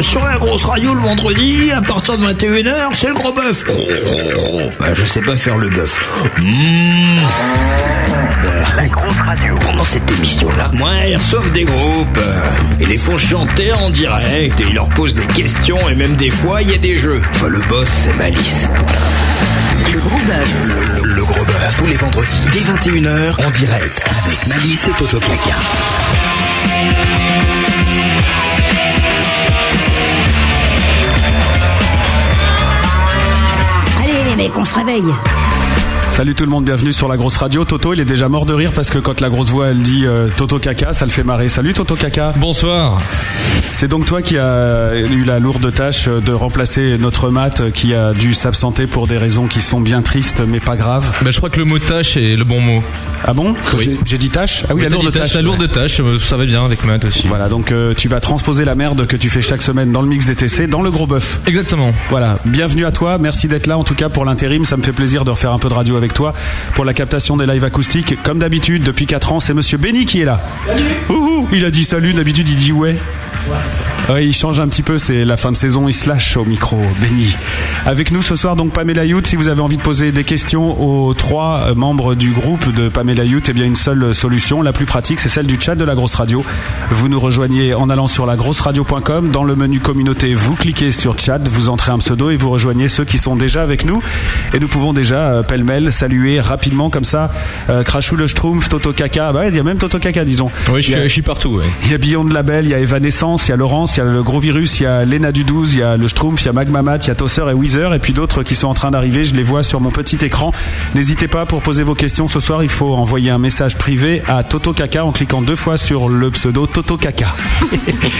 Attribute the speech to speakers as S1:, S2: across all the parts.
S1: sur la grosse radio le vendredi, à partir de 21h, c'est le gros bœuf. Oh, oh, oh. Bah, je sais pas faire le bœuf. Mmh. Euh,
S2: La grosse radio.
S1: pendant cette émission-là, moi, ils reçoivent des groupes euh, et les font chanter en direct et ils leur posent des questions et même des fois, il y a des jeux. Enfin, le boss, c'est Malice.
S3: Le gros bœuf.
S4: Le, le gros bœuf, tous les vendredis dès 21h en direct avec Malice et Toto Kaka.
S3: Allez les mecs, on se réveille.
S5: Salut tout le monde, bienvenue sur la grosse radio. Toto, il est déjà mort de rire parce que quand la grosse voix elle dit euh, Toto caca, ça le fait marrer. Salut Toto caca.
S6: Bonsoir.
S5: C'est donc toi qui a eu la lourde tâche de remplacer notre mat qui a dû s'absenter pour des raisons qui sont bien tristes mais pas graves.
S6: Bah, je crois que le mot tâche est le bon mot.
S5: Ah bon
S6: Oui.
S5: J'ai- J'ai dit tâche Ah oui, la
S6: T'as dit
S5: lourde tâche.
S6: La lourde tâche, euh, ça va bien avec Matt aussi.
S5: Voilà, donc euh, tu vas transposer la merde que tu fais chaque semaine dans le mix DTC dans le gros bœuf.
S6: Exactement.
S5: Voilà, bienvenue à toi, merci d'être là en tout cas pour l'intérim, ça me fait plaisir de refaire un peu de radio avec toi pour la captation des lives acoustiques. Comme d'habitude, depuis 4 ans, c'est monsieur Benny qui est là. Ouhou, il a dit salut, d'habitude il dit ouais. Ouais, il change un petit peu, c'est la fin de saison, il se lâche au micro, Benny. Avec nous ce soir donc Pamela Youth, si vous avez envie de poser des questions aux trois euh, membres du groupe de Pamela Youth, eh bien une seule solution, la plus pratique, c'est celle du chat de la grosse radio. Vous nous rejoignez en allant sur lagrosseradio.com, dans le menu communauté, vous cliquez sur chat, vous entrez un pseudo et vous rejoignez ceux qui sont déjà avec nous et nous pouvons déjà euh, pêle-mêle saluer rapidement comme ça euh, Crashou le Schtroumpf, Toto Kaka, bah ouais, il y a même Toto Kaka disons.
S6: Oui,
S5: Il
S6: je
S5: y a-
S6: suis, je suis partout. Ouais.
S5: il y a Beyond Label, il y a Evanescence, il y a Laurence, il y a le Gros Virus, il y a Lena du 12, il y a le Schtroumpf, il y a Magmamat, il y a Tosser et Weezer, et puis d'autres qui sont en train d'arriver. Je les vois sur mon petit écran. N'hésitez pas pour poser vos questions ce soir. Il faut envoyer un message privé à Toto Kaka en cliquant deux fois sur le pseudo Toto Kaka.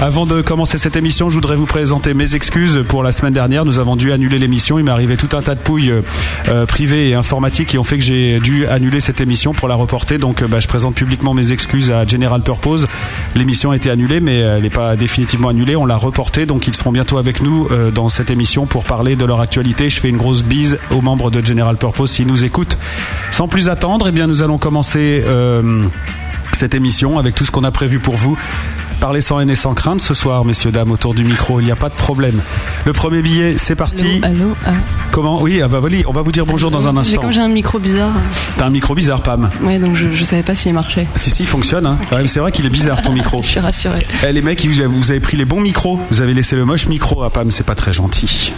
S5: Avant de commencer cette émission, je voudrais vous présenter mes excuses pour la semaine dernière. Nous avons dû annuler l'émission. Il m'est arrivé tout un tas de pouilles euh, euh, privées et informatiques qui ont fait que j'ai dû annuler cette émission pour la reporter. Donc, euh, bah, je présente publiquement mes excuses à General Purpose. L'émission a été annulée, mais euh, elle n'est pas définitivement annulée. On l'a reportée. Donc, ils seront bientôt avec nous euh, dans cette émission pour parler de leur actualité. Je fais une grosse bise aux membres de General Purpose s'ils nous écoutent. Sans plus attendre, eh bien, nous allons commencer. euh, cette émission avec tout ce qu'on a prévu pour vous. Parler sans haine et sans crainte ce soir, messieurs, dames, autour du micro, il n'y a pas de problème. Le premier billet, c'est parti.
S7: Allô, ah.
S5: Comment Oui, ah bah, voilà, on va vous dire bonjour dans un
S7: J'ai-
S5: instant.
S7: Comme j'ai un micro bizarre, euh,
S5: T'as un micro bizarre, Pam.
S7: ouais, donc je, je savais pas s'il marchait.
S5: Si, si, il fonctionne. Hein. Ouais, mais c'est vrai qu'il est bizarre ton micro.
S7: Je suis rassurée.
S5: Eh, les mecs, vous avez- vous avez pris les bons micros, vous avez laissé le moche micro à Pam, c'est pas très gentil.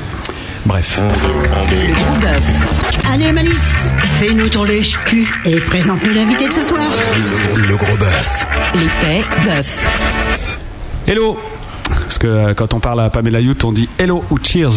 S5: Bref.
S3: Le gros bœuf.
S8: Allez Malice, fais-nous ton lèche-cul et présente-nous l'invité de ce soir.
S4: Le, le gros bœuf,
S3: L'effet bœuf.
S5: Hello Parce que euh, quand on parle à Pamela Youth, on dit hello ou cheers.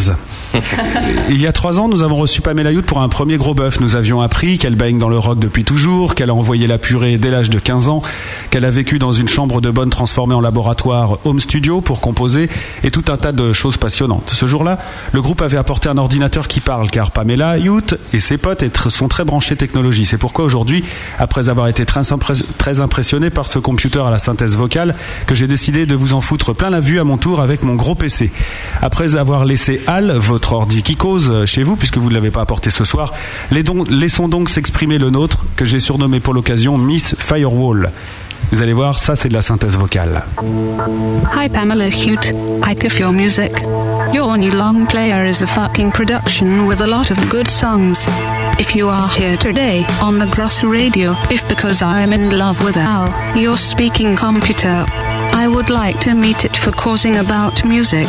S5: Il y a trois ans, nous avons reçu Pamela Youth pour un premier gros bœuf. Nous avions appris qu'elle baigne dans le rock depuis toujours, qu'elle a envoyé la purée dès l'âge de 15 ans, qu'elle a vécu dans une chambre de bonne transformée en laboratoire home studio pour composer et tout un tas de choses passionnantes. Ce jour-là, le groupe avait apporté un ordinateur qui parle car Pamela Youth et ses potes être- sont très branchés technologie. C'est pourquoi aujourd'hui, après avoir été très, impré- très impressionné par ce computer à la synthèse vocale, que j'ai décidé de vous en foutre plein la vue à mon tour avec mon gros PC. Après avoir laissé Hal, votre ordi qui cause euh, chez vous, puisque vous ne l'avez pas apporté ce soir, les don- laissons donc s'exprimer le nôtre, que j'ai surnommé pour l'occasion Miss Firewall. Vous allez voir, ça c'est de la synthèse vocale.
S9: Hi Pamela Hute, I piff your music. Your new long player is a fucking production with a lot of good songs. If you are here today on the Gross Radio, if because I am in love with Al, your speaking computer, I would like to meet it for causing about music.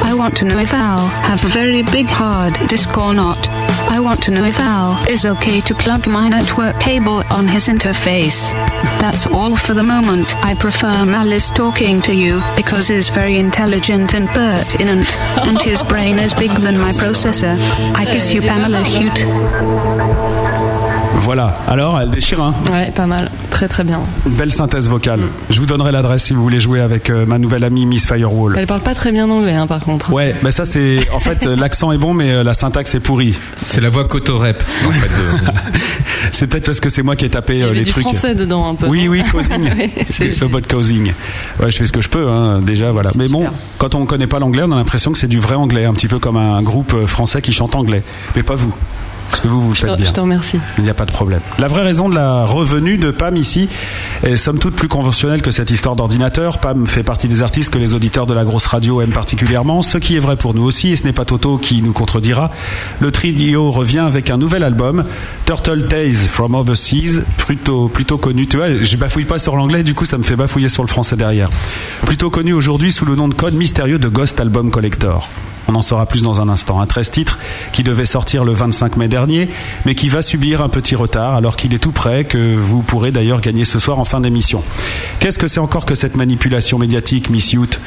S9: I want to know if Al have a very big hard disk or not. I want to know if Al is okay to plug my network cable on his interface. That's all for the moment. I prefer Malice talking to you because he's very intelligent and pertinent, and his brain is bigger than my processor. I kiss you, Pamela Hute.
S5: Voilà, alors elle déchire, hein
S7: Ouais, pas mal. Très très bien.
S5: Une belle synthèse vocale. Je vous donnerai l'adresse si vous voulez jouer avec euh, ma nouvelle amie Miss Firewall.
S7: Elle parle pas très bien anglais, hein, par contre.
S5: Ouais, mais ça c'est en fait euh, l'accent est bon mais euh, la syntaxe est pourrie.
S6: C'est la voix Cotorep. En fait, de-
S5: C'est peut-être parce que c'est moi qui ai tapé
S7: Il y
S5: euh,
S7: avait
S5: les
S7: du
S5: trucs.
S7: français dedans un peu.
S5: Oui,
S7: non
S5: oui, causing.
S7: Ouais, j'ai-
S5: le bot causing. Ouais, je fais ce que je peux, hein, déjà, voilà. Mais bon,
S7: super.
S5: quand on connaît pas l'anglais, on a l'impression que c'est du vrai anglais, un petit peu comme un groupe euh, français qui chante anglais. Mais pas vous. Parce que vous, vous le
S7: Je
S5: faites
S7: te-
S5: bien.
S7: je te remercie.
S5: Il n'y a pas de problème. La vraie raison de la revenue de Pam ici est somme toute plus conventionnelle que cette histoire d'ordinateur. Pam fait partie des artistes que les auditeurs de la grosse radio aiment particulièrement, ce qui est vrai pour nous aussi, et ce n'est pas Toto qui nous contredira. Le trio revient avec un nouvel album, Turtle Tales from Overseas, plutôt, plutôt connu. Tu vois, je bafouille pas sur l'anglais, du coup ça me fait bafouiller sur le français derrière. Plutôt connu aujourd'hui sous le nom de code mystérieux de Ghost Album Collector. On en saura plus dans un instant. Un 13 titres qui devait sortir le 25 mai dernier, mais qui va subir un petit retard alors qu'il est tout prêt, que vous pourrez d'ailleurs gagner ce soir en fin d'émission. Qu'est-ce que c'est encore que cette manipulation médiatique, Miss Youth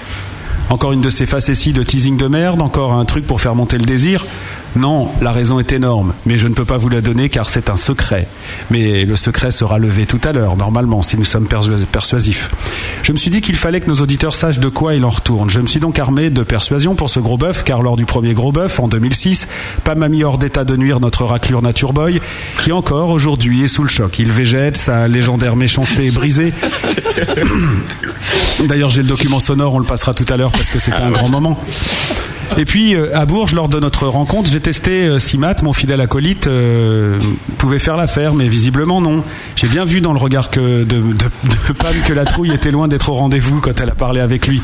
S5: Encore une de ces facéties de teasing de merde Encore un truc pour faire monter le désir Non, la raison est énorme, mais je ne peux pas vous la donner car c'est un secret. Mais le secret sera levé tout à l'heure, normalement, si nous sommes persuas- persuasifs. Je me suis dit qu'il fallait que nos auditeurs sachent de quoi il en retourne. Je me suis donc armé de persuasion pour ce gros bœuf, car lors du premier gros bœuf, en 2006, Pam a mis hors d'état de nuire notre raclure Nature Boy, qui encore aujourd'hui est sous le choc. Il végète, sa légendaire méchanceté est brisée. D'ailleurs, j'ai le document sonore, on le passera tout à l'heure parce que c'était un grand moment. Et puis euh, à Bourges, lors de notre rencontre, j'ai testé euh, si Matt, mon fidèle acolyte, euh, pouvait faire l'affaire, mais visiblement non. J'ai bien vu dans le regard que de, de- de Pam que la trouille était loin d'être au rendez-vous quand elle a parlé avec lui.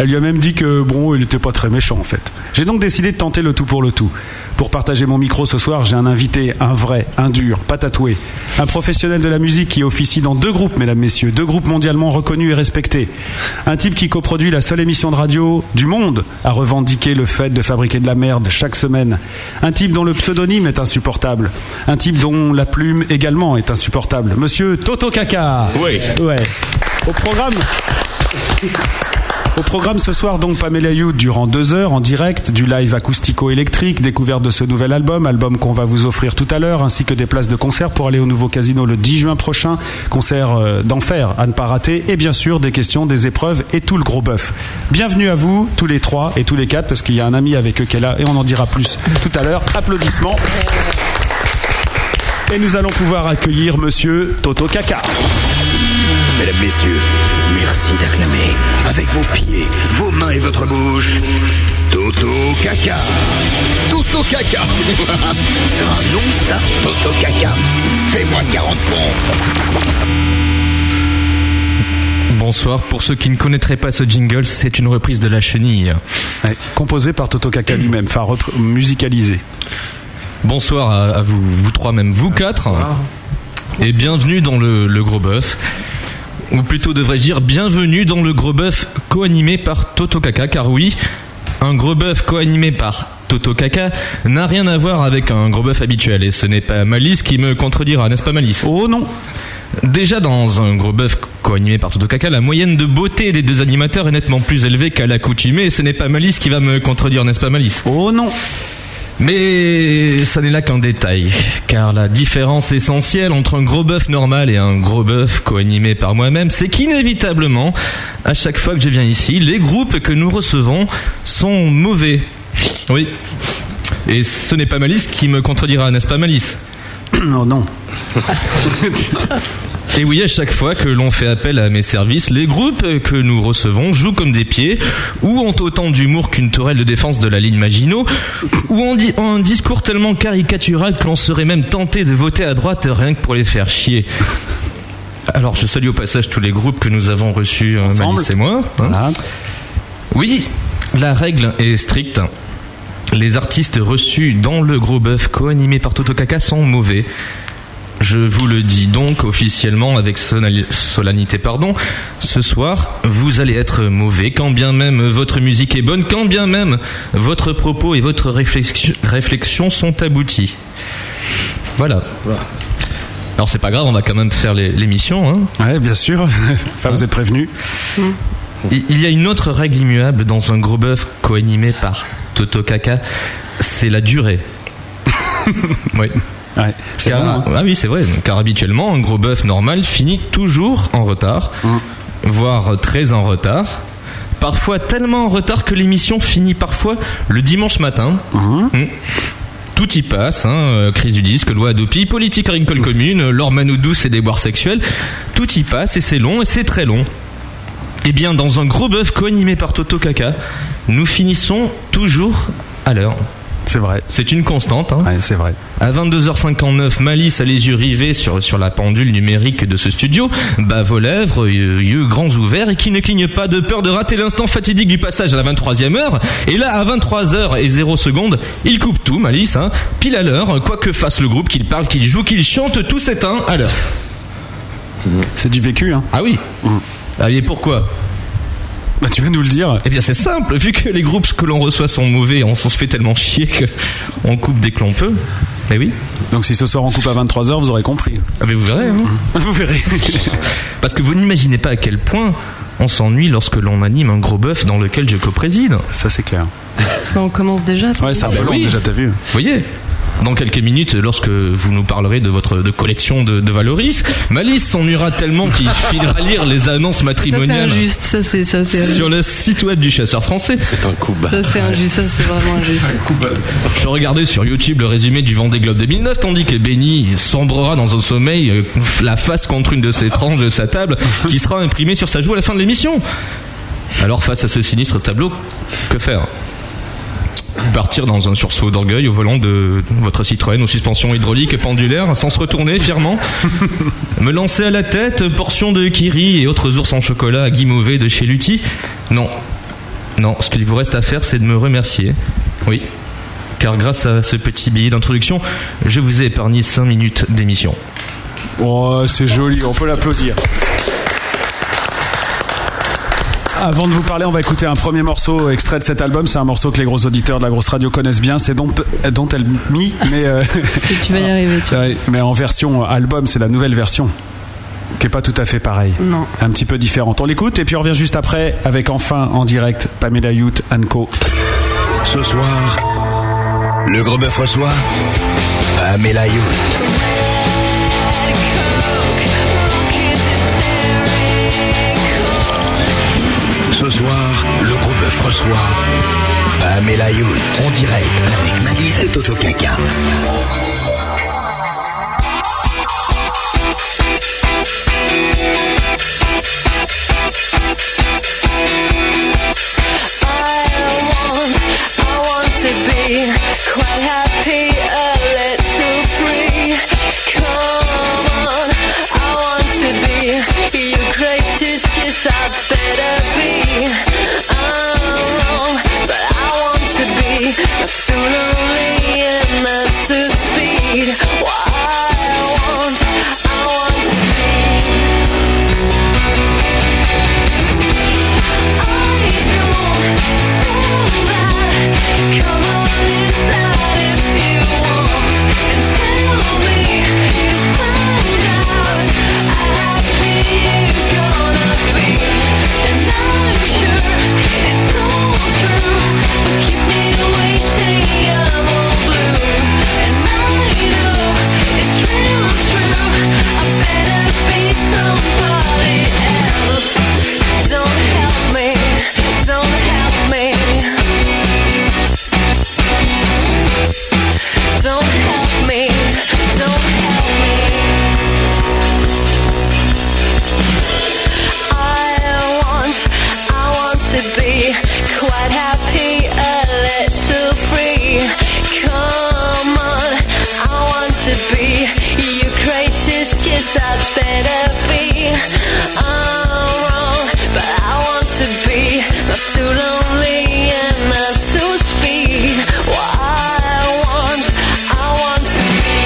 S5: Elle lui a même dit que bon, il n'était pas très méchant en fait. J'ai donc décidé de tenter le tout pour le tout. Pour partager mon micro ce soir, j'ai un invité, un vrai, un dur, pas tatoué, un professionnel de la musique qui officie dans deux groupes, mesdames, messieurs, deux groupes mondialement reconnus et respectés. Un type qui coproduit la seule émission de radio du monde à revendiquer le fait de fabriquer de la merde chaque semaine. Un type dont le pseudonyme est insupportable. Un type dont la plume également est insupportable. Monsieur Toto Kaka.
S2: Oui.
S5: Ouais. Au programme. Au programme ce soir, donc Pamela Youth durant deux heures en direct, du live acoustico-électrique, découverte de ce nouvel album, album qu'on va vous offrir tout à l'heure, ainsi que des places de concert pour aller au nouveau casino le 10 juin prochain, concert euh, d'enfer à ne pas rater, et bien sûr des questions, des épreuves et tout le gros bœuf. Bienvenue à vous, tous les trois et tous les quatre, parce qu'il y a un ami avec eux qui est là et on en dira plus tout à l'heure. Applaudissements. Et nous allons pouvoir accueillir monsieur Toto Kaka.
S1: Mesdames, Messieurs, merci d'acclamer avec vos pieds, vos mains et votre bouche. Toto Kaka. Toto Kaka. C'est un nom ça, Toto Kaka. Fais-moi 40 pompes.
S6: Bonsoir. Pour ceux qui ne connaîtraient pas ce jingle, c'est une reprise de La Chenille.
S5: composé par Toto Kaka lui-même, enfin repr- musicalisé.
S6: Bonsoir à, à vous, vous trois, même vous quatre. Et bienvenue dans le, le Gros Bœuf. Ou plutôt devrais-je dire bienvenue dans le Gros Bœuf co-animé par Toto Kaka, car oui, un Gros Bœuf co-animé par Toto Kaka n'a rien à voir avec un Gros Bœuf habituel. Et ce n'est pas Malice qui me contredira, n'est-ce pas Malice
S5: Oh non
S6: Déjà dans un Gros Bœuf co-animé par Toto Kaka, la moyenne de beauté des deux animateurs est nettement plus élevée qu'à l'accoutumée. Et ce n'est pas Malice qui va me contredire, n'est-ce pas Malice
S5: Oh non
S6: mais ça n'est là qu'un détail, car la différence essentielle entre un gros bœuf normal et un gros bœuf co-animé par moi-même, c'est qu'inévitablement, à chaque fois que je viens ici, les groupes que nous recevons sont mauvais. Oui. Et ce n'est pas Malice qui me contredira, n'est-ce pas Malice
S5: Non, Oh, non.
S6: Et oui, à chaque fois que l'on fait appel à mes services, les groupes que nous recevons jouent comme des pieds, ou ont autant d'humour qu'une tourelle de défense de la ligne Maginot, ou ont, di- ont un discours tellement caricatural que l'on serait même tenté de voter à droite rien que pour les faire chier. Alors je salue au passage tous les groupes que nous avons reçus, euh,
S5: Ensemble.
S6: Malice et moi. hein. Oui, la règle est stricte. Les artistes reçus dans le gros bœuf co-animé par Toto Kaka sont mauvais. Je vous le dis donc officiellement avec sonali- solennité, pardon. Ce soir, vous allez être mauvais, quand bien même votre musique est bonne, quand bien même votre propos et votre réflexion, réflexion sont aboutis. Voilà. Alors c'est pas grave, on va quand même faire les- l'émission. Hein.
S5: Ouais, bien sûr. vous êtes prévenus.
S6: Il il y a une autre règle immuable dans un gros bœuf co-animé par Toto Kaka, c'est la durée. oui. Car- Ah oui, c'est vrai. Car habituellement, un gros bœuf normal finit toujours en retard, voire très en retard. Parfois tellement en retard que l'émission finit parfois le dimanche matin. Mm. Tout y passe, hein, euh, crise du disque, loi Adopi, politique agricole commune, l'or Manou douce et déboires sexuels. Tout y passe et c'est long et c'est très long. Eh bien, dans un gros bœuf co-animé par Toto Kaka, nous finissons toujours à l'heure.
S5: C'est vrai.
S6: C'est une constante. hein.
S5: C'est vrai.
S6: À 22h59, Malice a les yeux rivés sur, sur la pendule numérique de ce studio, bave aux lèvres, yeux, yeux grands ouverts et qui ne cligne pas de peur de rater l'instant fatidique du passage à la 23e heure. Et là, à 23h et 0 secondes, il coupe tout, Malice, hein, pile à l'heure, quoi que fasse le groupe, qu'il parle, qu'il joue, qu'il chante, tout s'éteint à l'heure.
S5: C'est du vécu, hein
S6: Ah oui Ah et pourquoi
S5: Bah, tu vas nous le dire.
S6: Eh bien, c'est simple, vu que les groupes que l'on reçoit sont mauvais, on s'en se fait tellement chier que on coupe dès que l'on peut. Mais Eh oui.
S5: Donc, si ce soir on coupe à 23h, vous aurez compris. Mm.
S6: Ah, mais vous verrez. hein.
S5: Vous verrez.
S6: Parce que vous n'imaginez pas à quel point on s'ennuie lorsque l'on anime un gros bœuf dans lequel je co-préside. Vous
S5: Ça, c'est clair.
S7: Bah, on commence déjà.
S5: Ouais, c'est un
S7: bien.
S5: peu long
S6: oui.
S5: déjà, t'as vu
S6: voyez dans quelques minutes, lorsque vous nous parlerez de votre de collection de, de Valoris, Malice s'ennuiera tellement qu'il filera lire les annonces
S7: Ça c'est
S6: matrimoniales
S7: injuste. Ça c'est ça c'est injuste.
S6: sur le site web du chasseur français.
S2: C'est un coup bas.
S7: Ça
S5: Bah,
S7: c'est injuste. Ça c'est vraiment injuste.
S6: Je regardais sur YouTube le résumé du Vendée Globe 2009, tandis que Benny sombrera dans un sommeil, euh, la face contre une de ses tranches de sa table, qui sera imprimée sur sa joue à la fin de l'émission. Alors, face à ce sinistre tableau, que faire Partir dans un sursaut d'orgueil au volant de votre Citroën aux suspensions hydrauliques et pendulaires sans se retourner fièrement. Me lancer à la tête, portion de Kiri et autres ours en chocolat à guimauvé de chez Lutti. Non. Non, ce qu'il vous reste à faire, c'est de me remercier. Oui. Car grâce à ce petit billet d'introduction, je vous ai épargné 5 minutes d'émission.
S5: Oh, c'est joli, on peut l'applaudir. Avant de vous parler, on va écouter un premier morceau extrait de cet album. C'est un morceau que les gros auditeurs de la grosse radio connaissent bien. C'est Don't, Don't Help Me, mais, euh,
S7: Tu, tu vas y arriver. Tu...
S5: ouais, mais en version album, c'est la nouvelle version qui n'est pas tout à fait pareille.
S7: Non.
S5: Un petit peu différente. On l'écoute et puis on revient juste après avec enfin en direct Pamela Youth and Co.
S4: Ce soir,
S1: Le gros bœuf reçoit Pamela Youth.
S4: ce soir,
S1: Le gros bœuf reçoit Pamela Youth.
S4: en direct
S1: Avec Malice et Toto Kaka.
S10: Better be. I'm wrong, but I want to be. But sooner or later, not to speed. What I want, I want to be. Oh, Somebody else don't help me, don't help me. Don't help me, don't help me. I want, I want to be quite happy, a little free. Come on, I want to be your greatest. Yes, I'd better be. I'm wrong, but I want to be not too lonely and not too speed. What I want, I want to be.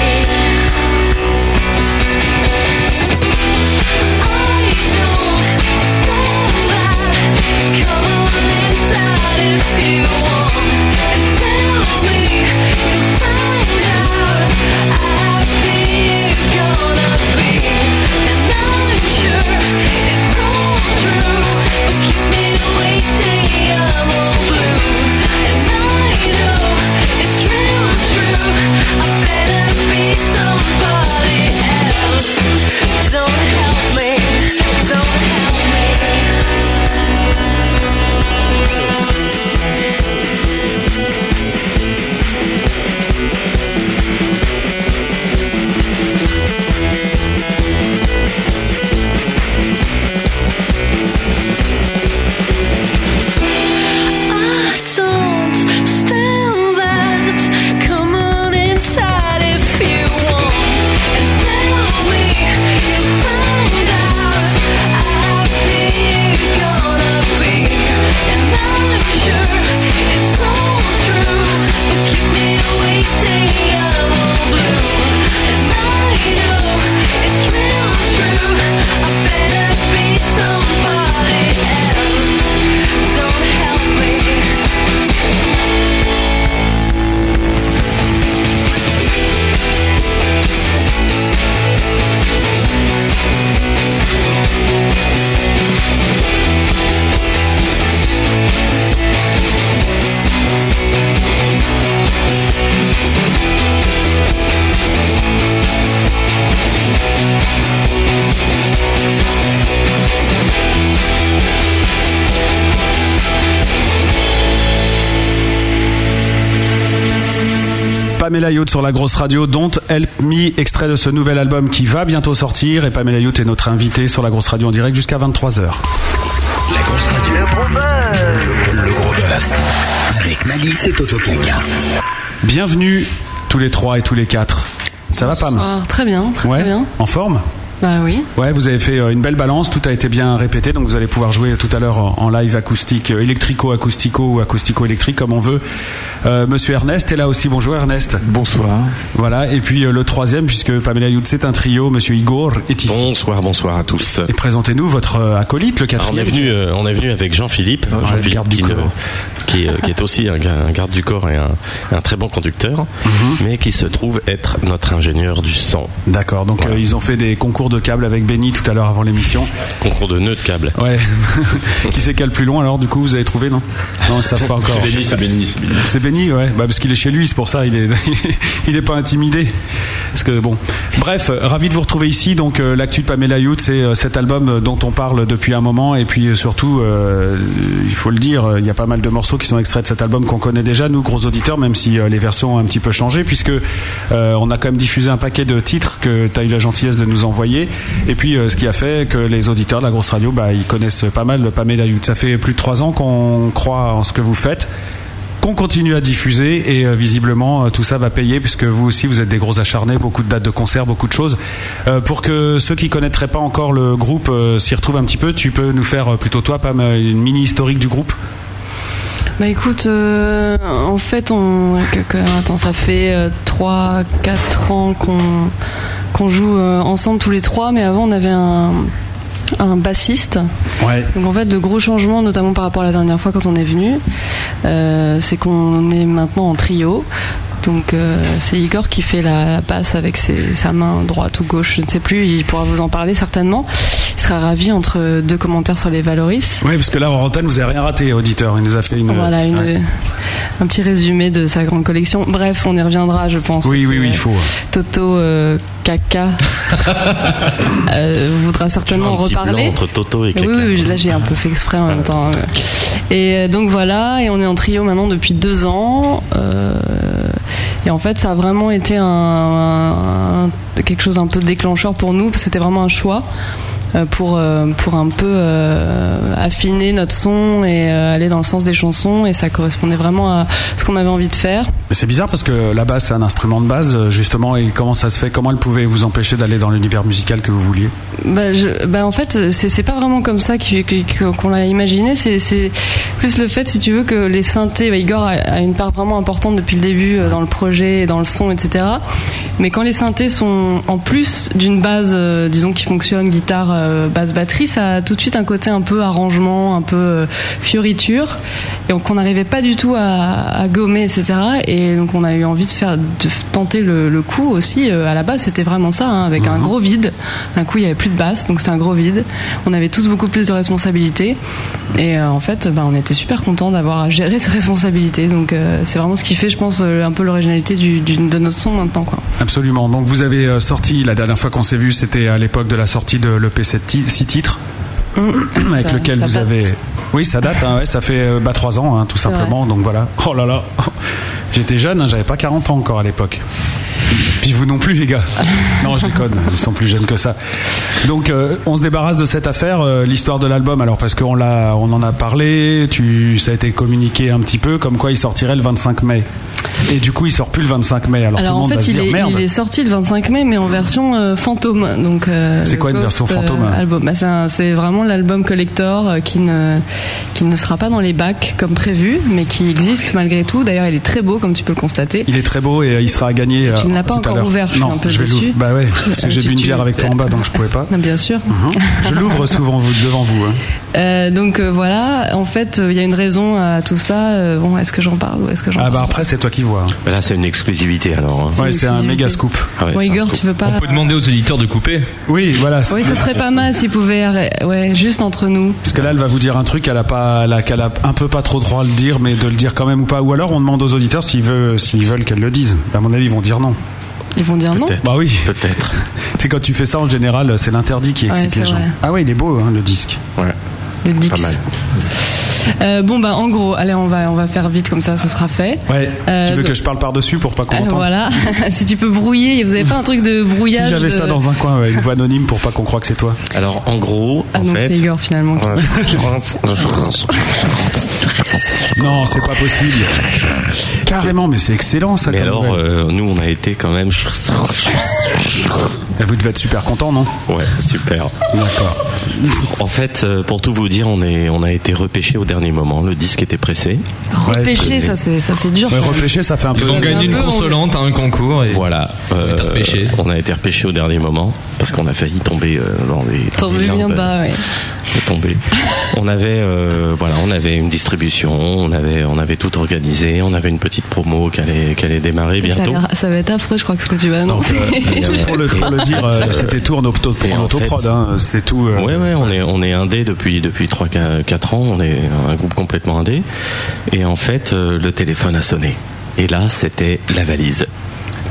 S10: If you
S5: Pamela Youth sur la grosse radio, Don't Help Me, extrait de ce nouvel album qui va bientôt sortir. Et Pamela Youth est notre invitée sur la grosse radio en direct jusqu'à 23h.
S4: La grosse radio. Le gros bœuf. Le, gros bœuf. Avec Malice et Toto Kaka.
S5: Bienvenue tous les trois et tous les quatre. Ça va Pam
S7: Ah, très bien, très
S5: Ouais
S7: très bien.
S5: En forme
S7: Bah oui.
S5: Ouais, vous avez fait euh, une belle balance, tout a été bien répété, donc vous allez pouvoir jouer tout à l'heure en en live acoustique, euh, électrico-acoustico ou acoustico-électrique, comme on veut. Euh, Monsieur Ernest est là aussi, bonjour Ernest.
S2: Bonsoir.
S5: Voilà, et puis euh, le troisième, puisque Pamela Yout, c'est un trio, Monsieur Igor est ici.
S11: Bonsoir, bonsoir à tous.
S5: Et présentez-nous votre euh, acolyte, le
S11: Alors, on, est
S5: quatrième.
S11: venu, euh, on est venu avec Jean-Philippe, Jean-Philippe qui, ne- qui, euh, qui est aussi un, ga- un garde du corps et un, un très bon conducteur,
S5: Mhm.
S11: mais qui se trouve être notre ingénieur du son.
S5: D'accord, donc euh, ils ont fait des concours de câbles avec Benny tout à l'heure avant l'émission.
S11: Concours de nœuds de câble.
S5: Ouais, qui c'est qui a le plus long alors du coup vous avez trouvé non Non, ça pas encore.
S2: C'est Benny, c'est Benny, c'est Benny.
S5: C'est Benny, ouais, bah, parce qu'il est chez lui, c'est pour ça, il est, il est pas intimidé. Parce que bon, bref, euh, ravi de vous retrouver ici. Donc euh, l'actu de Pamela Youth, c'est euh, cet album euh, dont on parle depuis un moment, et puis euh, surtout, euh, il faut le dire, euh, il y a pas mal de morceaux qui sont extraits de cet album qu'on connaît déjà, nous gros auditeurs, même si euh, les versions ont un petit peu changé, puisque euh, on a quand même diffusé un paquet de titres que tu as eu la gentillesse de nous envoyer, et puis euh, ce qui a fait que les auditeurs de la grosse radio, bah, ils connaissent pas mal le Pamela Youth. Ça fait plus de trois ans qu'on croit en ce que vous faites qu'on continue à diffuser et euh, visiblement euh, tout ça va payer puisque vous aussi vous êtes des gros acharnés, beaucoup de dates de concert, beaucoup de choses. Euh, pour que ceux qui connaîtraient pas encore le groupe euh, s'y retrouvent un petit peu, tu peux nous faire euh, plutôt toi Pam euh, une mini historique du groupe.
S7: Bah écoute, euh, en fait, on. Attends, ça fait 3-4 ans qu'on qu'on joue euh, ensemble tous les trois, mais avant on avait un, un bassiste.
S5: Ouais.
S7: Donc en fait, le gros changement, notamment par rapport à la dernière fois quand on est venu, euh, c'est qu'on est maintenant en trio. Donc euh, c'est Igor qui fait la, la passe avec ses- sa main droite ou gauche, je ne sais plus, il pourra vous en parler certainement. Il sera ravi entre deux commentaires sur les Valoris.
S5: Oui parce que là en antenne vous avez rien raté auditeur, il nous a fait une.
S7: Ah, Voilà, une- un petit résumé de sa grande collection. Bref, on y reviendra, je pense.
S5: Oui
S7: parce
S5: oui
S7: que,
S5: oui
S7: euh,
S5: il faut. hein.
S7: Toto euh, Kaka euh, voudra certainement en
S11: un petit blanc
S7: reparler.
S11: entre Toto
S7: Mais
S11: et Kaka.
S7: oui, oui, là j'ai un peu fait exprès en même temps. Et euh, donc voilà, et on est en trio maintenant depuis deux ans. euh, et en fait, ça a vraiment été un, un- quelque chose un peu déclencheur pour nous, parce que c'était vraiment un choix euh, pour, euh, pour un peu euh, affiner notre son et euh, aller dans le sens des chansons. Et ça correspondait vraiment à ce qu'on avait envie de faire.
S5: Mais c'est bizarre parce que la basse c'est un instrument de base euh, justement et comment ça se fait comment elle pouvait vous empêcher d'aller dans l'univers musical que vous vouliez.
S7: Bah, je- bah, en fait, c'est c'est pas vraiment comme ça qu'il- qu'il- qu'on l'a imaginé. C'est- C'est plus le fait, si tu veux, que les synthés. bah, Igor a, a une part vraiment importante depuis le début euh, dans le projet, et dans le son, etc. Mais quand les synthés sont en plus d'une base, euh, disons, qui fonctionne guitare, euh, basse, batterie, ça a tout de suite un côté un peu arrangement, un peu euh, fioriture, et donc on n'arrivait pas du tout à, à gommer, etc. Et donc on a eu envie de faire, de f- tenter le, le coup aussi. Euh, à la base, c'était vraiment ça, hein, avec un gros vide. D'un coup, il y avait plus de basse, donc c'était un gros vide. On avait tous beaucoup plus de responsabilités, et euh, en fait, bah, on était super contents d'avoir à gérer ces responsabilités. Donc euh, c'est vraiment ce qui fait, je pense, euh, un peu l'originalité du, du- de notre son maintenant, quoi.
S5: Absolument. Donc vous avez euh, sorti la dernière fois qu'on s'est vu, c'était à l'époque de la sortie de l'EP 6 titres. avec
S7: Ça-
S5: lequel
S7: ça
S5: vous
S7: date.
S5: avez. Oui, ça date, hein, ouais, ça fait euh, bah, 3 ans, hein, tout
S7: C'est
S5: simplement. Donc voilà. Oh là là J'étais jeune, hein, j'avais pas 40 ans encore à l'époque. Puis vous non plus, les gars. Non, je déconne, ils sont plus jeunes que ça. Donc euh, on se débarrasse de cette affaire, euh, l'histoire de l'album, alors parce qu'on l'a, on en a parlé, tu, ça a été communiqué un petit peu, comme quoi il sortirait le 25 mai. Et du coup, il sort plus le 25 mai. Alors, tout le
S7: en
S5: monde
S7: fait,
S5: va se
S7: il,
S5: dire
S7: est,
S5: merde.
S7: il est sorti le 25 mai, mais en version euh, fantôme. Donc, euh,
S5: C'est
S7: le
S5: quoi une version
S7: euh,
S5: fantôme
S7: album Bah, c'est, un- c'est vraiment l'album collector euh, qui ne qui ne sera pas dans les bacs comme prévu, mais qui existe malgré tout. D'ailleurs, il est très beau, comme tu peux le constater.
S5: Il est très beau et euh, il sera à gagner.
S7: tu
S5: euh,
S7: ne l'as pas
S5: tout à
S7: encore
S5: l'heure.
S7: ouvert, je suis
S5: non,
S7: un peu
S5: je vais
S7: déçue.
S5: l'ouvrir. Bah ouais, parce que j'ai
S7: Tu-
S5: bu une
S7: tu-
S5: bière avec toi en bas, donc je pouvais pas. Mhm.
S7: Bien sûr.
S5: Je l'ouvre souvent vous- devant vous. hein.
S7: Euh, donc euh, voilà, en fait, euh, il y a une raison à tout ça. Euh, bon, est-ce que j'en parle ou est-ce que j'en
S5: Ah
S7: parle
S5: bah après, c'est toi qui vois. hein.
S11: Bah Là, c'est une exclusivité alors. hein.
S5: Ouais, c'est un méga scoop.
S11: Ah ouais,
S7: Bon,
S11: c'est un
S7: Igor,
S11: scoop.
S7: tu veux pas
S6: On peut demander aux auditeurs de couper.
S5: Oui, voilà.
S7: Oui, ce serait pas mal s'ils pouvaient, arrê- ouais, juste entre nous.
S5: Parce que là, elle va vous dire un truc qu'elle a pas, elle a- qu'elle a un peu pas trop droit à le dire, mais de le dire quand même ou pas. Ou alors, on demande aux auditeurs s'ils veulent, s'ils veulent qu'elle le dise. À mon avis, ils vont dire non.
S7: Ils vont dire non.
S5: Bah oui.
S11: Peut-être.
S5: C'est quand tu fais ça en général, c'est l'interdit qui
S7: Ouais,
S5: excite
S7: c'est
S5: les gens.
S7: vrai.
S5: Ah ouais, il est beau hein, le disque.
S11: Ouais.
S7: Le Dix.
S11: Pas mal.
S7: Euh, bon, bah, en gros, allez, on va, on va faire vite comme ça, ce sera fait.
S5: Ouais.
S7: Euh,
S5: tu veux
S7: donc-
S5: que je parle par-dessus pour pas qu'on
S7: Euh,
S5: entende
S7: voilà, si tu peux brouiller, vous avez pas un truc de
S5: hein. Si
S7: brouillage euh,
S5: j'avais ça
S7: de-
S5: dans un coin, ouais, une voix anonyme pour pas qu'on croie que c'est toi.
S11: Alors en gros,
S7: Ah,
S11: en
S7: donc
S11: fait,
S7: c'est Igor finalement. qui-
S5: Non, c'est pas possible. Carrément, mais c'est excellent ça.
S11: Mais
S5: comme
S11: alors,
S5: nouvelle.
S11: euh, nous, on a été quand même.
S5: Vous devez être super content, non
S11: Ouais, super.
S5: D'accord.
S11: En fait, euh, pour tout vous dire, on, est, on a été repêché au dernier moment. Le disque était pressé.
S7: Repêcher, ça c'est ça c'est dur.
S5: ça fait un
S6: Ils peu- ont
S7: Ça fait
S6: gagné
S7: un
S6: une
S7: peu, on-
S6: consolante à un concours et
S11: voilà. euh, On a été repêché. au dernier moment parce qu'on a failli tomber euh, dans les. dans
S7: Tomber
S11: les
S7: bien
S11: limbes.
S7: bas, ouais.
S11: est tombé. On avait, euh, voilà, on avait une distribution, on avait, on avait tout organisé, on avait une petite promo qui allait, qui allait démarrer
S7: Ça, a
S11: bientôt.
S7: l'air- ça va être affreux, je crois que ce que tu vas
S11: Donc,
S7: annoncer.
S11: euh,
S7: Je
S5: Pour le, pour le dire, euh, c'était tout en, auto,
S11: Et
S5: en
S11: en
S5: autoprod,
S11: fait-
S5: hein, c'était tout. euh,
S11: Ouais, ouais, on est, on est indé depuis, depuis 3, 4 ans, on est un groupe complètement indé. Et en fait, euh, le téléphone a sonné. Et là, c'était la valise.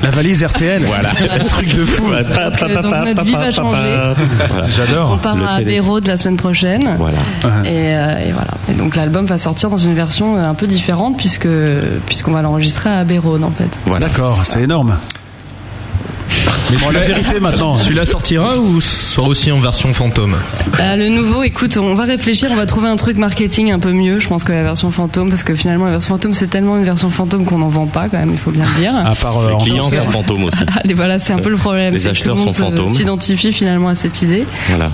S5: La valise RTL
S11: Voilà.
S5: Un truc de fou
S7: Euh, Donc, notre vie va changer.
S5: Bah, J'adore.
S7: On part à Véro de la semaine prochaine.
S11: Voilà.
S7: Et, euh, et voilà. Et donc l'album va sortir dans une version euh, un peu différente puisque puisqu'on va l'enregistrer à Béron en fait.
S5: D'accord, c'est énorme. Mais bon, la vérité maintenant.
S6: Celui-là sortira ou sera aussi en version fantôme
S7: Euh, le nouveau, écoute, on va réfléchir, on va trouver un truc marketing un peu mieux, je pense que la version fantôme, parce que finalement la version fantôme c'est tellement une version fantôme qu'on n'en vend pas quand même, il faut bien le dire.
S5: À part
S11: Les clients
S7: Donc,
S11: sont
S7: euh,
S11: fantômes aussi.
S7: Allez, voilà, c'est un peu le problème.
S11: Les
S7: c'est que
S11: acheteurs
S7: tout le monde
S11: sont
S7: se-
S11: fantômes.
S7: S'identifie finalement à cette idée.
S11: Voilà.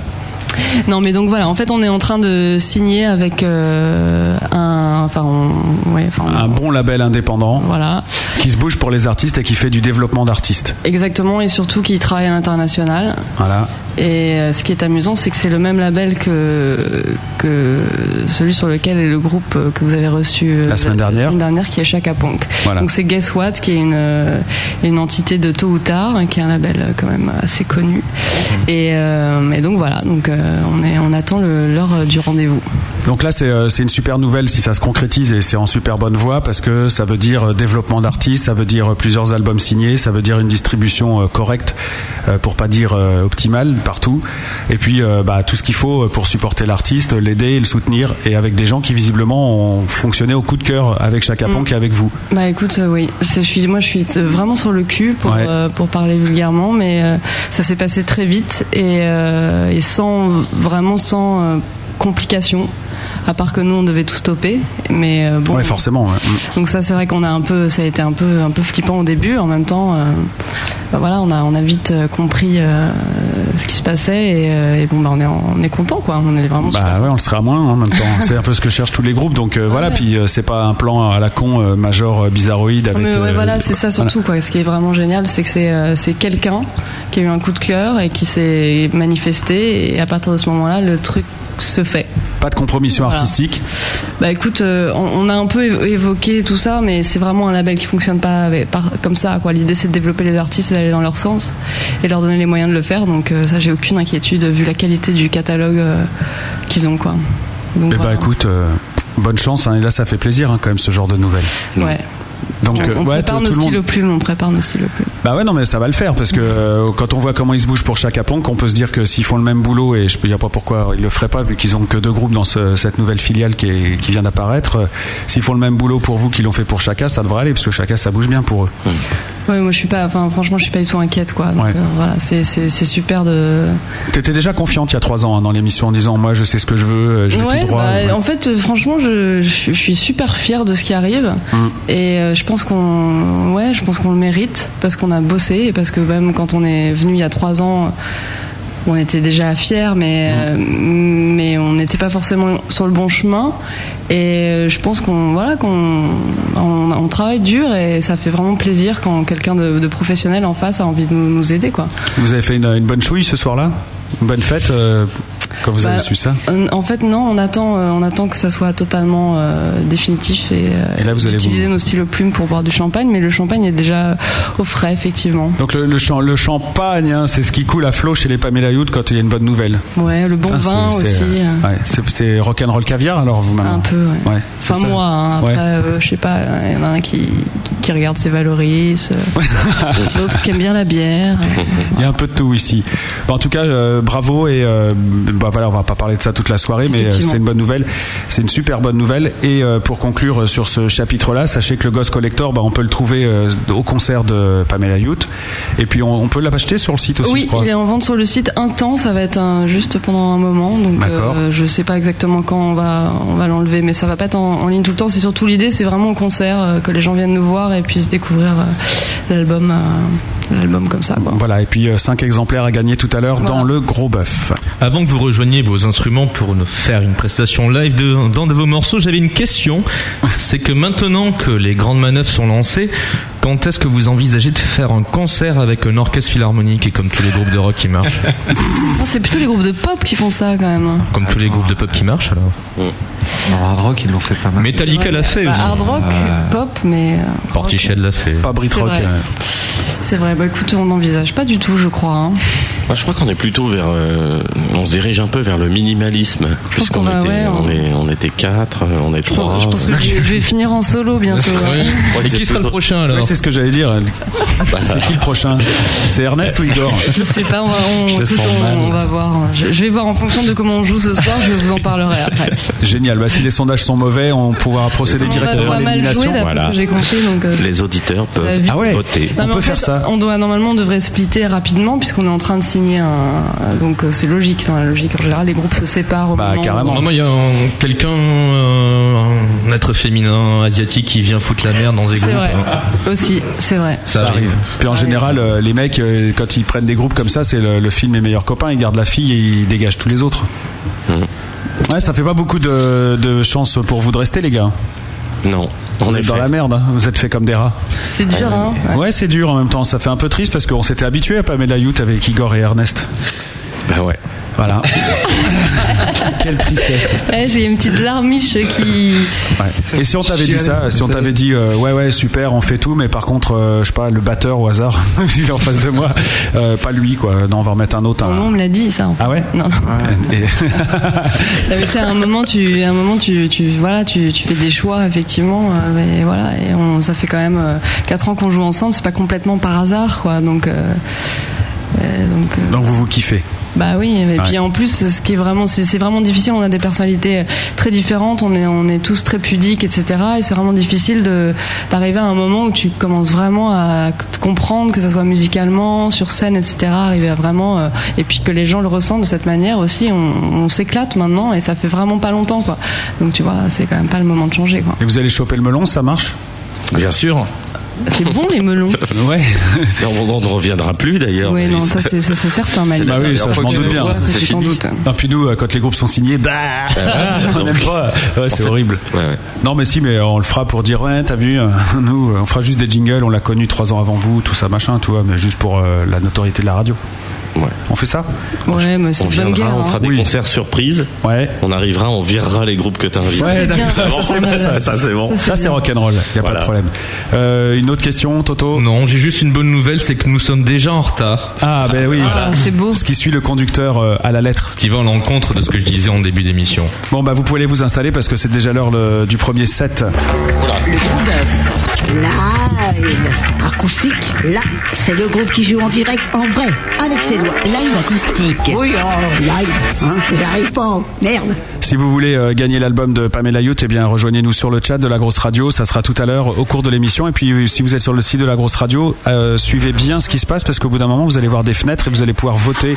S7: Non, mais donc voilà, en fait, on est en train de signer avec euh, un, enfin, on- ouais, enfin,
S11: Ah.
S5: Un bon label indépendant.
S7: Voilà.
S5: Qui se bouge pour les artistes et qui fait du développement d'artistes.
S7: exactement, et surtout qui travaille à l'international.
S5: Voilà.
S7: Et euh, ce qui est amusant, c'est que c'est le même label que, que celui sur lequel est le groupe euh, que vous avez reçu euh,
S5: La semaine dernière.
S7: qui est Chaka Punk.
S5: Voilà.
S7: Donc c'est Guess What, qui est une, euh, une entité de tôt ou tard, hein, qui est un label euh, quand même assez connu.
S5: Mhm.
S7: Et, euh, et donc voilà, donc euh, on, est, on attend le- l'heure euh, du rendez-vous.
S5: Donc là, c'est euh, c'est une super nouvelle si ça se concrétise et c'est en super bonne voie parce que ça veut dire euh, développement d'artistes, ça veut dire euh, plusieurs albums signés, ça veut dire une distribution euh, correcte, euh, pour pas dire euh, optimale partout, et puis euh, bah, tout ce qu'il faut pour supporter l'artiste, l'aider, le soutenir, et avec des gens qui visiblement ont fonctionné au coup de cœur avec Chaka
S7: Mm.
S5: Ponk et avec vous.
S7: Bah écoute, euh, oui, C'est- je suis, moi je suis euh, vraiment sur le cul pour,
S5: Ouais.
S7: euh, pour parler vulgairement, mais euh, ça s'est passé très vite et, euh, et sans vraiment sans euh, complications. À part que nous on devait tout stopper, mais euh, bon.
S5: ouais, forcément. ouais. Mm.
S7: Donc ça c'est vrai qu'on a un peu, ça a été un peu un peu flippant au début. En même temps, euh, bah voilà, on a on a vite euh, compris euh, ce qui se passait et, euh, et bon bah on est on est content quoi. On est vraiment super
S5: Bah ouais, on le sera moins hein, en même temps. C'est un peu ce que cherchent tous les groupes. Donc
S7: Ah,
S5: euh, voilà, puis euh, c'est pas un plan à la con euh, major euh, bizarroïde avec.
S7: Ah, Mais ouais,
S5: euh,
S7: voilà, c'est ça surtout. Quoi. Ce qui est vraiment génial, c'est que c'est euh, c'est quelqu'un qui a eu un coup de cœur et qui s'est manifesté. Et à partir de ce moment-là, le truc se fait.
S5: Pas de compromission
S7: Voilà.
S5: artistique.
S7: Bah écoute, euh, on, on a un peu évo- évoqué tout ça, mais c'est vraiment un label qui fonctionne pas avec- par- comme ça. quoi. L'idée, c'est de développer les artistes et d'aller dans leur sens et leur donner les moyens de le faire. Donc euh, ça, j'ai aucune inquiétude vu la qualité du catalogue euh, qu'ils ont. Quoi. Donc,
S5: Eh bah
S7: voilà.
S5: écoute, euh, bonne chance. hein. et là, ça fait plaisir hein, quand même ce genre de nouvelles.
S7: Ouais.
S5: Donc
S7: on,
S5: euh,
S7: on
S5: ouais, tout,
S7: prépare
S5: tout
S7: nos
S5: le monde.
S7: stylos plumes, on prépare nos stylos plumes.
S5: Bah ouais, non mais ça va le faire parce que euh, quand on voit comment ils se bougent pour chaque apon, qu'on peut se dire que s'ils font le même boulot et je peux dire pas pourquoi ils le feraient pas vu qu'ils ont que deux groupes dans ce- cette nouvelle filiale qui, est- qui vient d'apparaître. euh, s'ils font le même boulot pour vous qu'ils l'ont fait pour chacun, ça devrait aller parce que chacun ça bouge bien pour eux.
S7: Ouais, moi je suis pas, enfin franchement je suis pas du tout inquiète quoi. Donc euh, voilà, c'est c'est c'est super de.
S5: T'étais déjà confiante il y a trois ans hein, dans l'émission en disant moi je sais ce que je veux, euh, je vais
S7: Ouais,
S5: tout droit.
S7: bah,
S5: Ouais.
S7: en fait euh, franchement je, je, je suis super fière de ce qui arrive
S5: Mm.
S7: et euh, je pense qu'on ouais je pense qu'on le mérite parce qu'on a bossé et parce que même quand on est venu il y a trois ans on était déjà fiers mais
S5: Mmh.
S7: euh, mais on n'était pas forcément sur le bon chemin et euh, je pense qu'on voilà qu'on on, on travaille dur et ça fait vraiment plaisir quand quelqu'un de, de professionnel en face a envie de nous, nous aider quoi.
S5: Vous avez fait une, une bonne chouille ce soir-là, une bonne fête euh, quand vous
S7: Bah,
S5: avez su ça.
S7: Euh, En fait, non, on attend, euh, on attend que ça soit totalement euh, définitif et, euh,
S5: Et là, vous allez vous-
S7: utiliser nos stylos plumes pour boire du champagne, mais le champagne est déjà euh, au frais, effectivement.
S5: Donc le, le, champ- le champagne, hein, c'est ce qui coule à flot chez les Pamela Youth quand il y a une bonne nouvelle.
S7: Ouais, le bon
S5: Putain,
S7: vin
S5: Ah, c'est-
S7: aussi.
S5: c'est, euh,
S7: euh,
S5: ouais, c'est, c'est rock'n'roll caviar alors vous maintenant
S7: Un peu, ouais.
S5: Ouais, c'est
S7: Enfin,
S5: ça.
S7: moi, hein, après,
S5: Ouais.
S7: euh, je sais pas, il y en a un qui, qui regarde ses valoris, euh, l'autre qui aime bien la bière.
S5: Il y a un peu de tout ici. Bon, en tout cas, euh, bravo et euh, bah, va, voilà, on va pas parler de ça toute la soirée, mais euh,
S2: Effectivement.
S5: c'est une bonne nouvelle. C'est une super bonne nouvelle. Et euh, pour conclure euh, sur ce chapitre-là, sachez que le Ghost Collector, bah, on peut le trouver euh, au concert de Pamela Youth. Et puis, on, on peut l'acheter sur le site aussi, je
S7: oui,
S5: crois.
S7: il est en vente sur le site un temps, ça va être un- juste pendant un moment, donc
S5: D'accord.
S7: euh, je sais pas exactement quand on va, on va l'enlever, mais ça va pas être en, en ligne tout le temps, c'est surtout l'idée, c'est vraiment au concert, euh, que les gens viennent nous voir et puissent découvrir euh, l'album. euh, l'album comme ça.
S5: Voilà, et puis 5 exemplaires à gagner tout à l'heure dans le gros bœuf.
S6: Avant que vous rejoigniez vos instruments pour nous faire une prestation live de- d'un de vos morceaux, j'avais une question. C'est que maintenant que les grandes manœuvres sont lancées, quand est-ce que vous envisagez de faire un concert avec un orchestre philharmonique et comme tous les groupes de rock qui marchent
S7: Non, Ah, c'est plutôt les groupes de pop qui font ça quand même. hein.
S6: Comme tous les groupes de pop qui marchent alors
S12: hard rock, ils l'ont fait pas mal.
S6: Metallica l'a fait
S7: Bah,
S6: aussi.
S7: hard rock, pop, mais euh,
S6: Portiched l'a fait.
S5: Pas Brit
S7: C'est Rock, vrai. euh. c'est vrai. Bah écoute, on n'envisage pas du tout, je crois. hein.
S11: Moi, je crois qu'on est plutôt vers, euh, on se dirige un peu vers le minimalisme,
S7: qu'on
S11: puisqu'on
S7: va,
S11: était,
S7: ouais, on-
S11: on... est, on était quatre, euh, on est
S7: Je pense-
S11: trois.
S7: je pense que je vais- je vais finir en solo bientôt.
S11: Et qui sera le
S6: prochain
S5: Ouais, c'est ce que j'allais dire. c'est qui le prochain C'est Ernest ou Igor
S7: Je sais pas, on va, on-
S5: Je le
S7: écoute,
S5: sens
S7: on-
S5: mal.
S7: on va voir. Je, je vais voir en fonction de comment on joue ce soir, je vous en parlerai après.
S5: Génial. Bah, si les sondages sont mauvais, on pourra procéder
S7: On va-
S5: directement
S7: on va
S5: à
S7: mal jouer,
S5: l'élimination. Ah
S7: d'après ce que j'ai compris, donc, euh,
S11: Les auditeurs
S7: la
S11: peuvent
S7: vie.
S11: voter.
S7: Non, mais en fait, On doit normalement on devrait splitter rapidement puisqu'on est en train de signer un. Donc euh, c'est logique dans la logique en général les groupes se séparent. Au
S5: Bah, ah,
S7: moment où-
S6: Normalement, il y a un- quelqu'un, euh, un être féminin asiatique qui vient foutre la merde dans des groupes. hein.
S7: C'est vrai. Aussi, c'est vrai.
S5: hein. Ça arrive. Puis en général, euh, les mecs, euh, quand ils prennent des groupes comme ça, c'est le, le film Mes meilleurs copains, ils gardent la fille et ils dégagent tous les autres.
S11: Mm.
S5: Ouais, ça fait pas beaucoup de, de chance pour vous de rester, les gars.
S11: Non.
S5: Vous êtes dans la merde, hein. vous êtes fait comme des rats.
S7: C'est dur, hein.
S5: Ouais, c'est dur en même temps. Ça fait un peu triste parce qu'on s'était habitué à Pamela Youth avec Igor et Ernest.
S11: Bah ouais.
S5: Voilà. Quelle tristesse.
S7: Eh, J'ai une petite larmiche qui.
S5: Et si on t'avait dit
S7: Chialer.
S5: ça, si on t'avait dit euh, ouais ouais super, on fait tout, mais par contre, euh, je sais pas, le batteur au hasard, il est en face de moi, euh, pas lui quoi. Non, on va en mettre un autre. un-
S7: Non, on me l'a dit ça. en fait.
S5: Ah ouais.
S7: Non.
S5: Et-
S7: Ah, mais tu sais, à un moment, tu, à un moment, tu, tu, voilà, tu, tu fais des choix effectivement, euh, mais voilà, et on, ça fait quand même euh, quatre ans qu'on joue ensemble. C'est pas complètement par hasard, quoi. Donc, euh, euh, donc, euh,
S5: Donc vous vous kiffez.
S7: bah oui, et
S5: Ouais.
S7: puis en plus, ce qui est vraiment, c'est c'est vraiment difficile. On a des personnalités très différentes, on est, on est tous très pudiques, etc. Et c'est vraiment difficile de d'arriver à un moment où tu commences vraiment à te comprendre, que ça soit musicalement, sur scène, etc. Arriver à vraiment, euh, et puis que les gens le ressentent de cette manière aussi. On, on s'éclate maintenant, et ça fait vraiment pas longtemps, quoi. Donc tu vois, c'est quand même pas le moment de changer, quoi.
S5: Et vous allez choper le melon, ça marche
S11: Bien sûr.
S7: C'est bon les melons.
S5: Ouais.
S11: on, on ne reviendra plus d'ailleurs.
S7: Ouais,
S11: Mais
S7: non,
S11: c'est-
S7: ça c'est ça, c'est certain, Malik.
S5: Bah oui, ça je m'en doute bien.
S7: C'est sans doute.
S5: Non, puis nous, euh, quand les groupes sont signés, bah,
S11: Ah,
S5: on n'aime pas. Ouais, c'est horrible. Non, mais si, mais on le fera pour dire ouais, t'as vu, euh, nous, euh, on fera juste des jingles, on l'a connu trois ans avant vous, tout ça, machin, tu vois, mais juste pour euh, la notoriété de la radio. On fait ça
S7: Ouais, mais c'est
S11: On
S7: une bonne
S11: viendra,
S7: guerre.
S11: on fera
S7: hein.
S11: des concerts surprises.
S5: Ouais.
S11: On arrivera, on virera les groupes que t'as invités.
S5: Ouais, d'accord, ça c'est bon.
S11: Ça, ça, c'est bon.
S5: Ça c'est rock'n'roll, y a pas de problème. Euh, une autre question, Toto
S6: Oh Non, j'ai juste une bonne nouvelle, c'est que nous sommes déjà en retard.
S5: Ah, ben oui.
S7: c'est beau.
S5: Ce qui suit le conducteur euh, à la lettre.
S6: Ce qui va à l'encontre de ce que je disais en début d'émission.
S5: Bon, bah vous pouvez aller vous installer parce que c'est déjà l'heure le- du premier set.
S8: Le groupe Live. Acoustique. Là, c'est le groupe qui joue en direct, en vrai, avec ses doigts. Live acoustique. Oui, oh, live. Hein, J'arrive pas. Merde.
S5: Si vous voulez euh, gagner l'album de Pamela Youth, eh bien rejoignez-nous sur le chat de la Grosse Radio. Ça sera tout à l'heure au cours de l'émission. Et puis euh, si vous êtes sur le site de la Grosse Radio, euh, suivez bien ce qui se passe parce qu'au bout d'un moment, vous allez voir des fenêtres et vous allez pouvoir voter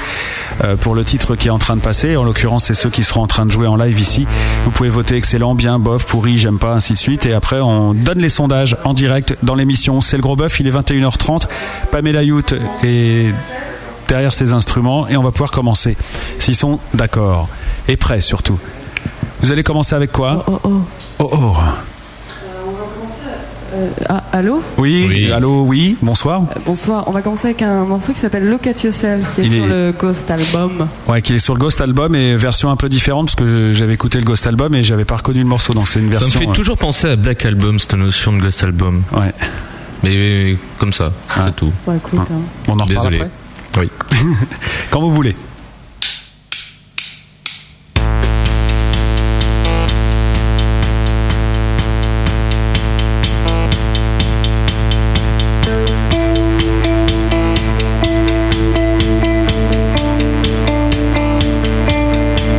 S5: euh, pour le titre qui est en train de passer. En l'occurrence, c'est ceux qui seront en train de jouer en live ici. Vous pouvez voter excellent, bien, bof, pourri, j'aime pas, ainsi de suite. Et après, on donne les sondages en direct dans l'émission. C'est le gros bœuf. Il est 21h30. Pamela Youth est derrière ces instruments et on va pouvoir commencer. S'ils sont d'accord et prêts surtout. Vous allez commencer avec quoi
S7: Oh oh.
S5: Oh oh.
S7: Euh, ah, allô
S5: Oui, allô, oui, bonsoir.
S7: Bonsoir, on va commencer avec un morceau qui s'appelle Look at Yourself, qui est
S5: Il
S7: sur
S5: est-
S7: le Ghost Album.
S5: Ouais, qui est sur le Ghost Album et version un peu différente parce que j'avais écouté le Ghost Album et j'avais pas reconnu le morceau donc c'est une version.
S6: ça me fait
S5: euh,
S6: toujours penser à Black Album, cette notion de Ghost Album.
S5: Ouais.
S6: Mais comme ça, c'est tout.
S7: Ouais, écoute, hein.
S5: On en reparle
S6: Désolé.
S5: après
S6: Oui.
S5: Quand vous voulez.
S10: Look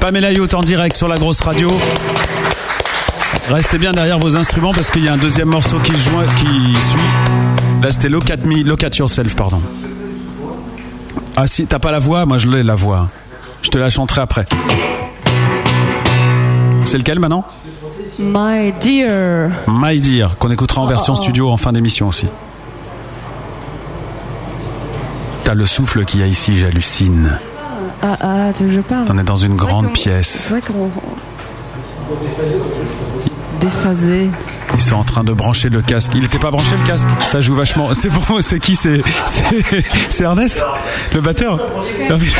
S5: Pamela Youth en direct sur la grosse radio. Restez bien derrière vos instruments parce qu'il y a un deuxième morceau qui, se joint, qui suit. Là, c'était Look at Me, Look at Yourself, pardon. Ah si, t'as pas la voix Moi, je l'ai, la voix. Je te la chanterai après. C'est lequel maintenant
S7: My dear.
S5: My Dear, qu'on écoutera en version
S7: Oh, oh.
S5: studio en fin d'émission aussi. T'as le souffle qu'il y a ici, j'hallucine.
S7: Ah ah, tu veux que je parle
S5: On est dans une
S7: C'est vrai
S5: grande
S7: qu'on-
S5: pièce.
S7: C'est vrai qu'on. Déphasé.
S5: Ils sont en train de brancher le casque. Il n'était pas branché le casque Ça joue vachement. C'est bon, c'est qui C'est c'est- c'est Ernest Le batteur Ah oui.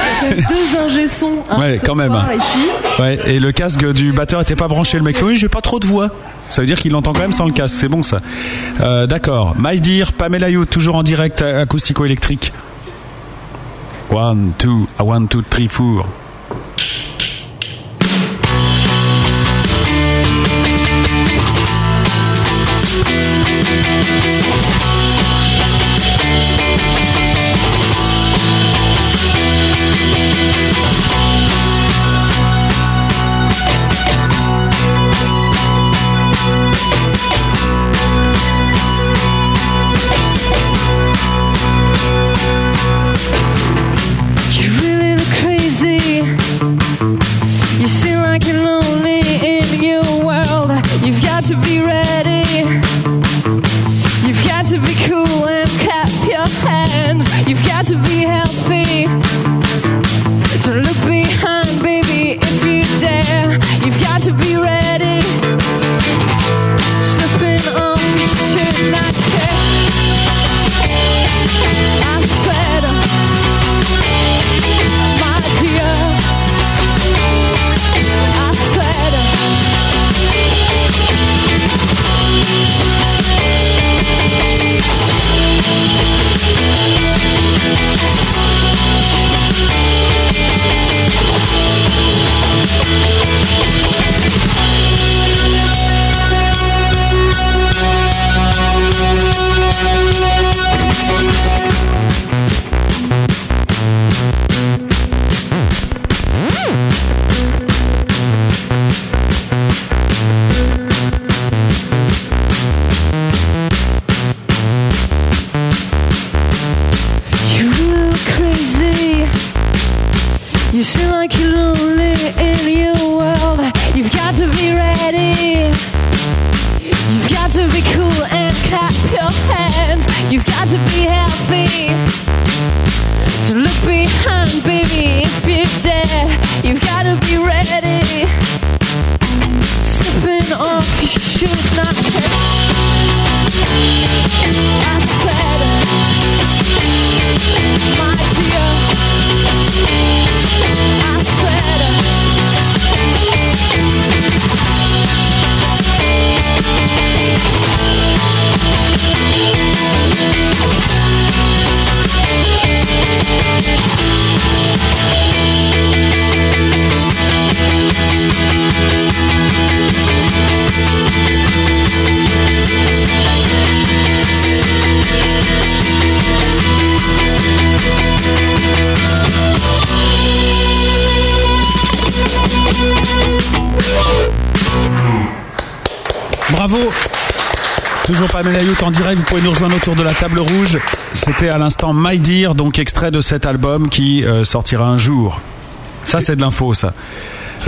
S7: Deux ingé sons. un
S5: Ouais,
S7: ce
S5: quand même. hein.
S7: soir Ici.
S5: Ouais, et le casque du batteur était pas branché. Le mec fait Oui, j'ai pas trop de voix. Ça veut dire qu'il l'entend quand même sans le casque. C'est bon ça. Euh, D'accord. My Dear, Pamela You, toujours en direct acoustico-électrique. One, two, ah, one, two, three, four.
S10: You really look crazy. You seem like you're lonely in your world. You've got to be ready. You've got to be cool and clap your hands. You've got to be healthy. Don't look behind, baby, if you dare. You've got to be ready. Slipping off, you should not care. I said, my dear. I said, You look crazy. You seem like you're lonely in your world. You've got to be ready. You've got to be cool and clap your hands. You've got to be healthy. To look behind, baby, if you dare. You've got to be ready. Slipping off, you should not care. I said. My dear, I
S5: Bravo Toujours Pamela Youth en direct, vous pouvez nous rejoindre autour de la table rouge. C'était à l'instant My Dear, donc extrait de cet album qui euh, sortira un jour. Ça, c'est de l'info, ça.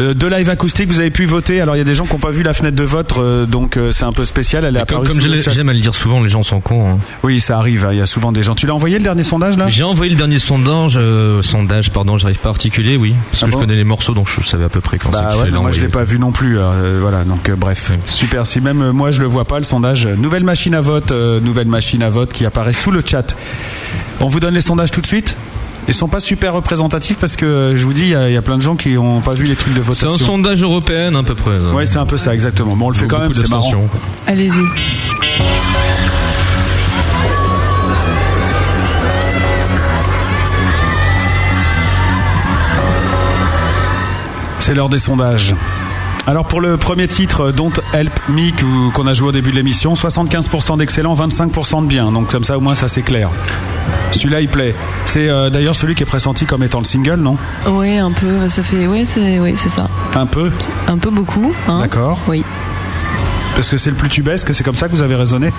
S5: Euh, de live acoustique, vous avez pu voter. Alors, il y a des gens qui n'ont pas vu la fenêtre de vote, euh, donc euh, c'est un peu spécial. Elle est
S6: Comme,
S5: apparue
S6: comme
S5: sous le
S6: je-
S5: chat.
S6: j'aime à le dire souvent, les gens sont cons. hein.
S5: Oui, ça arrive, hein, il y a souvent des gens. Tu l'as envoyé le dernier sondage, là
S6: J'ai envoyé le dernier sondage, euh, sondage, pardon, j'arrive pas à articuler, oui, parce que je connais les morceaux, donc je savais à peu près quand c'est
S5: Ah Bah
S6: qu'il
S5: ouais,
S6: fallait
S5: moi je
S6: l'envoyer.
S5: l'ai pas vu non plus. euh, voilà, donc euh, bref, super. Si même euh, moi je le vois pas le sondage. euh, Nouvelle machine à vote, euh, nouvelle machine à vote qui apparaît sous le chat. On vous donne les sondages tout de suite. Ils sont pas super représentatifs parce que euh, je vous dis, il y, a- il y a plein de gens qui ont pas vu les trucs de
S6: C'est
S5: votation.
S6: un sondage européen à peu près.
S5: Ouais, c'est un peu ça, exactement. Bon, on le fait quand même, c'est marrant.
S7: Allez-y.
S5: C'est l'heure des sondages. Alors pour le premier titre, euh, Don't Help Me, que vous- qu'on a joué au début de l'émission, 75% d'excellent, 25% de bien. Donc comme ça, au moins, ça c'est clair. Celui-là, il plaît. C'est euh, d'ailleurs celui qui est pressenti comme étant le single, non
S7: Ouais, un peu. bah, Ça fait. Ouais, c'est. Ouais, c'est ça.
S5: Un peu
S7: Un peu beaucoup. hein.
S5: D'accord.
S7: Oui.
S5: Parce que c'est le plus tubesque, c'est comme ça que vous avez raisonné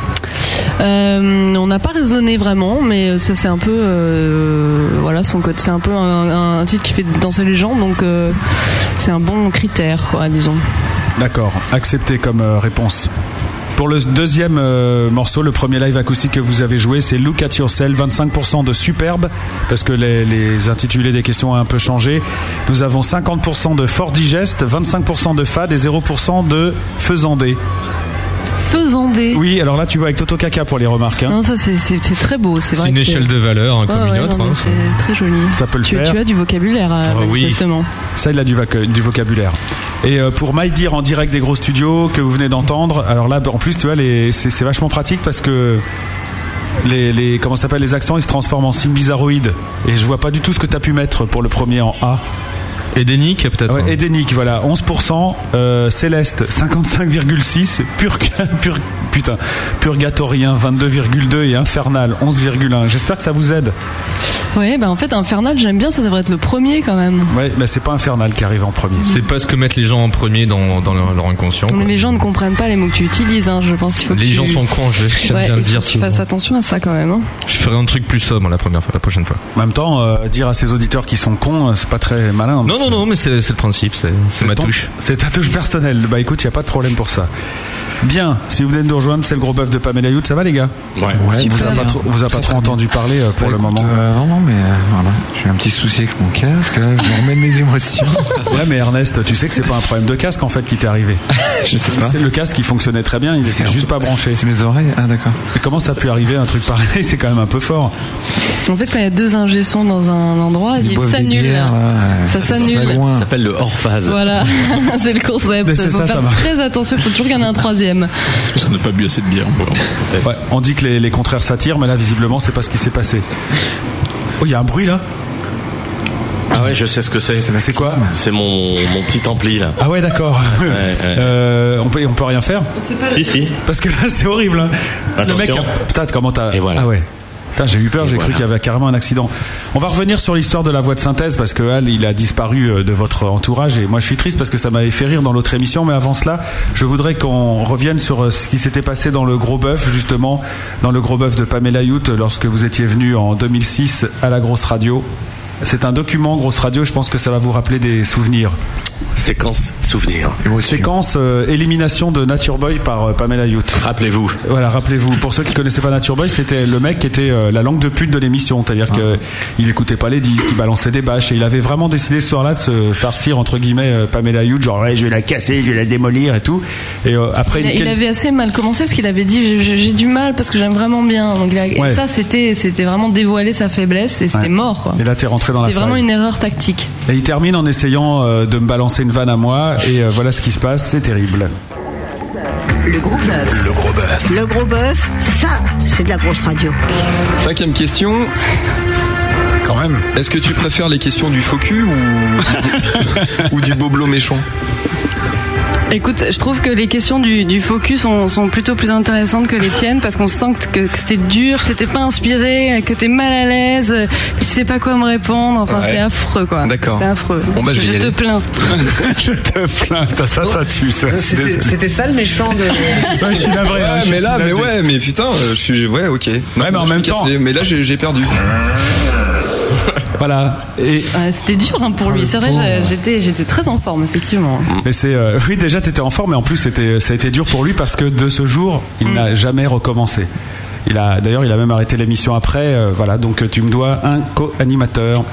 S7: Euh, on n'a pas raisonné vraiment, mais ça c'est un peu, euh, voilà, son code. C'est un peu un, un titre qui fait danser les gens, donc euh, c'est un bon critère, quoi, disons.
S5: D'accord, accepté comme euh, réponse. Pour le deuxième euh, morceau, le premier live acoustique que vous avez joué, c'est Look at Yourself, 25% de superbe, parce que les, les intitulés des questions ont un peu changé. Nous avons 50% de fort digeste, 25% de fade et 0% de faisandé.
S7: Faisandé.
S5: Oui, alors là tu vois avec Toto Kaka pour les remarques. hein.
S7: Non, ça c'est c'est- c'est très beau. C'est vrai
S5: C'est une
S7: que
S5: échelle de valeur, hein, comme
S7: Ouais,
S5: une
S7: ouais,
S5: autre,
S7: non, mais
S5: hein.
S7: C'est très joli.
S5: Ça peut le
S7: tu,
S5: faire.
S7: Tu as du vocabulaire, euh,
S5: Ah oui.
S7: manifestement.
S5: Ça, il a du, vac- du vocabulaire. Et euh, pour My Dear en direct des gros studios que vous venez d'entendre, alors là, en plus, tu vois, les- c'est c'est vachement pratique parce que les, les, comment ça s'appelle, les accents, ils se transforment en signes bizarroïdes. Et je vois pas du tout ce que tu as pu mettre pour le premier en A.
S6: Edenic, peut-être
S5: Ouais, Edenic, voilà, 11%, euh, Céleste, 55,6, pur, pur, putain, Purgatorien, 22,2 et Infernal, 11,1. J'espère que ça vous aide.
S7: Ouais, bah en fait, Infernal, j'aime bien. Ça devrait être le premier quand même.
S5: Ouais, mais c'est pas Infernal qui arrive en premier.
S6: C'est pas ce que mettent les gens en premier dans, dans leur, leur inconscient. quoi.
S7: Mais les gens ne comprennent pas les mots que tu utilises. hein, Je pense qu'il faut. que
S6: Les
S7: tu-
S6: gens sont cons, je- j'aime
S7: Ouais,
S6: bien
S7: il
S6: le
S7: faut
S6: dire
S7: que Tu
S6: souvent.
S7: fasses attention à ça quand même. hein.
S6: Je ferai un truc plus sobre la première fois, la prochaine fois.
S5: En même temps, euh, dire à ses auditeurs qu'ils sont cons, euh, c'est pas très malin.
S6: Non, non, non, mais c'est c'est le principe, c'est c'est ma
S5: Ton-
S6: touche.
S5: C'est ta touche personnelle. Bah écoute, il a pas de problème pour ça. Bien, si vous venez de nous rejoindre, c'est le gros bœuf de Pamela Youth, ça va les gars
S11: Ouais,
S5: vous a pas trop, vous a pas trop entendu parler euh, pour le moment.
S12: non, non, mais Bah, euh, voilà. J'ai un petit souci avec mon casque, là, je me remets de mes émotions.
S5: Ouais, mais Ernest, tu sais que c'est pas un problème de casque en fait qui t'est arrivé.
S12: Je sais pas.
S5: C'est le casque qui fonctionnait très bien, il était juste pas branché. C'est
S12: mes oreilles Ah d'accord.
S5: Mais comment ça a pu arriver un truc pareil C'est quand même un peu fort.
S7: En fait, quand il y a deux ingé sons dans un endroit, ils s'annulent. Ça s'annule.
S11: Ça s'appelle le hors-phase.
S7: Voilà, c'est le concept.
S11: Mais
S7: Faut
S11: c'est ça, ça
S7: faire
S11: va.
S7: très attention, faut toujours qu'il y en ait un troisième.
S11: C'est parce qu'on n'a pas bu assez de bière.
S5: Ouais, on dit que les, les contraires s'attirent, mais là visiblement c'est pas ce qui s'est passé. Oh, il y a un bruit là
S11: Ah ouais, je sais ce que c'est.
S5: C'est quoi
S11: C'est mon, mon petit ampli là.
S5: Ah ouais, d'accord. Euh, on peut on peut rien faire
S11: Si, si.
S5: Parce que là, c'est horrible. hein. Le mec,
S11: Attention.
S5: a- putain, comment t'as. Ah ouais. Putain, j'ai eu peur, j'ai cru qu'il y avait carrément un accident. On va revenir sur l'histoire de la voix de synthèse parce que Al, il a disparu euh, de votre entourage et moi je suis triste parce que ça m'avait fait rire dans l'autre émission. Mais avant cela, je voudrais qu'on revienne sur euh, ce qui s'était passé dans le gros bœuf, justement, dans le gros bœuf de Pamela Youth lorsque vous étiez venu en 2006 à la grosse radio. C'est un document, grosse radio, je pense que ça va vous rappeler des souvenirs.
S11: Séquence souvenir.
S5: Séquence euh, élimination de Nature Boy par euh, Pamela Youth.
S11: Rappelez-vous.
S5: Voilà, rappelez-vous. Pour ceux qui connaissaient pas Nature Boy, c'était le mec qui était euh, la langue de pute de l'émission, c'est-à-dire que il écoutait pas les disques, il balançait des bâches et il avait vraiment décidé ce soir-là de se farcir entre guillemets euh, Pamela Youth, genre ouais, je vais la casser, je vais la démolir et tout. Et euh, après
S7: Il, a-
S5: une
S7: il
S5: quel-
S7: avait assez mal commencé parce qu'il avait dit j'ai- j'ai j'ai du mal parce que j'aime vraiment bien. Donc il a- et
S5: Ouais.
S7: ça, c'était c'était vraiment dévoiler sa faiblesse et c'était
S5: Ouais.
S7: mort. quoi.
S5: Et là t'es rentré dans la
S7: C'était vraiment
S5: faille.
S7: une erreur tactique.
S5: Et il termine en essayant euh, de me balancer une vanne à moi et euh, voilà ce qui se passe, c'est terrible.
S8: Le gros bœuf.
S4: Le gros bœuf.
S8: Le gros bœuf, ça, c'est de la grosse radio.
S2: Cinquième question.
S5: Quand même.
S2: Est-ce que tu préfères les questions du faux cul ou, ou du boblo méchant
S7: Écoute, je trouve que les questions du, du focus sont, sont plutôt plus intéressantes que les tiennes parce qu'on sent que, que c'était dur, que t'étais pas inspiré, que t'es mal à l'aise, que tu sais pas quoi me répondre. Enfin,
S2: Ouais.
S7: c'est affreux quoi.
S2: D'accord.
S7: C'est affreux.
S2: Bon, bah, je
S7: je,
S2: vais y
S7: je te
S2: aller.
S7: plains.
S5: je te plains, putain, ça, ça tue. ça.
S13: C'était c'était ça le méchant de. Ah,
S5: je suis navré, hein,
S2: Ouais,
S5: je
S2: mais
S5: suis
S2: là, mais
S5: navré.
S2: ouais, mais putain, euh, je suis, ouais, ok. ouais, mais en même temps. Mais là, j'ai j'ai perdu.
S5: voilà. Et
S7: Ouais, c'était dur hein,
S2: Oh,
S7: pour lui. C'est vrai, j'ai- j'étais j'étais très en forme effectivement.
S5: Mais c'est euh, oui déjà t'étais en forme mais en plus c'était ça a été dur pour lui parce que de ce jour il n'a jamais recommencé. Il a d'ailleurs il a même arrêté l'émission après euh, voilà donc euh, tu me dois un co-animateur.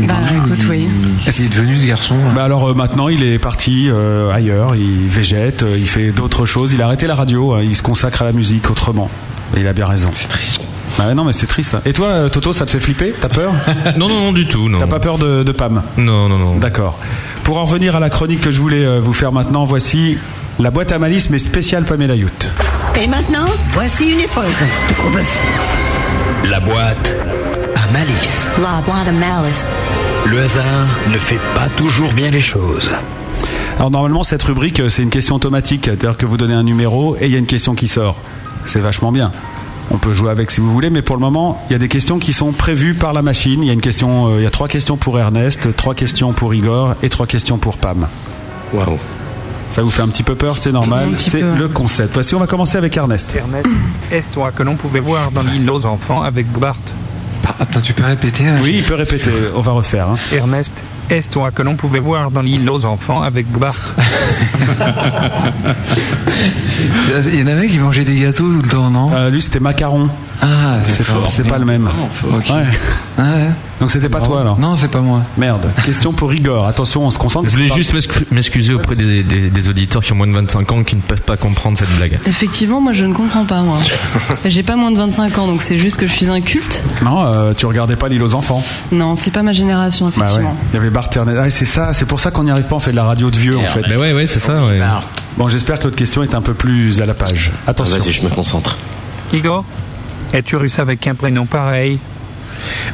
S7: Bah écoute, oui.
S5: Est-ce qu'il est devenu ce garçon Bah alors euh, maintenant il est parti euh, ailleurs, il végète, euh, il fait d'autres choses, il a arrêté la radio, hein, il se consacre à la musique autrement. Et il a bien raison. C'est triste. Bah non mais c'est triste. Et toi euh, Toto ça te fait flipper T'as peur
S6: Non, non, non, du tout, non.
S5: T'as pas peur de, de Pam
S6: Non, non, non.
S5: D'accord. Pour en revenir à la chronique que je voulais euh, vous faire maintenant, voici la boîte à malice, mais spéciale Pamela Youth.
S8: Et maintenant, voici une épreuve de gros bœuf.
S4: La boîte à malice.
S3: La boîte à malice.
S4: Le hasard ne fait pas toujours bien les choses.
S5: Alors normalement, cette rubrique, euh, c'est une question automatique, c'est-à-dire que vous donnez un numéro et il y a une question qui sort. C'est vachement bien. On peut jouer avec si vous voulez, mais pour le moment, il y a des questions qui sont prévues par la machine. Il y a une question, euh, il y a trois questions pour Ernest, trois questions pour Igor et trois questions pour Pam.
S11: Waouh.
S5: Ça vous fait un petit peu peur, c'est normal,
S14: Un petit
S5: c'est
S14: peu, ouais.
S5: le concept. Voici, on va commencer avec Ernest.
S14: Ernest, est-ce toi que l'on pouvait voir dans l'île aux enfants avec Boubart
S5: Bah,
S12: Attends, tu peux répéter
S5: Oui, il peut répéter, hein, on va refaire. hein.
S14: Ernest, est-ce toi que l'on pouvait voir dans l'île aux enfants avec Boubart
S12: Il y en avait qui mangeaient des gâteaux tout le temps, non
S5: Euh, Lui, c'était macaron.
S12: Ah,
S5: C'est
S12: d'accord.
S5: fort, c'est pas le même.
S12: Ok. Ah
S5: Ouais. Donc c'était pas toi alors
S12: Non, c'est pas moi.
S5: Merde. Question pour Igor. Attention, on se concentre.
S6: Je voulais
S5: parce que-
S6: juste m'excu- m'excuser auprès des, des- des auditeurs qui ont moins de 25 ans qui ne peuvent pas comprendre cette blague.
S7: Effectivement, moi je ne comprends pas, moi. J'ai pas moins de 25 ans, donc c'est juste que je suis inculte.
S5: Non, euh, tu regardais pas l'île aux enfants.
S7: Non, c'est pas ma génération,
S5: Bah ouais.
S7: effectivement.
S5: Il y avait Bart Ernest. Ah, c'est ça, c'est pour ça qu'on n'y arrive pas, on fait de la radio de vieux en fait.
S6: ouais, ouais, c'est ça.
S5: Bon, Bah, j'espère que l'autre question est un peu plus à la page. Attention.
S11: Vas-y, je me concentre.
S14: Igor, es-tu russe avec un prénom pareil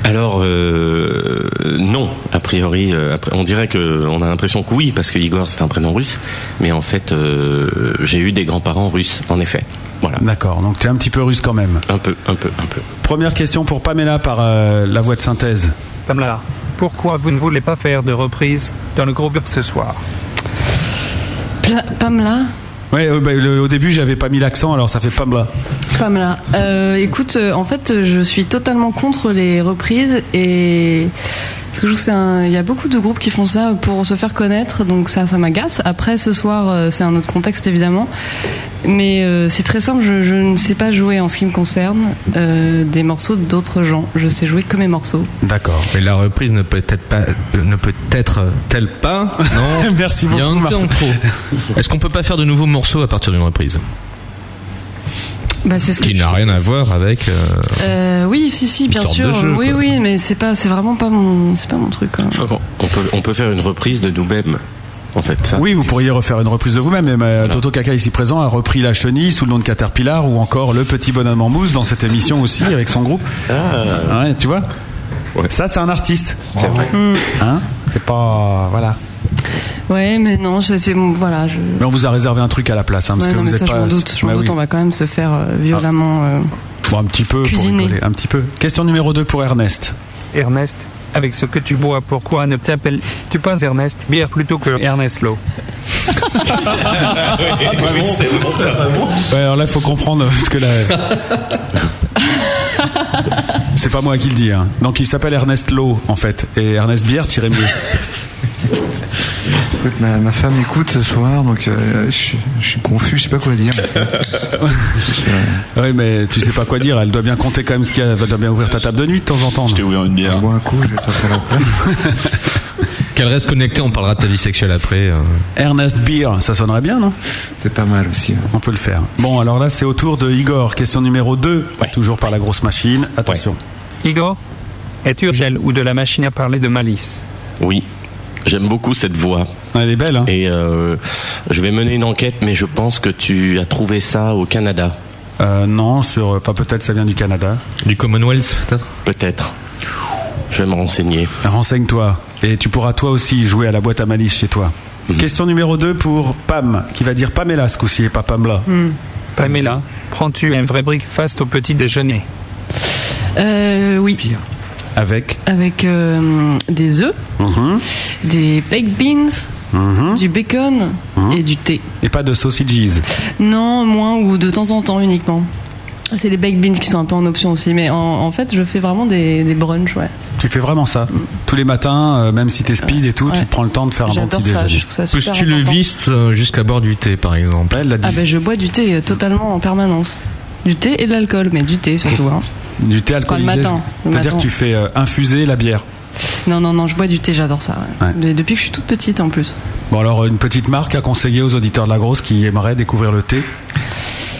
S11: Alors euh, non, a priori, euh, après- on dirait que on a l'impression que oui parce que Igor c'est un prénom russe, mais en fait euh, j'ai eu des grands-parents russes en effet. Voilà.
S5: D'accord, donc tu es un petit peu russe quand même.
S11: Un peu, un peu, un peu.
S5: Première question pour Pamela par euh, la voix de synthèse.
S14: Pamela, pourquoi vous ne voulez pas faire de reprise dans le groupe ce soir
S7: Pla- Pamela
S5: Ouais, euh, bah, le- au début j'avais pas mis l'accent, alors ça fait Pamela.
S7: Pamela, euh, écoute, euh, en fait, euh, je suis totalement contre les reprises et parce que je trouve que c'est un- il y a beaucoup de groupes qui font ça pour se faire connaître, donc ça, ça m'agace. Après, ce soir, euh, c'est un autre contexte évidemment, mais euh, c'est très simple. Je, je ne sais pas jouer en ce qui me concerne euh, des morceaux d'autres gens. Je sais jouer que mes morceaux.
S5: D'accord.
S6: Mais la reprise ne peut être pas, ne peut être telle pas. Non.
S5: Merci
S6: Il y a
S5: beaucoup,
S6: un temps
S5: Martin.
S6: trop. Est-ce qu'on peut pas faire de nouveaux morceaux à partir d'une reprise
S7: Bah, c'est ce que
S6: Qui n'a rien à voir avec. euh,
S7: Euh, oui, si, si, bien
S6: sorte
S7: sûr.
S6: de jeu,
S7: oui,
S6: quoi.
S7: oui, mais c'est pas, c'est vraiment pas mon, c'est pas mon truc. hein.
S11: On peut, on peut faire une reprise de nous-mêmes en fait. Ça,
S5: Oui, vous pourriez refaire une reprise de vous-même. Et, euh, Toto Kaka ici présent a repris la chenille sous le nom de Caterpillar ou encore le petit bonhomme en mousse dans cette émission aussi avec son groupe. Ouais, tu vois Ça, c'est un artiste. Ah. C'est vrai.
S7: Mm.
S5: Hein C'est pas. Voilà.
S7: Hmm. Ouais, mais non, je- c'est bon, voilà. Je...
S5: Mais on vous a réservé un truc à la place, hein, parce
S7: Ouais,
S5: que
S7: non,
S5: vous
S7: mais
S5: êtes
S7: ça, je
S5: pas.
S7: m'en doute. Je m'en
S5: Bah
S7: doute,
S5: oui.
S7: on va quand même se faire euh, violemment. euh,
S5: Bon, un petit peu
S7: Cuisiner.
S5: pour rigoler, un petit peu. Question numéro 2 pour Ernest.
S14: Ernest, avec ce que tu bois, pourquoi ne t'appelles-tu pas Ernest Bière plutôt que Ernest Lowe
S5: Ouais, alors là, il faut comprendre ce que là. C'est pas moi qui le dis. hein. Donc, il s'appelle Ernest Lowe, en fait. Et Ernest Bière tirait mieux.
S12: Écoute, ma, ma femme écoute ce soir, donc euh, je, suis- je suis confus, je sais pas quoi dire.
S5: oui, mais tu sais pas quoi dire. Elle doit bien compter quand même ce qu'il y a. Elle doit bien ouvrir ta table de nuit de temps en temps. Je t'ai
S15: ouvert une bière.
S12: Je bois un coup, je vais te faire la place.
S6: Qu'elle reste connectée, on parlera de ta vie sexuelle après. euh.
S5: Ernest Beer, ça sonnerait bien, non
S12: C'est pas mal aussi. hein.
S5: On peut le faire. Bon, alors là, c'est au tour de Igor. Question numéro 2, toujours par la grosse machine. Attention.
S14: Igor, es-tu Urgel ou de la machine à parler de malice
S11: Oui. J'aime beaucoup cette voix.
S5: Ah, Elle est belle. hein.
S11: Et euh, je vais mener une enquête, mais je pense que tu as trouvé ça au Canada.
S5: Euh, non, sur. Enfin, peut-être ça vient du Canada.
S6: Du Commonwealth, peut-être
S11: Peut-être. Je vais me renseigner.
S5: Renseigne-toi. Et tu pourras toi aussi jouer à la boîte à malice chez toi. Question numéro 2 pour Pam, qui va dire Pamela ce coup-ci et pas Pamela.
S7: hmm.
S14: Pamela, prends-tu un vrai breakfast au petit déjeuner
S7: euh, oui,
S5: Avec Mhm.
S7: avec euh, des œufs, des baked beans, du bacon et du thé.
S5: Hein Et pas de sausages.
S7: Non, moins ou de temps en temps uniquement. C'est les baked beans qui sont un peu en option aussi, mais en, en fait, je fais vraiment des, des brunchs, ouais.
S5: Tu fais vraiment ça Tous les matins, euh, même si t'es speed et tout, tu prends le temps de faire un bon
S7: J'adore
S5: petit
S7: ça, je
S5: déjeuner.
S7: trouve ça super
S6: Pousses-tu le
S7: important.
S6: viste euh, jusqu'à boire du thé, par exemple
S7: Ah ben, je bois du thé euh, totalement en permanence. Du thé et de l'alcool, mais du thé surtout. hein.
S5: Du
S7: Enfin,
S5: thé
S7: le
S5: alcoolisé.
S7: matin, le
S5: C'est-à-dire que
S7: matin.
S5: tu fais euh, infuser la bière.
S7: Non, non, non, je bois du thé, j'adore ça. ouais.
S5: Ouais.
S7: De- Depuis que je suis toute petite en plus.
S5: Bon, alors une petite marque à conseiller aux auditeurs de la grosse qui aimeraient découvrir le thé.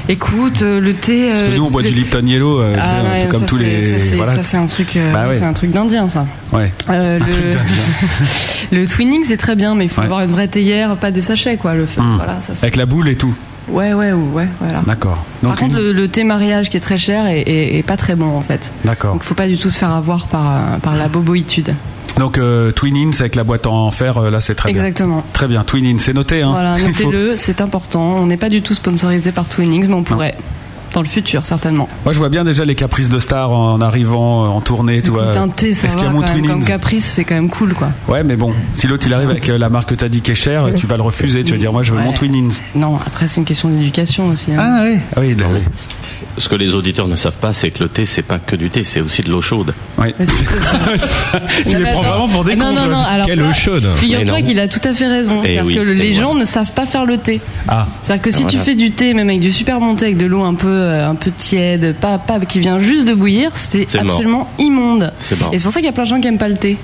S7: Écoute, euh, le thé.
S5: Parce que
S7: euh,
S5: nous, on boit
S7: le-
S5: du Lipton Yellow, euh,
S7: Ah
S5: tu sais,
S7: ouais,
S5: c'est comme
S7: ça,
S5: tous
S7: c'est-
S5: les.
S7: ça, c'est-
S5: voilà.
S7: Ça, c'est un truc, euh,
S5: Bah ouais.
S7: c'est un truc d'indien, ça.
S5: Ouais.
S7: Euh, le...
S5: truc
S7: le twinning, c'est très bien, mais il faut
S5: Ouais.
S7: avoir une vraie théière, pas des sachets, quoi. Le...
S5: Hmm.
S7: Voilà, ça, c'est-
S5: Avec la boule et tout.
S7: Ouais, ouais, ou- ouais, voilà.
S5: D'accord.
S7: Par contre, le, le thé mariage qui est très cher est, est- est pas très bon en fait.
S5: D'accord.
S7: Donc, faut pas du tout se faire avoir par, euh, par la boboïtude.
S5: Donc euh, Twin In, c'est avec la boîte en fer, euh, là c'est très
S7: Exactement.
S5: bien. Très bien, Twin In, c'est noté. Hein.
S7: Voilà,
S5: Il faut-
S7: notez-le, c'est important. On n'est pas du tout sponsorisé par Twinings, mais on pourrait. Dans le futur, certainement.
S5: Moi je vois bien déjà les caprices de stars en arrivant euh, en tournée. Tu vois.
S7: Putain, thé, ça
S5: Est-ce qu'il y
S7: va
S5: a
S7: quand
S5: mon
S7: même.
S5: Twin
S7: Comme
S5: Ins
S7: caprice, c'est quand même cool, quoi.
S5: Ouais, mais bon, si l'autre il arrive avec euh, la marque que t'as dit qui est chère, tu vas le refuser, tu vas dire moi je veux mon
S7: Ouais.
S5: Twin Ins.
S7: Non, après, c'est une question d'éducation aussi. hein.
S5: Ah, ouais. Ah oui, là, oui.
S11: Ce que les auditeurs ne savent pas, c'est que le thé, c'est pas que du thé, c'est aussi de l'eau chaude.
S5: Oui.
S7: Non, mais attends. Ah, Non, non, non. Alors, ça, Figure-toi qu'il a tout à fait raison.
S11: Eh
S7: C'est-à-dire
S11: oui,
S7: que le-
S11: eh
S7: les
S11: voilà.
S7: gens ne savent pas faire le thé.
S5: Ah.
S7: C'est-à-dire que si tu fais du thé, même avec du super monté, avec de l'eau un peu, euh, un peu tiède, pas, pas, qui vient juste de bouillir, c'est
S11: C'est mort.
S7: absolument immonde.
S11: C'est mort.
S7: Et c'est pour ça qu'il y a plein de gens qui aiment pas le thé.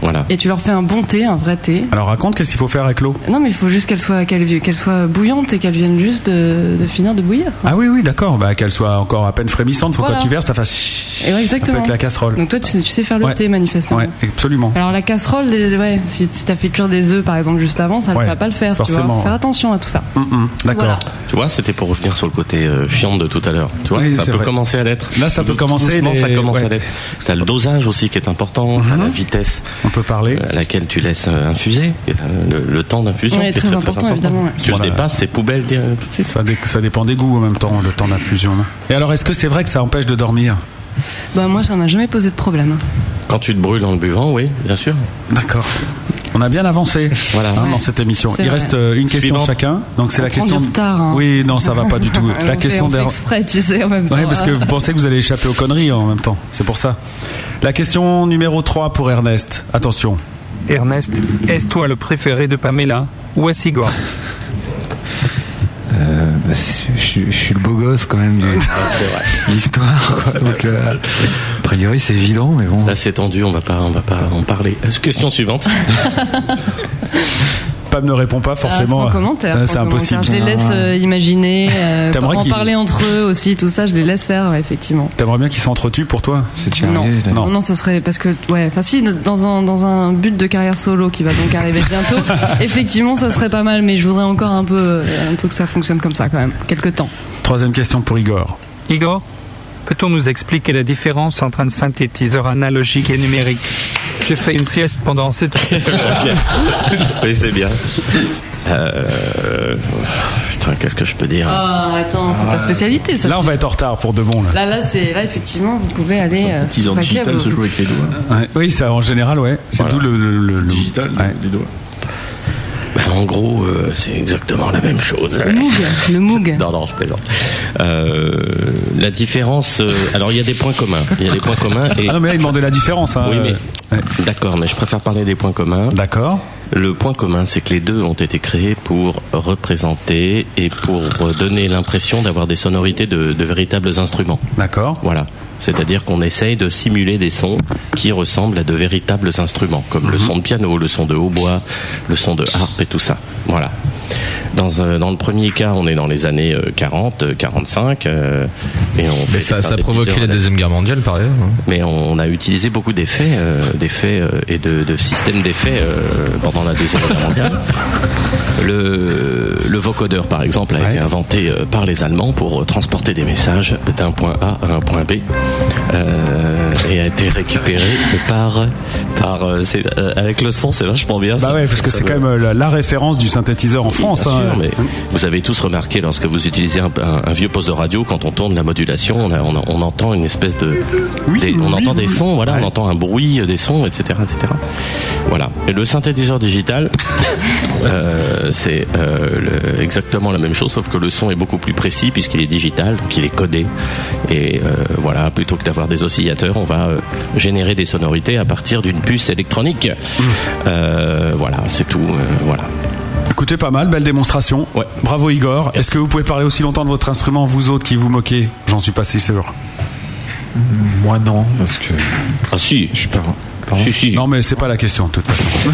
S11: Voilà.
S7: Et tu leur fais un bon thé, un vrai thé.
S5: Alors raconte qu'est-ce qu'il faut faire avec l'eau.
S7: Non, mais il faut juste qu'elle soit, qu'elle, qu'elle soit bouillante et qu'elle vienne juste de, de finir de bouillir.
S5: Ah oui, oui, d'accord, bah, qu'elle soit encore à peine frémissante, faut que
S7: Voilà.
S5: quand tu verses, ça fasse chut,
S7: Et ouais,
S5: un peu
S7: exactement.
S5: avec la casserole.
S7: Donc toi, tu sais, tu sais faire le
S5: Ouais.
S7: thé, manifestement.
S5: Ouais, absolument.
S7: Alors la casserole, déjà, ouais, si, si t'as fait cuire des œufs par exemple juste avant, ça ne
S11: Ouais,
S7: va pas le faire. Tu
S11: forcément,
S7: vois, Faut
S5: hein.
S7: faire
S11: ouais.
S7: attention à tout ça.
S5: Mm, D'accord.
S7: Voilà.
S11: Tu vois, c'était pour revenir sur le côté euh, chiant de tout à l'heure. Tu vois,
S5: Oui,
S11: ça
S5: c'est
S11: peut
S5: vrai.
S11: commencer à l'être.
S5: Là, ça peut
S11: Tout
S5: commencer,
S11: doucement,
S5: les-
S11: ça commence
S5: ouais. Mm-hmm.
S11: à l'être. T'as le dosage aussi qui est important, t'as la vitesse.
S5: On peut parler.
S11: À laquelle tu laisses euh, infuser, et, euh, le, le temps d'infusion.
S7: Ouais,
S11: qui est
S7: très important, évidemment, ouais.
S11: Si tu le dépasses, c'est poubelle.
S5: Ça, dé- ça dépend des goûts en même temps, le temps d'infusion. Et alors, est-ce que c'est vrai que ça empêche de dormir
S7: Bah moi, ça m'a jamais posé de problème. hein.
S11: Quand tu te brûles en le buvant, oui, bien sûr.
S5: D'accord. On a bien avancé
S11: voilà.
S5: hein, dans cette émission.
S7: C'est
S5: Il
S7: vrai.
S5: reste euh, une question
S11: Suivante.
S5: chacun. Donc c'est
S7: On
S5: la
S7: prend
S5: question.
S7: du retard, hein.
S5: Oui, non, ça va pas du tout. la
S7: On
S5: question
S7: fait, on fait
S5: des-
S7: exprès, tu sais, en même temps.
S5: Ouais, parce que vous pensez que vous allez échapper aux conneries en même temps. C'est pour ça. La question numéro 3 pour Ernest. Attention.
S14: Ernest, est-ce toi le préféré de Pamela ou Assigor
S12: Euh, bah, si- je, suis- je suis le beau gosse quand même de de l'histoire. quoi. Donc, euh, a priori, c'est évident, mais bon.
S11: Là, c'est tendu, on va pas, on va pas en parler. Euh, Question suivante.
S5: Pam ne répond pas
S7: Ah,
S5: forcément.
S7: sans commentaire.
S5: Euh,
S7: sans
S5: C'est impossible.
S7: commentaire. Je les laisse euh, imaginer, euh,
S5: T'aimerais
S7: en
S5: qu'ils-
S7: parler entre eux aussi, tout ça, je les laisse faire, ouais, effectivement.
S5: T'aimerais bien qu'ils s'entretuent pour toi
S12: C'est
S7: Non. non, non, ce serait parce que, ouais, enfin si, dans un, dans un but de carrière solo qui va donc arriver bientôt, effectivement, ça serait pas mal, mais je voudrais encore un peu, euh, un peu que ça fonctionne comme ça quand même, quelques temps.
S5: Troisième question pour Igor.
S14: Igor, peut-on nous expliquer la différence entre un synthétiseur analogique et numérique J'ai fait une sieste pendant cette...
S11: Ok. Oui, c'est bien. Euh, Putain, qu'est-ce que je peux dire
S7: Ah, attends, c'est ta spécialité, ça.
S5: Là, on va être en retard pour de bon. Là.
S7: Là, là, c'est, là, effectivement, vous pouvez aller. euh,
S5: Synthétiseur
S7: sur papier, vous-
S5: avec les doigts. Oui, ça en général, ouais. C'est d'où le, le, digital les doigts.
S11: Bah, en gros, euh, c'est exactement la même chose.
S7: Le Moog, le Moog.
S11: Non, non, je plaisante. Euh, la différence. euh, alors, il y a des points communs. Il y a des points communs. Et...
S5: Ah non, mais là, il demandait la différence. hein.
S11: Oui, mais. D'accord, mais je préfère parler des points communs.
S5: D'accord.
S11: Le point commun, c'est que les deux ont été créés pour représenter et pour euh, donner l'impression d'avoir des sonorités de, de véritables instruments.
S5: D'accord.
S11: Voilà. C'est-à-dire qu'on essaye de simuler des sons qui ressemblent à de véritables instruments, comme
S6: Mhm.
S11: le son de piano, le son de hautbois, le son de harpe et tout ça. Voilà. Dans, euh, dans le premier cas, on est dans les années euh, 40, euh, 45, euh, et on fait
S6: Mais
S11: des
S6: ça, ça a
S11: synthétiseurs
S6: provoqué la
S11: là-dessus.
S6: Deuxième Guerre mondiale, par ailleurs. hein.
S11: Mais on, on a utilisé beaucoup d'effets, euh, d'effets euh, et de, de systèmes d'effets euh, pendant la deuxième guerre mondiale. Le, le vocodeur, par exemple, a été inventé euh, par les Allemands pour euh, transporter des messages d'un point A à un point B euh, et a été récupéré par par euh, c'est- euh, avec le son, c'est vachement bien.
S5: Bah
S11: ça.
S5: ouais, parce que
S11: Ça
S5: c'est
S11: me-
S5: quand même euh, la, la référence du synthétiseur en France.
S11: Bien
S5: hein.
S11: sûr, mais vous avez tous remarqué lorsque vous utilisez un, un- un vieux poste de radio, quand on tourne la modulation, on, a- on a- on entend une espèce de, des- on entend des sons, voilà, on entend un bruit euh, des sons, etc., etc. Voilà. Et le synthétiseur digital, euh, c'est euh, le- exactement la même chose, sauf que le son est beaucoup plus précis puisqu'il est digital, donc il est codé. Et euh, voilà, plutôt que d'avoir des oscillateurs, on va euh, générer des sonorités à partir d'une puce électronique. Euh, voilà, c'est tout. euh, voilà.
S5: Écoutez, pas mal, belle démonstration. Bravo Igor. Est-ce que vous pouvez parler aussi longtemps de votre instrument, vous autres qui vous moquez J'en suis pas si sûr.
S12: Moi, non, parce que.
S11: Ah si,
S12: je parle.
S5: Non, mais c'est pas la question, de toute façon.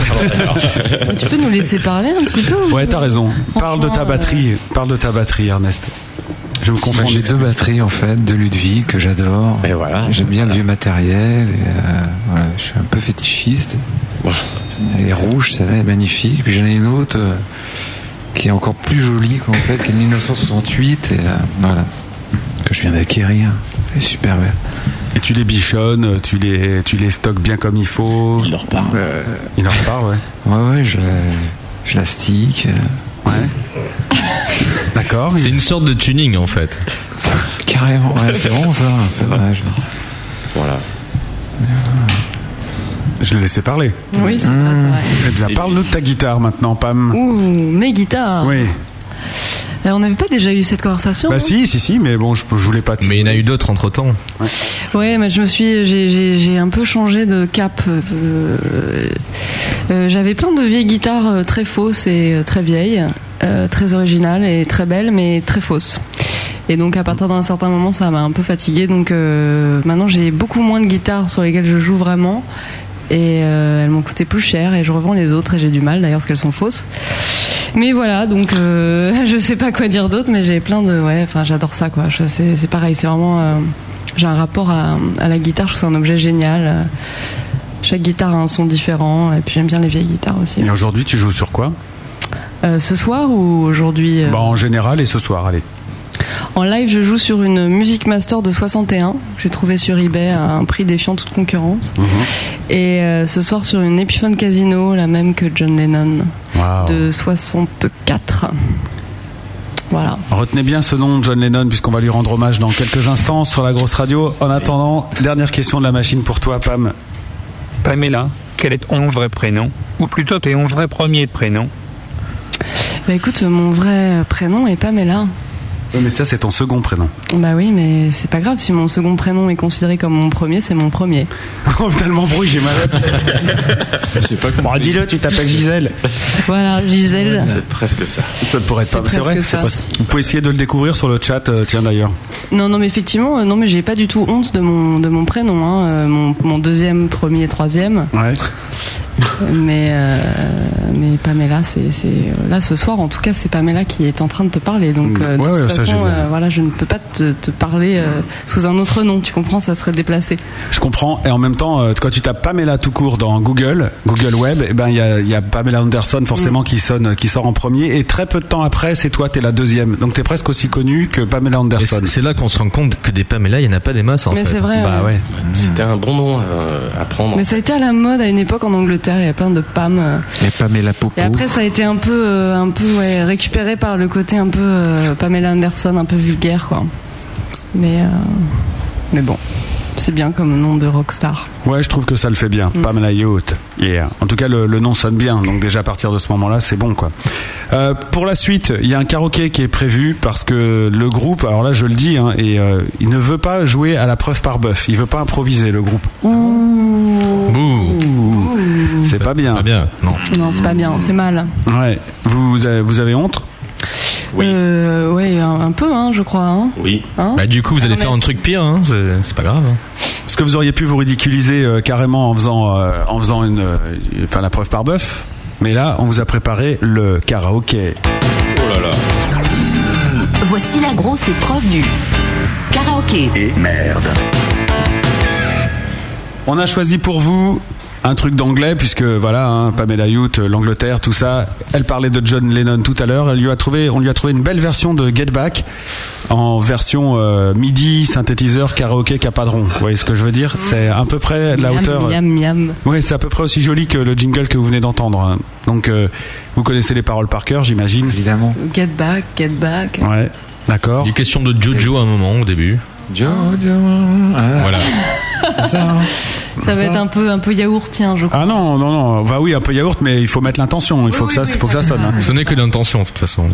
S7: Mais tu peux nous laisser parler un petit peu ou-
S5: ouais, t'as raison. Parle de ta batterie. Parle de ta batterie, Ernest. Je me confonds.
S12: Moi, J'ai deux batteries en fait, de Ludwig que j'adore. J'aime bien le vieux matériel. Et, euh, voilà, je suis un peu fétichiste. Elle est rouge, celle-là est magnifique. Puis j'en ai une autre euh, qui est encore plus jolie qu'en fait, qui est de 1968 et euh, voilà que je viens d'acquérir. Elle est super belle.
S5: Et tu les bichonnes, tu les, tu les stocks bien comme il faut. Il leur parle. il leur parle, ouais.
S12: Ouais, ouais, je, je l'astique. euh,
S5: D'accord.
S6: C'est une sorte de tuning en fait.
S12: Carrément, ouais, c'est bon ça. en fait, ouais, je-
S11: Voilà.
S5: Je l'ai laissé parler.
S7: Oui, c'est vrai, c'est vrai.
S5: Eh bien, parle-nous de ta guitare maintenant, Pam.
S7: Ouh, mes guitares.
S5: Oui.
S7: Euh, on n'avait pas déjà eu cette conversation
S5: Bah
S7: non
S5: si, si, si, mais bon, je, je voulais pas. Mais
S6: il y en a eu d'autres entre temps.
S7: Ouais, mais je me suis, j'ai- j'ai j'ai un peu changé de cap. Euh, euh, J'avais plein de vieilles guitares euh, très fausses et euh, très vieilles, euh, très originales et très belles, mais très fausses. Et donc à partir d'un certain moment, ça m'a un peu fatiguée. Donc euh, maintenant, j'ai beaucoup moins de guitares sur lesquelles je joue vraiment. Et euh, elles m'ont coûté plus cher et je revends les autres et j'ai du mal d'ailleurs parce qu'elles sont fausses. Mais voilà, donc euh, je sais pas quoi dire d'autre, mais j'ai plein de. Ouais, enfin j'adore ça quoi. Je- C'est c'est pareil, c'est vraiment. euh, j'ai un rapport à, à la guitare, je trouve que c'est un objet génial. Euh, Chaque guitare a un son différent et puis j'aime bien les vieilles guitares aussi.
S5: Et aujourd'hui, tu joues sur quoi
S7: Euh, ce soir ou aujourd'hui euh,
S5: Bah, en général et ce soir, allez.
S7: En live, je joue sur une Music Master de 61 que j'ai trouvé sur eBay à un prix défiant toute concurrence. Et euh, ce soir sur une Epiphone Casino, la même que John Lennon
S5: Wow.
S7: de 64. Voilà.
S5: Retenez bien ce nom, John Lennon, puisqu'on va lui rendre hommage dans quelques instants sur la grosse radio. En attendant, dernière question de la machine pour toi, Pam.
S14: Pamela, quel est ton vrai prénom Ou plutôt ton vrai premier prénom
S7: Bah écoute, mon vrai prénom est Pamela.
S5: Oui, mais ça, c'est ton second prénom.
S7: Bah oui, mais c'est pas grave, si mon second prénom est considéré comme mon premier, c'est mon premier.
S5: oh putain, le m'embrouille, j'ai mal.
S11: sais pas
S5: Bon, dis-le, tu t'appelles Gisèle.
S7: Voilà, Gisèle.
S11: C'est presque ça.
S5: Ça pourrait être
S7: C'est
S5: pas. C'est
S7: presque
S5: vrai.
S7: ça.
S5: c'est pas- Vous pouvez essayer de le découvrir sur le chat, euh, tiens d'ailleurs.
S7: Non, non, mais effectivement, euh, non, mais j'ai pas du tout honte de mon, de mon prénom, hein, euh, mon, mon deuxième, premier, troisième.
S5: Ouais.
S7: Mais, euh, mais Pamela, c'est c'est- euh, là ce soir, en tout cas, c'est Pamela qui est en train de te parler. Donc, euh, de
S5: Mm. Ouais, ouais,
S7: toute
S5: ça, j'ai
S7: façon,
S5: bien.
S7: euh, voilà, je ne peux pas te, te parler euh, sous un autre nom. Tu comprends, ça serait déplacé.
S5: Je comprends. Et en même temps, euh, quand tu tapes Pamela tout court dans Google, Google Web, eh ben il y a, il y a Pamela Anderson forcément
S6: Mm.
S5: qui sonne, qui sort en premier. Et très peu de temps après, c'est toi, t'es la deuxième. Donc t'es presque aussi connue que Pamela
S6: Et
S5: Anderson.
S6: c'est c'est là qu'on se rend compte que des Pamela, il n'y en a pas des masses en
S7: Mais
S6: fait.
S7: c'est vrai, Bah ouais.
S11: C'était un bon nom euh, à prendre.
S7: Mais ça a été à la mode à une époque en Angleterre. Il y a plein de Pam. euh,
S12: Et Pamela Popo.
S7: Et après, ça a été un peu, euh, un peu ouais, récupéré par le côté un peu euh, Pamela Anderson, un peu vulgaire, quoi. Mais, euh, mais bon, c'est bien comme nom de rockstar.
S5: Ouais, je trouve que ça le fait
S6: Mm.
S5: bien. Pamela Youth. Yeah. En tout cas, le, le nom sonne bien. Donc déjà à partir de ce moment-là, c'est bon quoi. Euh, pour la suite, il y a un karaoké qui est prévu parce que le groupe, alors là je le dis, hein, et euh, il ne veut pas jouer à la preuve par bœuf. Il veut pas improviser le groupe. Ouh. C'est pas bien. Pas
S6: bien. Non.
S7: Non, c'est pas bien, c'est mal.
S5: Ouais. Vous avez, vous avez honte
S7: Oui. Euh, ouais, un, un peu, hein, je crois. hein.
S11: Oui.
S7: Hein
S6: bah, du coup, vous allez
S7: Ah,
S6: faire un
S7: merci.
S6: truc pire, hein, c'est c'est pas grave. hein.
S5: Est-ce que vous auriez pu vous ridiculiser euh, carrément en faisant, euh, en faisant une, euh, enfin la preuve par bœuf Mais là, on vous a préparé le karaoké.
S11: Oh là là.
S3: Voici la grosse épreuve du karaoké.
S1: Et merde.
S5: On a choisi pour vous un truc d'anglais, puisque voilà, hein, Pamela Youth, euh, l'Angleterre, tout ça. Elle parlait de John Lennon tout à l'heure. Elle lui a trouvé, on lui a trouvé une belle version de Get Back en version euh, midi, synthétiseur, karaoké, capadron. Vous voyez ce que je veux dire C'est à peu près la
S7: Miam,
S5: hauteur.
S7: Miam, miam.
S5: Oui, c'est à peu près aussi joli que le jingle que vous venez d'entendre. hein. Donc, euh, vous connaissez les paroles par cœur, j'imagine.
S12: Évidemment.
S7: Get back, get back.
S5: Ouais, d'accord.
S6: Il est question de Jojo à un moment au début.
S12: Jojo. euh.
S6: Voilà.
S7: Ça va être un peu, un peu yaourtien, je crois.
S5: Ah non, non, non. Bah oui, un peu yaourt, mais il faut mettre l'intention. Il faut que ça, faut que ça sonne. hein.
S6: Ce n'est que l'intention de toute façon.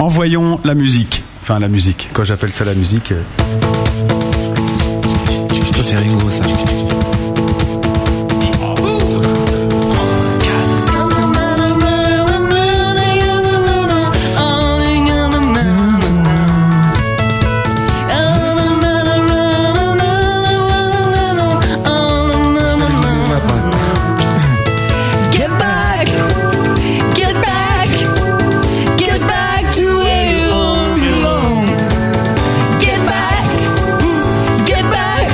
S5: Envoyons la musique. Enfin, la musique. Quand j'appelle ça la musique. euh,
S12: Putain, c'est rigolo ça.
S10: Get back, get back, get back to where you all belong. Get back, get back,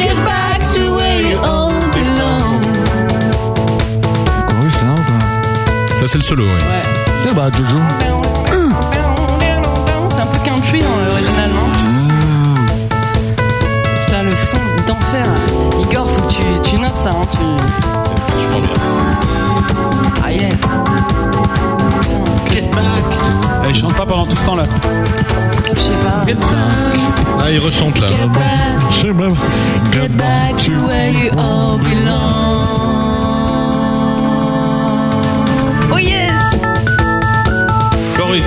S10: get back to where you all belong.
S12: Chorus là ou pas
S6: Ça, c'est le solo, ouais.
S12: Eh bah, Jojo.
S7: hein, C'est un peu country dans l'original, non Putain, le hein, Ah yes.
S5: Elle Eh, chante pas pendant tout ce temps-là.
S7: Je sais pas.
S15: Ah, il rechante là.
S10: Get back to where you all belong. Oh yes.
S11: Chorus.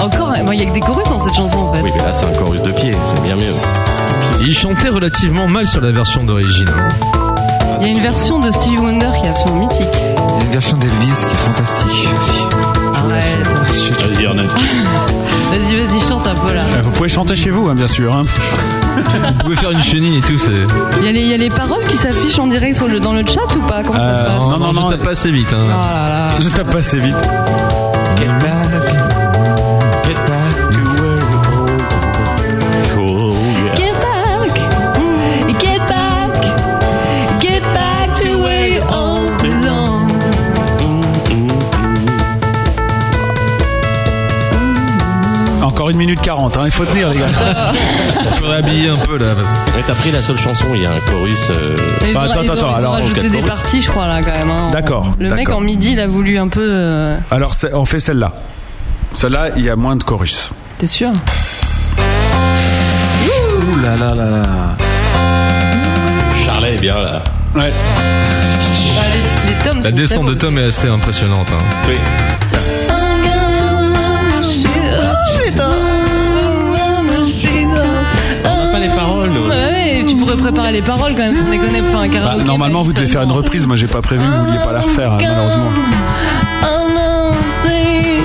S7: Encore, il y a que des chorus dans cette chanson en fait.
S11: Oui, mais là, c'est un chorus de pied, c'est bien mieux.
S6: Il chantait relativement mal sur la version d'origine.
S7: Il y a une version de Stevie Wonder qui est absolument mythique.
S12: Il y a une version d'Elvis qui est fantastique aussi.
S11: Vas-y, Ernest.
S7: Vas-y, vas-y, chante un peu là.
S5: Euh, Vous pouvez chanter chez vous, hein, bien sûr. hein.
S6: Vous pouvez faire une chenille et tout, c'est.
S7: Il y, a les- il y a les paroles qui s'affichent en direct sur le- dans le chat ou pas Comment ça se
S6: Euh,
S7: passe Ah
S6: non, non, je tape pas assez vite. hein.
S5: Je tape pas assez vite.
S10: Get back, get back, get back to where you
S5: Oh.
S10: all belong.
S5: Encore une minute 40, hein, il faut tenir, les gars.
S11: Il
S6: faudrait habiller un peu là.
S11: Mais t'as pris la seule chanson, il y a un chorus. euh,
S7: Ils ont,
S11: bah,
S7: ils ont- ils ont rajouté des parties, je crois, là, quand même. hein.
S5: D'accord,
S7: Le mec
S5: d'accord.
S7: en midi, il a voulu un peu. euh,
S5: Alors, c'est- on fait celle-là. Celle-là, il y a moins de chorus.
S7: T'es sûr
S12: Ouh là là là là.
S11: Charlet est bien là.
S5: Ouais.
S7: Bah, Les tomes
S6: La
S7: sont
S6: descente de Tom est assez impressionnante. hein.
S7: Oh,
S11: On n'a pas les paroles, nous.
S7: Ouais, tu pourrais préparer les paroles quand même, sans déconner, pour faire un
S5: Bah,
S7: karaoké.
S5: normalement, vous devez faire une reprise. Moi, j'ai pas prévu que vous vouliez pas la refaire, hein, malheureusement.
S10: I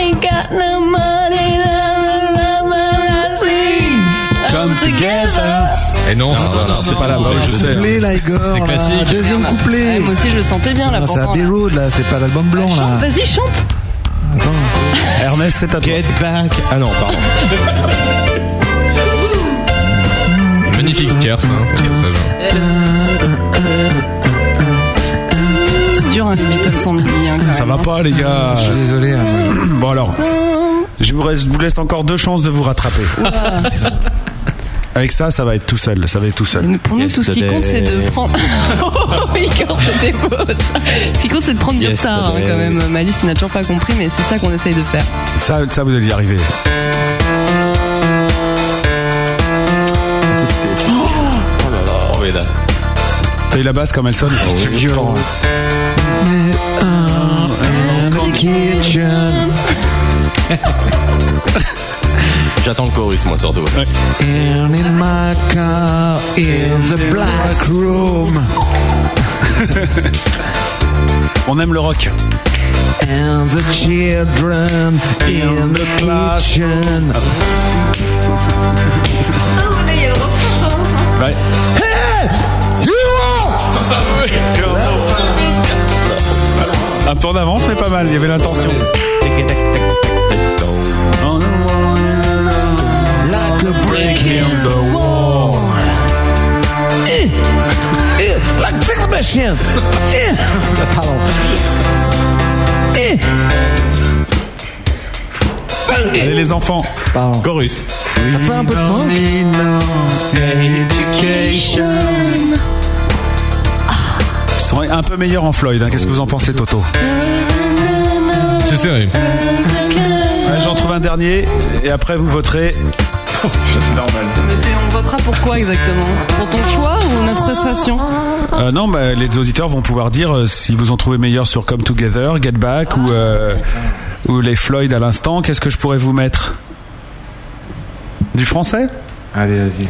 S10: ain't got no money, la, la, la, la, la, la.
S5: Come together.
S6: Et non, c'est pas là.
S5: C'est pas là, bah oui, je sais.
S12: Couplet là, Igor.
S6: C'est
S12: là.
S6: classique.
S12: Deuxième couplet.
S7: Ouais, moi aussi, je le sentais bien là.
S12: Ah, c'est à
S7: pourtant, là.
S12: Road là, c'est pas l'album blanc là.
S7: Vas-y, chante
S5: Ernest, c'est à toi.
S11: Get back. Ah non, pardon.
S6: Magnifique tierce. hein. Ça
S7: C'est dur, hein, les Beatles sans midi. Hein, quand
S5: Ça
S7: même,
S5: va
S7: hein.
S5: pas, les gars. Je suis
S12: désolé.
S11: hein,
S5: Bon, alors, je vous, reste- vous laisse encore deux chances de vous rattraper. Avec ça, ça va être tout seul. Ça va être tout seul.
S7: Pour nous, tout ce qui compte, c'est de prendre. Oh, Igor, c'était beau ça. Ce qui compte, c'est de prendre du
S5: Yes,
S7: retard, hein,
S5: today.
S7: quand même. Malice, tu n'as toujours pas compris, mais c'est ça qu'on essaye de faire.
S5: Ça, ça, vous allez y arriver.
S11: Oh là là, oh mais là. Oh
S5: T'as eu la basse comme elle sonne C'est violent. Oh,
S11: J'attends le chorus, moi, surtout.
S12: And in my car, in the black room.
S5: On aime le rock.
S12: And the children in the kitchen.
S5: Ouais. Un peu en avance, mais pas mal. Il y avait l'intention.
S10: Like a brick in the wall. Eh, eh, like this machine. Eh, Pardon. Eh.
S5: Allez, les enfants.
S11: Chorus.
S12: T'as pas un peu de funk
S5: Ils sont un peu meilleurs en Floyd. hein. Qu'est-ce que vous en pensez, Toto
S6: C'est sérieux.
S5: Ouais, J'en trouve un dernier. Et après, vous voterez. normal.
S7: Et on votera pour quoi exactement Pour ton choix ou notre prestation
S5: Euh, non, bah, les auditeurs vont pouvoir dire euh, s'ils vous ont trouvé meilleur sur Come Together, Get Back ou, euh, ou les Floyd à l'instant. Qu'est-ce que je pourrais vous mettre Du français
S12: Allez, vas-y.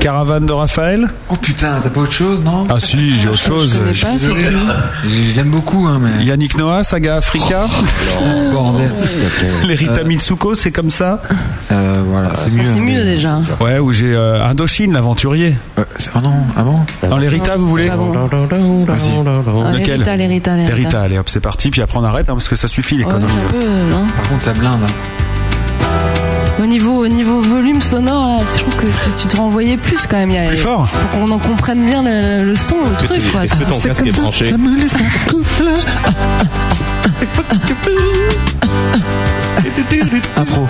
S5: Caravane de Raphaël
S12: Oh putain, t'as pas autre chose, non
S5: Ah si, j'ai autre chose.
S12: connais pas, c'est qui Je l'aime beaucoup, hein, mais. Oh,
S5: Yannick Noah, Saga Africa.
S12: Bordel.
S5: les Rita Mitsuko, c'est comme ça
S12: Euh, voilà, c'est mieux.
S7: Ah, C'est
S5: hein.
S7: mieux déjà.
S5: Ouais, ou j'ai euh, Indochine, l'aventurier.
S12: Ah non, avant
S5: Dans les Rita, vous voulez
S7: Ah, les
S5: Lequel
S7: Rita, les Rita, les
S5: Les
S7: Rita.
S5: Rita, allez hop, c'est parti. Puis après, on arrête hein, parce que ça suffit les
S7: Ouais,
S5: conneries. hein.
S7: c'est un peu. euh, non
S12: Par contre, ça blinde. hein.
S7: Au niveau, au niveau volume sonore, là, je trouve que tu, tu te renvoyais plus quand même. Il y a-
S5: Plus fort
S7: Pour qu'on en comprenne bien le, le son, le
S11: Est-ce que
S7: truc,
S11: t'es-
S7: quoi.
S11: est-ce que ton C'est casque comme est ça, branché ça
S12: me laisse un coup là. Intro.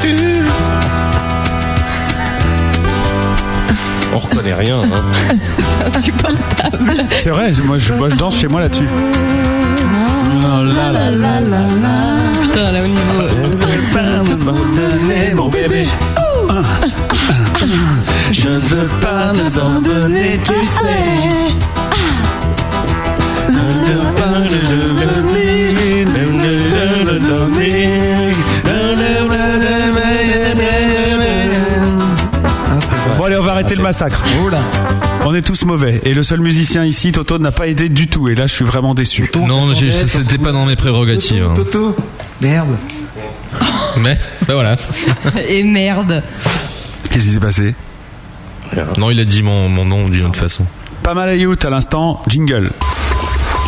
S11: On reconnaît connais rien. hein.
S7: C'est insupportable.
S5: C'est vrai, moi je, moi, je danse chez moi là-dessus.
S7: Putain, là au
S5: niveau.
S10: Mon bébé. Je ne veux pas nous abandonner, tu sais. Ne veux pas nous abandonner, ne veux pas nous abandonner.
S5: Bon allez, on va arrêter le massacre. On est tous mauvais. Et le seul musicien ici, Toto, n'a pas aidé du tout. Et là, je suis vraiment déçu.
S15: Non, j'ai- c'était pas dans mes prérogatives. hein.
S12: Toto, merde.
S15: Mais, ben voilà.
S7: Et merde.
S5: Qu'est-ce qui s'est passé
S15: Non, il a dit mon, mon nom d'une autre façon.
S5: Pas mal à youth à l'instant, jingle.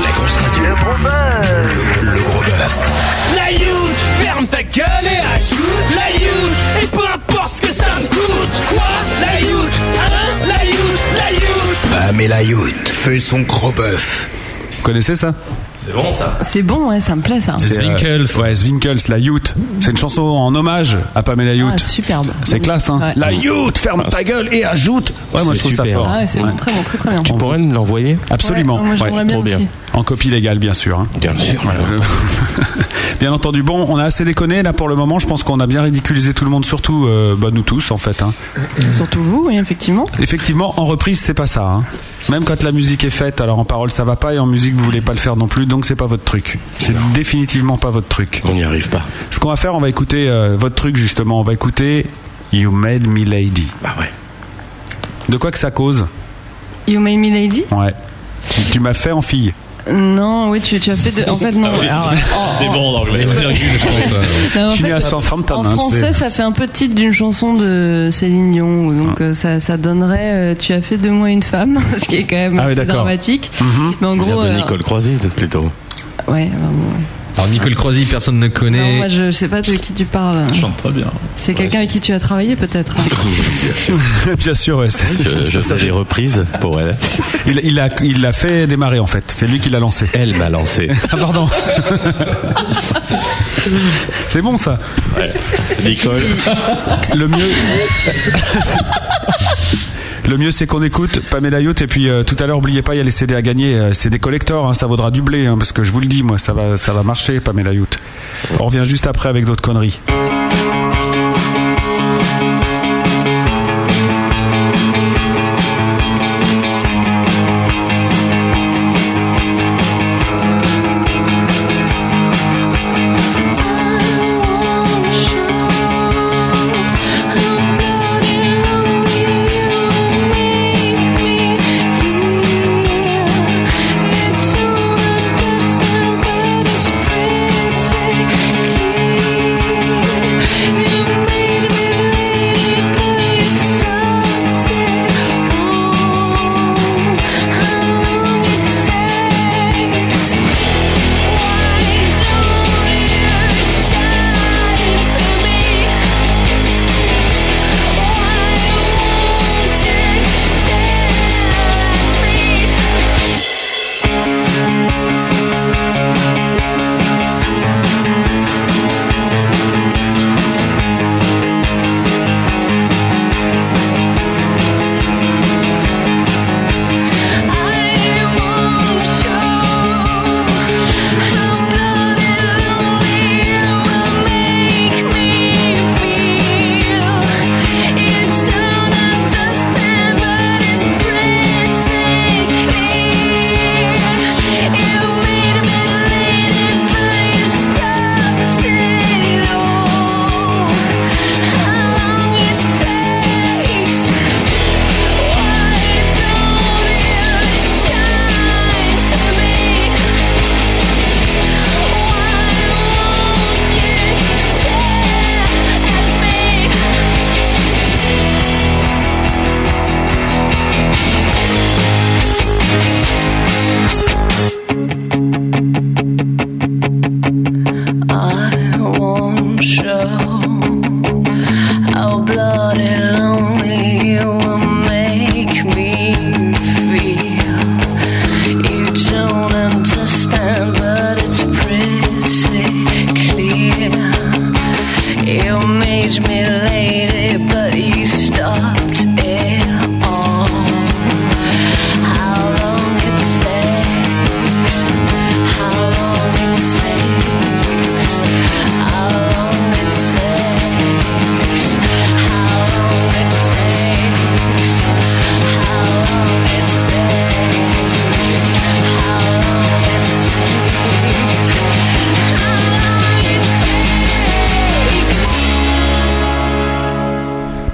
S4: La grosse radio. Le gros bœuf. Le, gros bœuf. La youth, ferme ta gueule et ajoute la youth. Et peu importe ce que ça me coûte. Quoi La youth, hein La youth, la youth.
S1: Pamela Youth fait son gros bœuf.
S5: Vous connaissez ça
S11: C'est bon ça
S7: C'est bon, ouais, ça me plaît ça.
S5: C'est, euh, ouais, Zwinkels, la Youth. C'est une chanson en hommage à Pamela Youth.
S7: Ah, superbe.
S5: C'est classe, hein.
S7: Ouais.
S5: La Youth,
S15: Ah,
S5: ferme ta gueule et ajoute. Ouais, moi je
S11: C'est
S5: trouve ça
S11: super.
S5: fort.
S7: Ah ouais, c'est
S5: Ouais.
S7: très bon, très très bien.
S11: Tu pourrais nous l'envoyer
S5: Absolument.
S7: Ouais, moi, j'aimerais bien
S5: trop
S7: aussi.
S5: En copie légale, bien sûr. hein.
S11: Bien sûr.
S5: Euh, bien entendu. Bon, on a assez déconné là pour le moment. Je pense qu'on a bien ridiculisé tout le monde, surtout euh, bah, nous tous en fait. hein.
S7: Surtout vous, oui, effectivement.
S5: Effectivement, en reprise, c'est pas ça. hein. Même quand la musique est faite, alors en parole ça va pas et en musique vous voulez pas le faire non plus, donc c'est pas votre truc. C'est définitivement pas votre truc.
S11: On n'y arrive pas.
S5: Ce qu'on va faire, on va écouter euh, votre truc justement. On va écouter You Made Me Lady.
S11: Bah ouais.
S5: De quoi que ça cause
S7: You Made Me Lady
S5: Ouais. Tu- Tu m'as fait en fille.
S7: Non, oui, tu, tu as fait de. En fait, non.
S5: Ah
S7: alors,
S11: T'es bon en anglais.
S7: Non, en
S5: Je suis né
S7: fait,
S5: à Southampton.
S7: En
S5: hein, tu sais.
S7: français, ça fait un peu titre d'une chanson de Céline Dion, donc
S5: Ah.
S7: euh, ça, ça donnerait euh, Tu as fait de moi une femme, ce qui est quand même
S11: Ah oui,
S7: assez
S11: d'accord.
S7: dramatique.
S5: Mhm.
S7: Mais en gros,
S11: de
S7: euh,
S11: Nicole Croisé plutôt.
S7: ouais, bah, bon, ouais.
S15: Alors, Nicole Croisy, personne ne
S7: Non,
S15: connaît.
S7: moi je sais pas de qui tu parles.
S15: chante très bien.
S7: C'est quelqu'un avec qui tu as travaillé peut-être.
S11: Bien sûr.
S5: Bien sûr, ouais, c'est-
S11: Je, je fais des reprises pour elle.
S5: Il il l'a il l'a fait démarrer en fait. C'est lui qui l'a lancé.
S11: Elle m'a lancé.
S5: Ah, pardon. C'est bon ça.
S11: Nicole.
S5: Le mieux. Le mieux, c'est qu'on écoute Pamela Youth et puis euh, tout à l'heure, oubliez pas, il y a les CD à gagner. Euh, c'est des collectors, hein, ça vaudra du blé, hein, parce que je vous le dis, moi, ça va, ça va marcher, Pamela Youth. On revient juste après avec d'autres conneries.
S10: Understand, but it's pretty clear.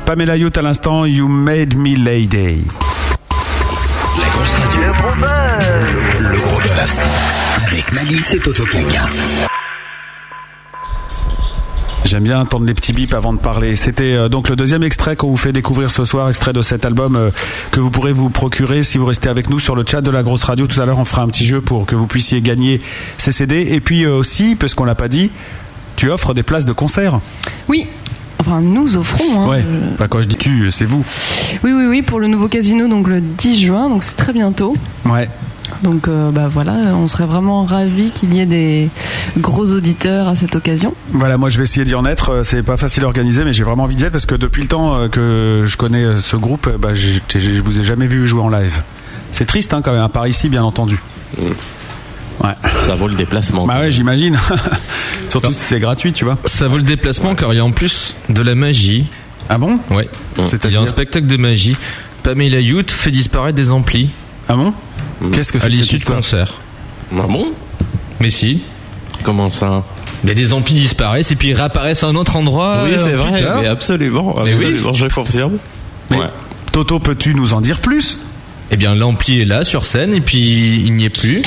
S5: Pamela Youth à l'instant, You Made Me Lady.
S1: La grosse radio. Le gros bœuf. Le, gros bœuf. Avec Malice et Toto Kaka.
S5: J'aime bien entendre les petits bips avant de parler. C'était euh, donc le deuxième extrait qu'on vous fait découvrir ce soir, extrait de cet album euh, que vous pourrez vous procurer si vous restez avec nous sur le chat de la grosse radio. Tout à l'heure, on fera un petit jeu pour que vous puissiez gagner ces CD. Et puis euh, aussi, parce qu'on l'a pas dit, tu offres des places de concert.
S7: Oui. Enfin, nous offrons. hein.
S5: ouais. Bah, quand je dis tu, c'est vous.
S7: Oui, oui, oui, pour le nouveau casino, donc le 10 juin, donc c'est très bientôt.
S5: Ouais.
S7: Donc euh, bah voilà, on serait vraiment ravis qu'il y ait des gros auditeurs à cette occasion.
S5: Voilà, moi je vais essayer d'y en être. Euh, C'est pas facile à organiser, mais j'ai vraiment envie d'y être parce que depuis le temps euh, que je connais euh, ce groupe, euh, bah, j'ai- j'ai- je vous ai jamais vu jouer en live. C'est triste hein, quand même, à part ici, bien entendu.
S11: Hmm. Ça vaut le déplacement.
S5: Bah ouais, j'imagine. Surtout si c'est gratuit, tu vois.
S15: Ça vaut le déplacement car il y a en plus de la magie.
S5: Ah bon
S15: Ouais. Il y a un spectacle de magie. Pamela Youth fait disparaître des amplis.
S5: Ah bon Qu'est-ce que c'est
S15: À
S5: que
S15: l'issue
S5: cette
S15: de
S5: histoire
S15: concert.
S11: Mm. Ah bon
S15: Mais si.
S11: Comment ça
S15: Mais des amplis disparaissent et puis ils réapparaissent à un autre endroit.
S11: Oui,
S15: euh,
S11: c'est
S15: plus
S11: vrai,
S15: tard.
S11: mais
S6: hein.
S11: absolument,
S15: Mais oui.
S11: absolument, je confirme.
S5: Mais Toto, peux-tu nous en dire plus
S15: Eh bien, l'ampli est là sur scène et puis il n'y est plus.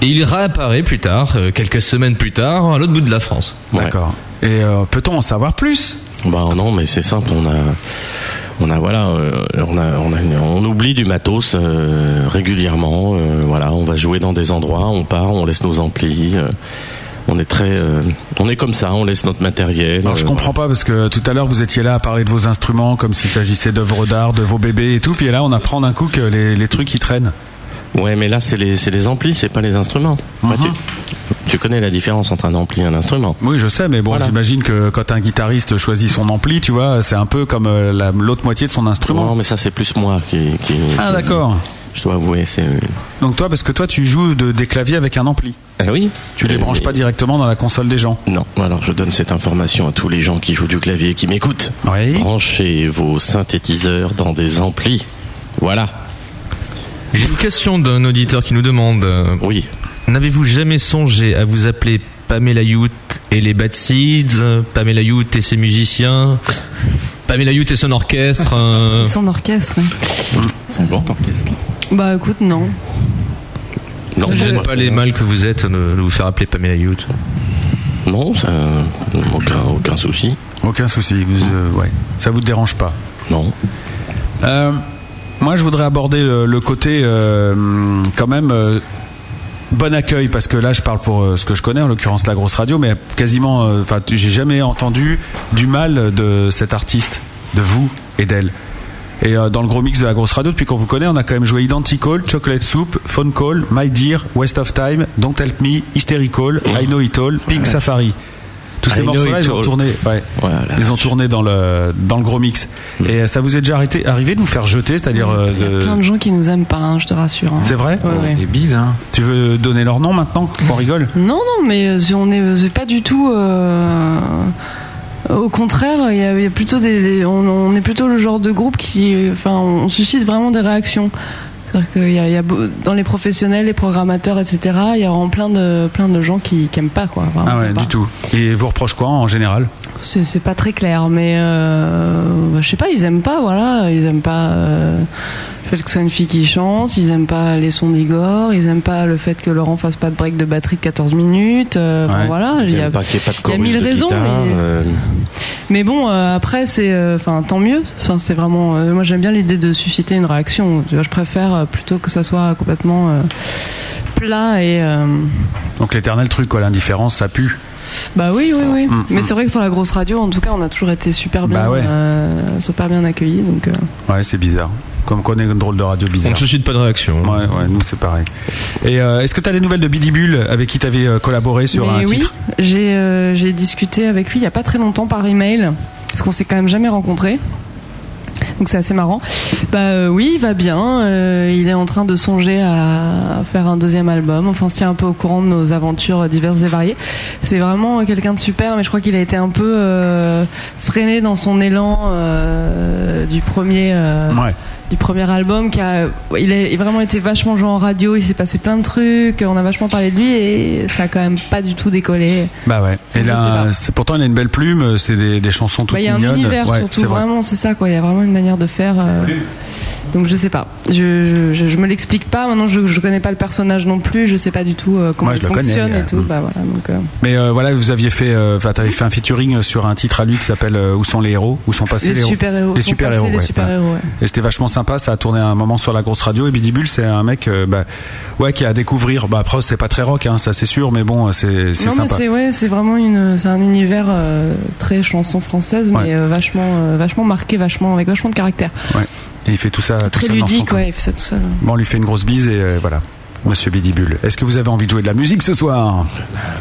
S15: Et il réapparaît plus tard, euh, quelques semaines plus tard, à l'autre bout de la France.
S5: D'accord. Et euh, peut-on en savoir plus
S11: Bah non, mais c'est simple. On a, on a voilà, euh, on a, on a- on oublie du matos euh, régulièrement. euh, voilà, on va jouer dans des endroits, on part, on laisse nos amplis. euh, on est très, euh, on est comme ça, on laisse notre matériel.
S5: Alors je
S11: euh,
S5: comprends pas parce que tout à l'heure vous étiez là à parler de vos instruments comme s'il s'agissait d'œuvres d'art, de vos bébés et tout, puis là on apprend d'un coup que les, les trucs ils traînent.
S11: Ouais, mais là, c'est les, c'est les amplis, c'est pas les instruments.
S5: Mhm.
S11: Mathieu, tu connais la différence entre un ampli et un instrument.
S5: Oui, je sais, mais bon,
S11: Voilà.
S5: j'imagine que quand un guitariste choisit son ampli, tu vois, c'est un peu comme euh, la- l'autre moitié de son instrument.
S11: Non, mais ça, c'est plus moi qui. qui-
S5: Ah,
S11: qui-
S5: d'accord.
S11: Je dois avouer, c'est. euh,
S5: Donc toi, parce que toi, tu joues de, des claviers avec un ampli.
S11: Eh oui.
S5: Tu les branches pas directement dans la console des gens.
S11: Non, alors je donne cette information à tous les gens qui jouent du clavier et qui m'écoutent. Branchez vos synthétiseurs dans des amplis. Voilà.
S15: J'ai une question d'un auditeur qui nous demande. euh,
S11: oui.
S15: N'avez-vous jamais songé à vous appeler Pamela Youth et les Bad Seeds, euh, Pamela Youth et ses musiciens, Pamela Youth et son orchestre euh,
S7: Et Son orchestre. oui.
S11: Son grand orchestre.
S7: Bah écoute, non.
S5: Euh.
S15: Non,
S7: Je-
S15: vous n'êtes pas les mâles que vous êtes de de vous faire appeler Pamela Youth.
S11: Non, ça. Aucun, aucun souci.
S5: Aucun souci, vous, euh, ouais. ça vous dérange pas
S11: Non.
S5: Euh, moi, je voudrais aborder le, le côté euh, quand même euh, bon accueil parce que là, je parle pour euh, ce que je connais, en l'occurrence la grosse radio, mais quasiment, euh, enfin, tu- j'ai jamais entendu du mal de cet artiste, de vous et d'elle. Et euh, dans le gros mix de la grosse radio, depuis qu'on vous connaît, on a quand même joué Identical, Chocolate Soup, Phone Call, My Dear, Waste of Time, Don't Help Me, Hysterical, I Know It All, Pink Safari. Tous ces
S11: Mm. I know
S5: morceaux-là,
S11: it
S5: ils ont
S11: all.
S5: tourné. Ouais. ils ont tourné dans le dans le gros mix.
S15: Mm.
S5: Et euh, ça vous est déjà arrêté, arrivé de vous faire jeter, c'est-à-dire euh, de-
S7: Plein de gens qui nous aiment pas, hein, je te rassure. hein.
S5: c'est vrai
S7: Ouais, ouais.
S15: hein.
S5: Tu veux donner leur nom maintenant qu'on rigole
S7: Non, non, mais euh, si on est, c'est pas du tout. euh, Au contraire, il y a, il y a plutôt des, des- on, on est plutôt le genre de groupe qui, euh, enfin, on suscite vraiment des réactions. C'est-à-dire qu'il y a, il y a beau- dans les professionnels, les programmateurs, etc. Il y a vraiment plein de, plein de gens qui, qui aiment pas, quoi. vraiment,
S5: Ah
S7: qui
S5: ouais,
S7: aiment
S5: du
S7: pas.
S5: tout. Et vous reproche quoi en général
S7: C'est c'est pas très clair, mais euh, bah, je sais pas, ils aiment pas, voilà, ils aiment pas euh, le fait que ce soit une fille qui chante, ils aiment pas les sons d'Igor, ils aiment pas le fait que Laurent fasse pas de break de batterie de 14 minutes, euh, enfin,
S11: Ouais.
S7: voilà,
S11: Ils
S7: il y a,
S11: aiment pas qu'il y ait pas de
S7: il y a
S11: chorus
S7: mille
S11: de
S7: raisons,
S11: guitare,
S7: mais,
S11: euh,
S7: mais bon, euh, après c'est, euh, enfin tant mieux, enfin c'est vraiment, euh, moi j'aime bien l'idée de susciter une réaction, Tu vois, je préfère euh, plutôt que ça soit complètement euh, plat et euh,
S5: Donc l'éternel truc quoi, l'indifférence, ça pue.
S7: bah oui, oui, oui.
S5: Mm,
S7: Mais
S5: mm.
S7: c'est vrai que sur la grosse radio, en tout cas, on a toujours été super bien,
S5: Bah ouais.
S7: euh, super bien accueillis. Donc, euh,
S5: Ouais, c'est bizarre. Comme qu'on est une drôle de radio bizarre.
S15: On ne suscite pas de réaction.
S5: Ouais, ouais, nous c'est pareil. Et euh, est-ce que t'as des nouvelles de Bidibule avec qui t'avais euh, collaboré sur
S7: Mais
S5: un
S7: oui,
S5: titre
S7: j'ai euh, j'ai discuté avec lui il y a pas très longtemps par email, parce qu'on s'est quand même jamais rencontrés. Donc c'est assez marrant. Bah euh, oui, il va bien. euh, il est en train de songer à faire un deuxième album. Enfin, on se tient un peu au courant de nos aventures diverses et variées. C'est vraiment quelqu'un de super, mais je crois qu'il a été un peu euh, freiné dans son élan euh, du premier. euh, du premier album qui a, il a vraiment été vachement joué en radio, il s'est passé plein de trucs, on a vachement parlé de lui et ça a quand même pas du tout décollé.
S5: Bah ouais. Et là, c'est pourtant il a une belle plume, euh, c'est des, des chansons toutes
S7: Bah, Il y a un
S5: mignonnes.
S7: univers
S5: Ouais,
S7: surtout,
S5: c'est vrai.
S7: vraiment, c'est ça quoi. Il y a vraiment une manière de faire. euh, Donc je sais pas. Je, je, je me l'explique pas. Maintenant, je, je connais pas le personnage non plus. Je sais pas du tout euh, comment
S5: Moi,
S7: il
S5: je le connais,
S7: fonctionne
S5: euh,
S7: et tout.
S5: mm.
S7: Bah voilà. Donc, euh,
S5: Mais euh, voilà, vous aviez fait, euh, enfin, t'avais fait un featuring sur un titre à lui qui s'appelle euh, Où sont les héros Où sont passés
S7: Les
S5: les, héros
S7: super-héros.
S5: Les
S7: Sont passés
S5: super-héros.
S7: les
S5: ouais.
S7: super-héros, ouais.
S5: Et c'était vachement sympa. Ça a tourné un moment sur la grosse radio. Et Biddy Bull, c'est un mec, euh, bah, ouais, qui a à découvrir. Bah, après, c'est pas très rock, hein, ça c'est sûr, mais bon, c'est c'est
S7: non mais
S5: sympa.
S7: c'est ouais, c'est vraiment une, c'est un univers euh, très chanson française, mais
S5: Ouais. Ah,
S7: euh, vachement, euh, vachement marqué, vachement avec vachement de caractère.
S5: Ouais. Et il fait tout ça. tout
S7: Très
S5: seul dans son
S7: ludique,
S5: coin.
S7: ouais. Il fait ça tout seul. hein.
S5: Bon, on lui fait une grosse bise et euh, voilà. Monsieur Bidibul, est-ce que vous avez envie de jouer de la musique ce soir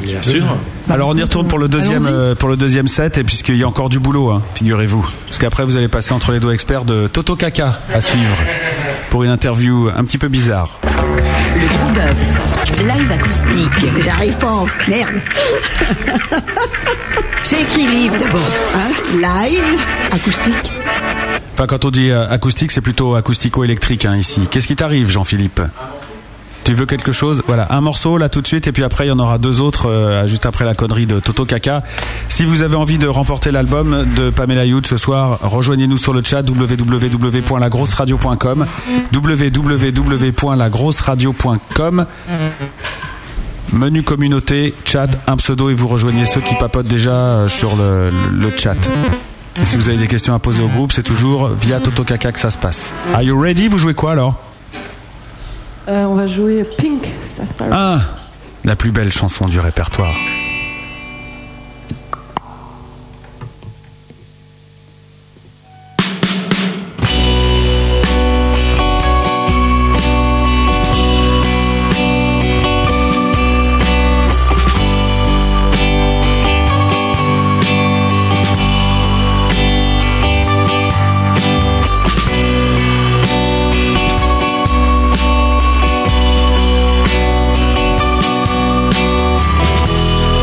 S11: Bien sûr.
S5: Alors on y retourne pour le deuxième, euh, pour le deuxième set et puisqu'il y a encore du boulot, hein, figurez-vous. Parce qu'après vous allez passer entre les doigts experts de Toto Kaka à suivre pour une interview un petit peu bizarre.
S3: Le gros bœuf. Live acoustique.
S8: J'arrive pas, merde. J'ai écrit livre d'abord, hein Live, acoustique.
S5: Enfin quand on dit euh, acoustique, c'est plutôt acoustico-électrique hein, ici. Qu'est-ce qui t'arrive Jean-Philippe tu veux quelque chose Voilà, un morceau là tout de suite et puis après il y en aura deux autres euh, juste après la connerie de Toto Kaka. Si vous avez envie de remporter l'album de Pamela Youth ce soir, rejoignez-nous sur le chat www.lagrosseradio.com www.lagrosseradio.com
S11: euh.
S5: Menu communauté, chat, un pseudo et vous rejoignez ceux qui papotent déjà euh, sur le, le chat. Et si vous avez des questions à poser au groupe, c'est toujours via Toto Kaka que ça se passe. Are you ready Vous jouez quoi alors
S7: Euh, on va jouer Pink Safari.
S5: Ah, la plus belle chanson du répertoire.
S10: Pink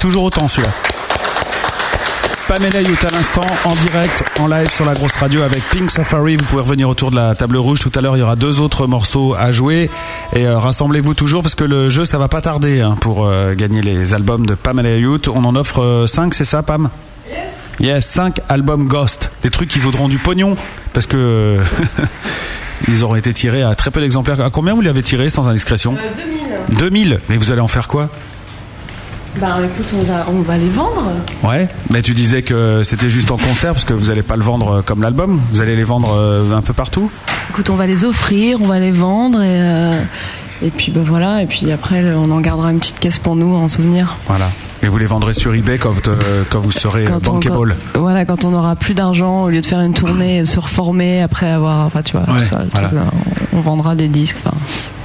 S5: toujours autant celui-là. Pamela Youth à l'instant en direct, en live sur la grosse radio avec Pink Safari. Vous pouvez revenir autour de la table rouge tout à l'heure. Il y aura deux autres morceaux à jouer et euh, rassemblez-vous toujours parce que le jeu ça va pas tarder hein, pour euh, gagner les albums de Pamela Youth. On en offre euh, cinq, c'est ça, Pam Yes, cinq albums Ghost, des trucs qui vaudront du pognon parce que ils auront été tirés à très peu d'exemplaires. À combien vous les avez tirés sans indiscrétion
S7: Euh,
S5: 2000. 2000. Mais vous allez en faire quoi
S7: Ben écoute, on va, on va les vendre.
S5: Ouais, mais tu disais que c'était juste en concert parce que vous n'allez pas le vendre euh, comme l'album, vous allez les vendre euh, un peu partout.
S7: Écoute, on va les offrir, on va les vendre et, euh, et puis ben voilà, et puis après le- on en gardera une petite caisse pour nous en souvenir.
S5: Voilà. Et vous les vendrez sur eBay quand, euh, quand vous serez
S7: Quand on-
S5: bankable.
S7: quand- voilà, quand on aura plus d'argent, au lieu de faire une tournée, et se reformer après avoir, enfin tu vois, tout ça, le truc,
S5: voilà.
S7: on, on vendra des disques. enfin.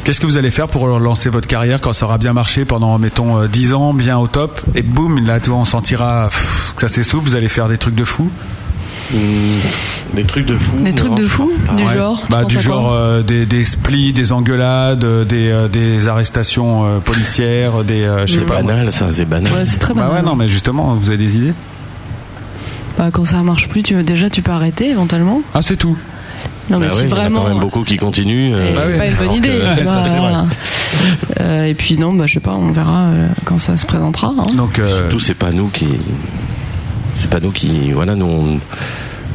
S5: Qu'est-ce que vous allez faire pour relancer votre carrière quand ça aura bien marché pendant, mettons, euh, 10 ans, bien au top Et boum, là, tu vois, on sentira pff, que ça s'essouffle, vous allez faire des trucs de fou
S11: Mmh. Des trucs de fou.
S7: Des trucs de fou, du
S5: Ouais.
S7: genre. tu
S5: bah,
S7: penses
S5: Du
S7: à quoi
S5: genre euh, des, des splits, des engueulades, euh, des, euh, des arrestations euh, policières, des. euh, je sais
S11: C'est
S5: pas, moi.
S11: banal, ça, c'est banal.
S7: Ouais, c'est très
S5: Bah ouais,
S7: banal. hein.
S5: non, mais justement, vous avez des idées
S7: Bah, quand ça marche plus, tu veux- déjà tu peux arrêter éventuellement.
S5: Ah, c'est tout. Ah
S7: Non mais si
S11: Bah Il y en a
S7: vraiment.
S11: quand même beaucoup qui continuent. euh,
S7: Et c'est pas une bonne
S11: alors
S7: idée.
S11: que-
S7: tu vois, hein.
S11: Ça, c'est vrai.
S7: voilà. Euh, et puis non, bah, je sais pas, on verra euh, quand ça se présentera. hein.
S5: euh,
S11: Surtout, c'est pas nous qui. C'est pas nous qui. Voilà, nous on,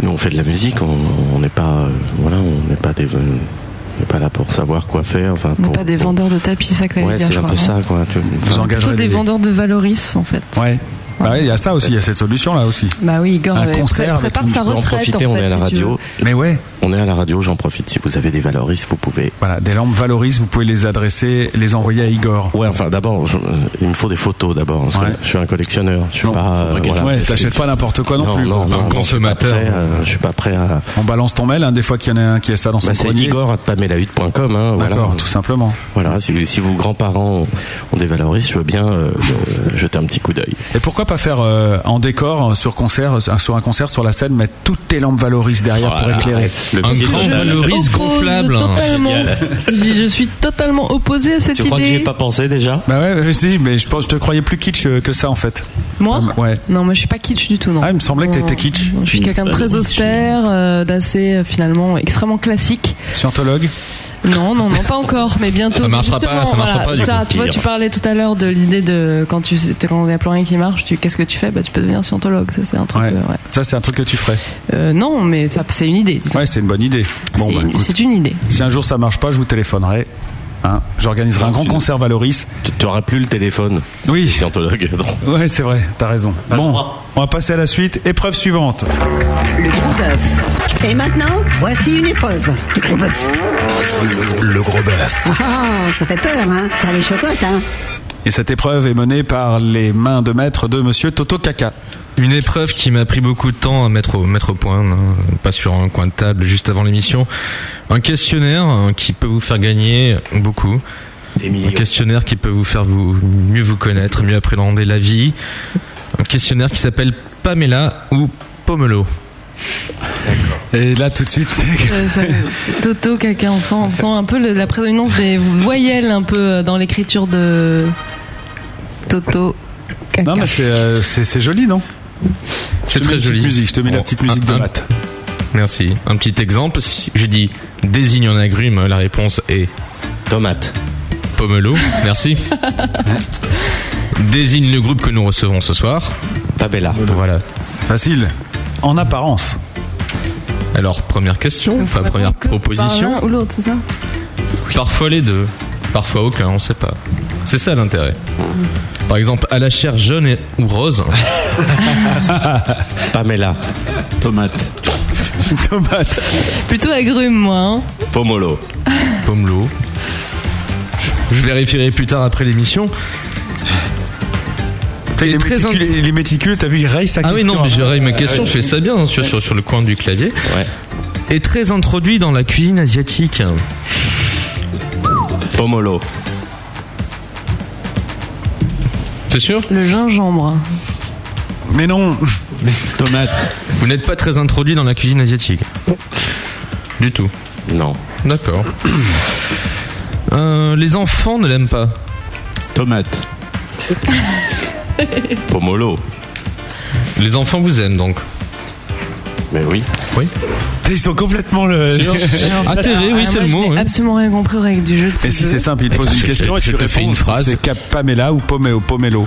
S11: nous, on fait de la musique, on on n'est pas. euh, Voilà, on n'est pas des. on n'est pas là pour savoir quoi faire. Enfin,
S7: on n'est
S11: pour-
S7: pas des vendeurs de tapis, c'est ça que t'allais
S11: ouais,
S7: dire,
S11: c'est
S7: je
S11: un
S7: crois,
S11: peu
S7: hein.
S11: ça, quoi. Tu,
S5: Vous engagerez
S7: Plutôt des
S5: des-
S7: vendeurs de Valoris en fait.
S5: Ouais. Bah ouais, il y a ça aussi, il y a cette solution là aussi.
S7: Bah oui, Igor
S5: Un
S7: avait-
S5: concert
S7: pré-
S5: avec
S7: prépare
S5: une-
S7: sa
S5: je peux en
S7: retraite
S5: profiter,
S7: en
S5: on
S7: fait,
S5: est à la
S7: si tu
S5: radio.
S7: veux.
S5: Mais ouais.
S11: On est à la radio, j'en profite. Si vous avez des valoris, vous pouvez.
S5: Voilà, Ah, des lampes valoris, vous pouvez les adresser, les envoyer à Igor.
S11: Ouais, enfin d'abord, je- euh, il me faut des photos d'abord. parce que Je suis un collectionneur. Je suis pas. euh, voilà,
S5: ouais,
S11: c'est-
S5: t'achètes pas n'importe quoi non,
S11: Non,
S5: plus.
S11: non,
S5: quoi. Bah,
S11: non, non, je suis pas prêt, euh, je suis pas prêt à.
S5: On balance ton mail, hein, des fois qu'il y en a un qui a ça dans son
S11: Bah, c'est
S5: poignet.
S11: igor.pamelahutte.com. Hein, voilà.
S5: D'accord, tout simplement.
S11: Voilà, si, si vos grands-parents ont- ont des valoris, je veux bien euh, euh, jeter un petit coup d'œil.
S5: Et pourquoi pas faire euh, en décor euh, sur concert, euh, sur un concert sur la scène, mettre toutes tes lampes valoris derrière pour
S11: Voilà,
S5: éclairer.
S11: arrête. Le Un petit grand scandale.
S7: Oppose Totalement. je, je suis totalement opposée à cette idée.
S11: pensé déjà
S5: Bah ouais, euh, si, mais je pense, je te croyais plus kitsch euh, que ça en fait.
S7: Moi
S5: Euh, Ouais.
S7: Non, moi je suis pas kitsch du tout, non.
S5: Ah, il me semblait que
S7: Non.
S5: t'étais kitsch. Hmm.
S7: Je suis quelqu'un de très austère, euh, d'assez euh, finalement extrêmement classique.
S5: Scientologue.
S7: Non, non, non, pas encore, mais bientôt.
S5: Ça
S7: C'est
S5: marchera
S7: justement,
S5: pas, ça marchera
S7: voilà,
S5: pas, j'ai
S7: ça,
S5: compris.
S7: tu vois, tu parlais tout à l'heure de l'idée de quand tu quand il n'y a plus rien qui marche, tu qu'est-ce que tu fais Bah, tu peux devenir scientologue. Ça, c'est un truc.
S5: Ouais.
S7: euh, ouais.
S5: Ça, c'est un truc que tu ferais.
S7: Euh, non, mais ça, c'est une idée. disons.
S5: Ouais, c'est une bonne idée. Bon,
S7: C'est-
S5: bah, écoute.
S7: c'est une idée.
S5: Si un jour ça marche pas, je vous téléphonerai. Hein, J'organiserai un grand concert Valoris.
S11: Tu- Tu auras plus le téléphone.
S5: Oui.
S11: Scientologue. non.
S5: Ouais, c'est vrai, t'as raison. Bon, on va passer à la suite. Épreuve suivante.
S8: Le gros bœuf. Et maintenant, voici une épreuve. Du gros bœuf.
S16: Le, le gros bœuf.
S8: Ah, ça fait peur, hein. T'as les chocottes, hein.
S5: Et cette épreuve est menée par les mains de maître de monsieur Toto Kaka.
S6: Une épreuve qui m'a pris beaucoup de temps à mettre au, mettre au point, hein, pas sur un coin de table juste avant l'émission. Un questionnaire hein, qui peut vous faire gagner beaucoup. un questionnaire qui peut vous faire vous, mieux vous connaître, mieux appréhender la vie. Un questionnaire qui s'appelle Pamela ou Pomelo.
S5: Et là tout de suite.
S7: Euh, ça- Toto, caca, on sent, on sent un peu le- la prédominance des voyelles un peu euh, dans l'écriture de Toto, caca.
S5: Non mais c'est euh, c'est c'est joli non
S6: C'est
S5: Je te
S6: très
S5: mets une petite
S6: joli. Oh,
S5: musique, je te mets la petite musique de
S6: un-
S5: maths.
S6: Merci. Un petit exemple, si je dis désigne un agrume, la réponse est
S11: tomate.
S6: Pomelo, merci. désigne le groupe que nous recevons ce soir.
S11: Pabella.
S6: Voilà.
S5: Facile. En apparence.
S6: Alors première question, enfin, première proposition.
S7: Par l'un ou l'autre, c'est ça
S6: Parfois les deux, parfois aucun, on sait pas. C'est ça l'intérêt. Par exemple, à la chair jaune et- ou rose.
S11: Pamela.
S6: Tomate.
S5: Tomate.
S7: Plutôt agrume, moi. hein.
S11: Pomolo.
S5: Ah,
S6: Pomelo. Je vérifierai plus tard après l'émission.
S5: Il est méticule- il est méticule, t'as vu, il raye sa
S6: Ah oui,
S5: question.
S6: non, mais je raye ma
S5: Ah,
S6: question,
S5: ouais.
S6: je fais ça bien hein, sur, sur, sur le coin du clavier. Et très introduit dans la cuisine asiatique.
S11: Pomolo.
S6: C'est sûr
S7: Le gingembre.
S5: Mais non
S6: Tomate. Vous n'êtes pas très introduit dans la cuisine asiatique Du tout.
S11: Non.
S6: D'accord. Euh, les enfants ne l'aiment pas.
S10: Tomate.
S11: Pomolo.
S6: Les enfants vous aiment donc
S11: Mais oui.
S6: Oui.
S5: Ils sont complètement
S7: Euh,
S5: le.
S6: Atterré, oui, c'est le mot.
S7: J'ai absolument rien compris aux règles du jeu. de ce
S5: Et si
S7: jeu.
S5: c'est simple, il te
S6: Eh ben,
S5: pose une
S6: je-
S5: question
S6: je-
S5: et tu
S6: je te
S5: réponds.
S6: fais une phrase.
S5: C'est Cap Pamela ou Pomelo, Pomelo.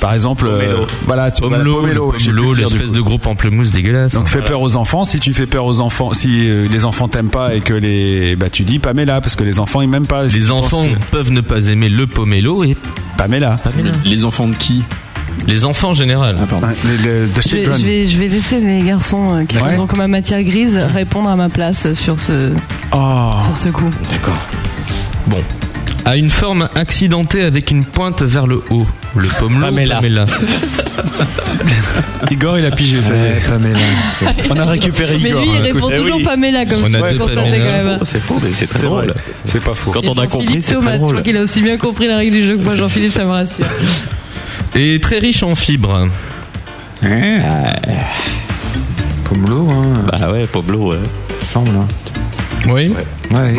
S5: Par exemple, euh,
S6: Pomelo.
S5: voilà, tu voilà,
S6: Pomelo, le
S5: je sais plus
S6: Pomelo,
S5: le dire, du
S6: l'espèce
S5: coup.
S6: de gros pamplemousse dégueulasse.
S5: Donc fais peur aux enfants. Si tu fais peur aux enfants, si euh, les enfants t'aiment pas et que les, bah tu dis Pamela parce que les enfants ils m'aiment pas.
S6: Les enfants peuvent ne pas aimer le pomelo et
S5: Pamela. Ah,
S6: Les enfants de qui Les enfants en général.
S7: Je vais, je vais- je vais laisser les garçons euh, qui
S6: Ouais.
S7: sont donc ma matière grise répondre à ma place sur ce, sur ce coup.
S6: D'accord. Bon. A une forme accidentée avec une pointe vers le haut. Le pomelo
S5: Pamela.
S6: Pamela.
S5: Igor, il a pigé. ça y est. On a récupéré
S7: Mais
S5: Igor.
S7: lui, il répond toujours Pamela, comme
S5: On
S7: tu
S5: a
S7: peux
S5: deux
S7: le constater quand
S5: Pamela.
S7: même.
S11: Eh C'est faux, mais c'est très
S5: C'est
S11: drôle.
S5: C'est pas faux.
S11: Quand on a compris,
S7: Philippe
S11: c'est très
S7: Thomas, je
S11: drôle.
S7: crois qu'il a aussi bien compris la règle du jeu que moi, Jean-Philippe, ça me rassure.
S6: Et très riche en fibres.
S11: Ah.
S17: Pomelo, hein.
S11: Bah ouais, Pomelo, ouais.
S17: Semble, hein.
S6: Oui.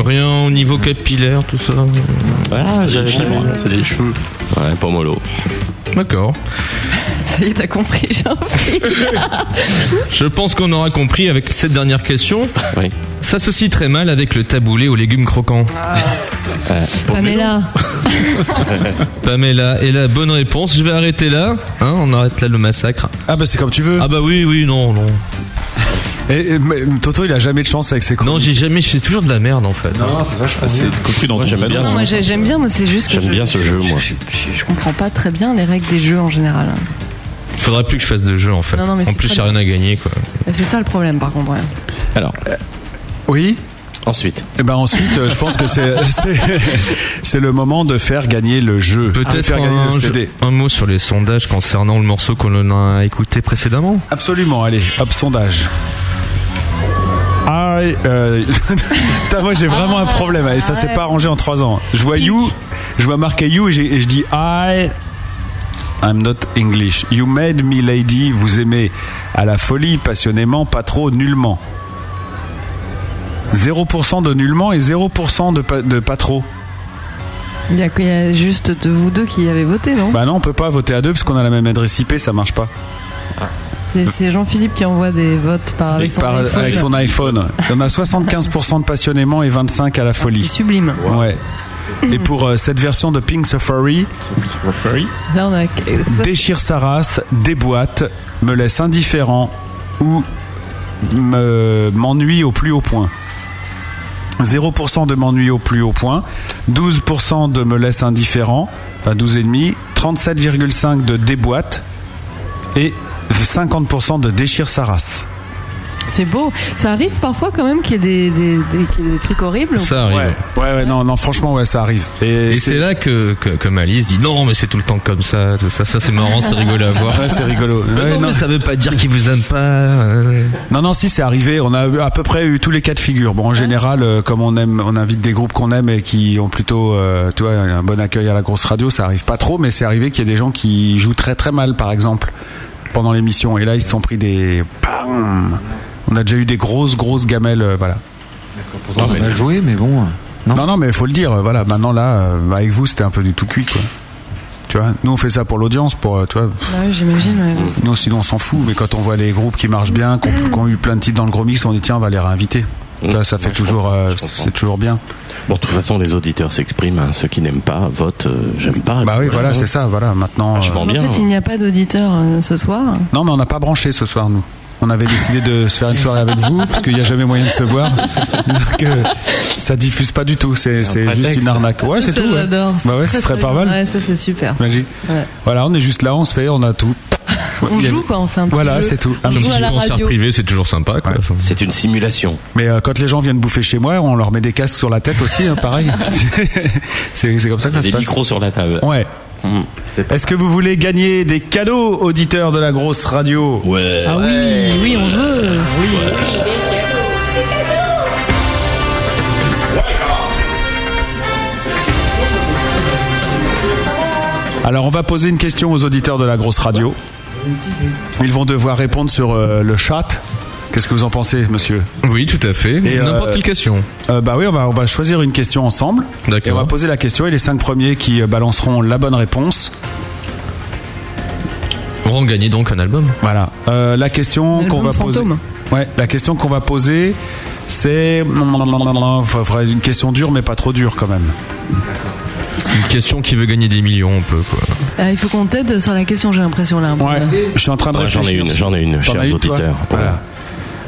S6: Rien au niveau capillaire, tout ça.
S11: Ah, j'avais moi. C'est des cheveux. Ouais, Pomolo.
S6: D'accord.
S7: Ça y est, t'as compris, Jean-Philippe.
S6: Je pense qu'on aura compris avec cette dernière question. S'associe très mal avec le taboulé aux légumes croquants.
S7: Ah. Pamela.
S6: Pamela est la bonne réponse. Je vais arrêter là. Hein, on arrête là le massacre.
S5: Ah bah c'est comme tu veux.
S6: Ah bah oui, oui, non, non.
S5: Et, et, mais, Toto, il a jamais de chance avec ses
S6: Non, j'ai jamais. C'est toujours de la merde en fait. Non,
S17: c'est vachement.
S11: Ah, C'est cocu dans ton hein.
S6: j'aime
S11: bien.
S7: Non, moi, j'ai- j'aime bien, mais c'est juste que
S11: J'aime bien ce jeu, moi.
S7: je comprends pas très bien les règles des jeux en général.
S6: Faudrait plus que je fasse de jeu en fait.
S7: Non, non, mais
S6: en
S7: c'est
S6: plus,
S7: très
S6: j'ai rien
S7: bien.
S6: à gagner quoi.
S7: Et C'est ça le problème, par contre. ouais.
S11: Alors.
S5: Oui
S11: Ensuite.
S5: Et ben ensuite, euh, je pense que c'est c'est- c'est le moment de faire gagner le jeu. De
S6: Peut-être
S5: faire gagner
S6: un,
S5: le CD.
S6: un mot sur les sondages concernant le morceau qu'on a écouté précédemment.
S5: Absolument. Allez, hop sondage. Ah, euh, putain, moi j'ai vraiment un problème et ça s'est pas arrangé en 3 ans. Je vois you, je vois marqué you et, j'ai- et je dis I I'm not English. You made me lady, vous aimez à la folie, passionnément, pas trop, nullement. 0% de nullement et 0% de pas, de pas trop.
S7: Il y, a, il y a juste de vous deux qui avez voté, non
S5: Bah non, on peut pas voter à deux parce qu'on a la même adresse IP, ça marche pas.
S7: C'est c'est Jean-Philippe qui envoie des votes par, avec son
S5: Par-
S7: téléphone.
S5: avec son iPhone. On a 75% de passionnément et 25% à la folie.
S7: Ah, C'est sublime.
S5: Ouais. Et pour euh, cette version de Pink Safari,
S7: Là, on a-
S5: déchire sa race, déboîte, me laisse indifférent ou me- m'ennuie au plus haut point. 0% de m'ennuie au plus haut point, 12% de me laisse indifférent, enfin 12,5, 37,5% de déboîte et 50% de déchire sa race.
S7: C'est beau. Ça arrive parfois quand même qu'il y ait des, des- des- qu'il y ait des trucs horribles.
S5: Ouais, ouais, ouais, non, non, franchement, ouais, ça arrive.
S6: Et,
S5: Et,
S6: c'est là que, que, que Malice dit non, mais c'est tout le temps comme ça, tout ça, ça c'est marrant, c'est rigolo à voir.
S5: Ouais, c'est rigolo.
S6: Mais
S5: Ouais,
S6: non,
S5: non.
S6: mais ça veut pas dire qu'ils vous aiment pas. euh.
S5: Non, non, si, c'est arrivé. On a eu à peu près eu tous les cas de figure. Bon, en général, euh, comme on aime, on invite des groupes qu'on aime et qui ont plutôt, euh, tu vois, un bon accueil à la grosse radio, ça arrive pas trop, mais c'est arrivé qu'il y ait des gens qui jouent très très mal, par exemple, pendant l'émission. Et là, ils se sont pris des. Bam on a déjà eu des grosses grosses gamelles, euh, voilà.
S17: Pourtant, on a joué, mais bon. euh,
S5: Non, non, mais il faut le dire. euh, Voilà, maintenant là, euh, avec vous, c'était un peu du tout cuit, quoi. Tu vois, nous on fait ça pour l'audience, pour, euh, tu vois.
S7: Ah ouais, j'imagine. ouais.
S5: Nous, sinon, on s'en fout, mais quand on voit les groupes qui marchent bien, qui
S7: Mm.
S5: ont eu plein de titres dans le gros mix, on dit tiens, on va les réinviter. Là, ça fait toujours, euh, c'est toujours bien.
S11: Bon, de toute façon, les auditeurs s'expriment. hein. Ceux qui n'aiment pas votent, euh, j'aime pas.
S5: Bah oui, voilà, c'est ça, voilà, maintenant. euh,
S11: Vachement
S7: En
S11: bien.
S5: hein.
S7: fait, il n'y a pas d'auditeur euh, ce soir.
S5: Non, mais on n'a pas branché ce soir, nous. On avait décidé de se faire une soirée avec vous, parce qu'il n'y a jamais moyen de se voir. Donc, euh, ça diffuse pas du tout, c'est c'est juste
S7: prétexte.
S5: une arnaque. Ouais, c'est
S7: Ça,
S5: tout. ouais.
S7: J'adore.
S5: Bah ouais,
S7: Très,
S5: ce serait
S7: très
S5: pas
S7: bien.
S5: mal.
S7: Ouais, ça c'est super.
S5: Magique.
S7: Ouais.
S5: Voilà, on est juste là, on se fait, on a tout.
S7: On
S5: Il y a-
S7: joue quoi, on fait un petit
S5: Voilà,
S7: jeu.
S5: c'est tout.
S6: Ah,
S7: On joue à la radio.
S6: c'est toujours sympa.
S11: C'est une simulation.
S5: Mais euh, quand les gens viennent bouffer chez moi, on leur met des casques sur la tête aussi, hein, pareil. c'est c'est comme ça que ça se
S11: Des
S5: passe.
S11: micros sur la table.
S5: Ouais.
S11: Mmh.
S5: Est-ce que vous voulez gagner des cadeaux, auditeurs de la grosse radio
S11: Ouais.
S7: Ah oui, oui, on veut. Oui.
S5: Alors, on va poser une question aux auditeurs de la grosse radio. Ils vont devoir répondre sur euh, le chat. Qu'est-ce que vous en pensez, monsieur
S6: Oui, tout à fait.
S5: Et, euh,
S6: N'importe quelle question.
S5: Euh, bah oui, on va, on va choisir une question ensemble. Et on va poser la question et les cinq premiers qui euh, balanceront la bonne réponse
S15: Auront gagné donc un album.
S5: Voilà. Euh, la question qu'on va poser.
S7: fantôme.
S5: Ouais, la question qu'on va poser, c'est Enfin, faudrait une question dure, mais pas trop dure quand même.
S15: Une question qui veut gagner des millions, on peut quoi.
S7: Euh, il faut qu'on t'aide sur la question, j'ai l'impression là. un peu, là.
S5: Je suis en train de
S11: Ouais, J'en ai
S5: réfléchir.
S11: une, j'en ai une,
S5: T'en
S11: chers
S5: as une, toi
S11: auditeurs.
S5: Voilà.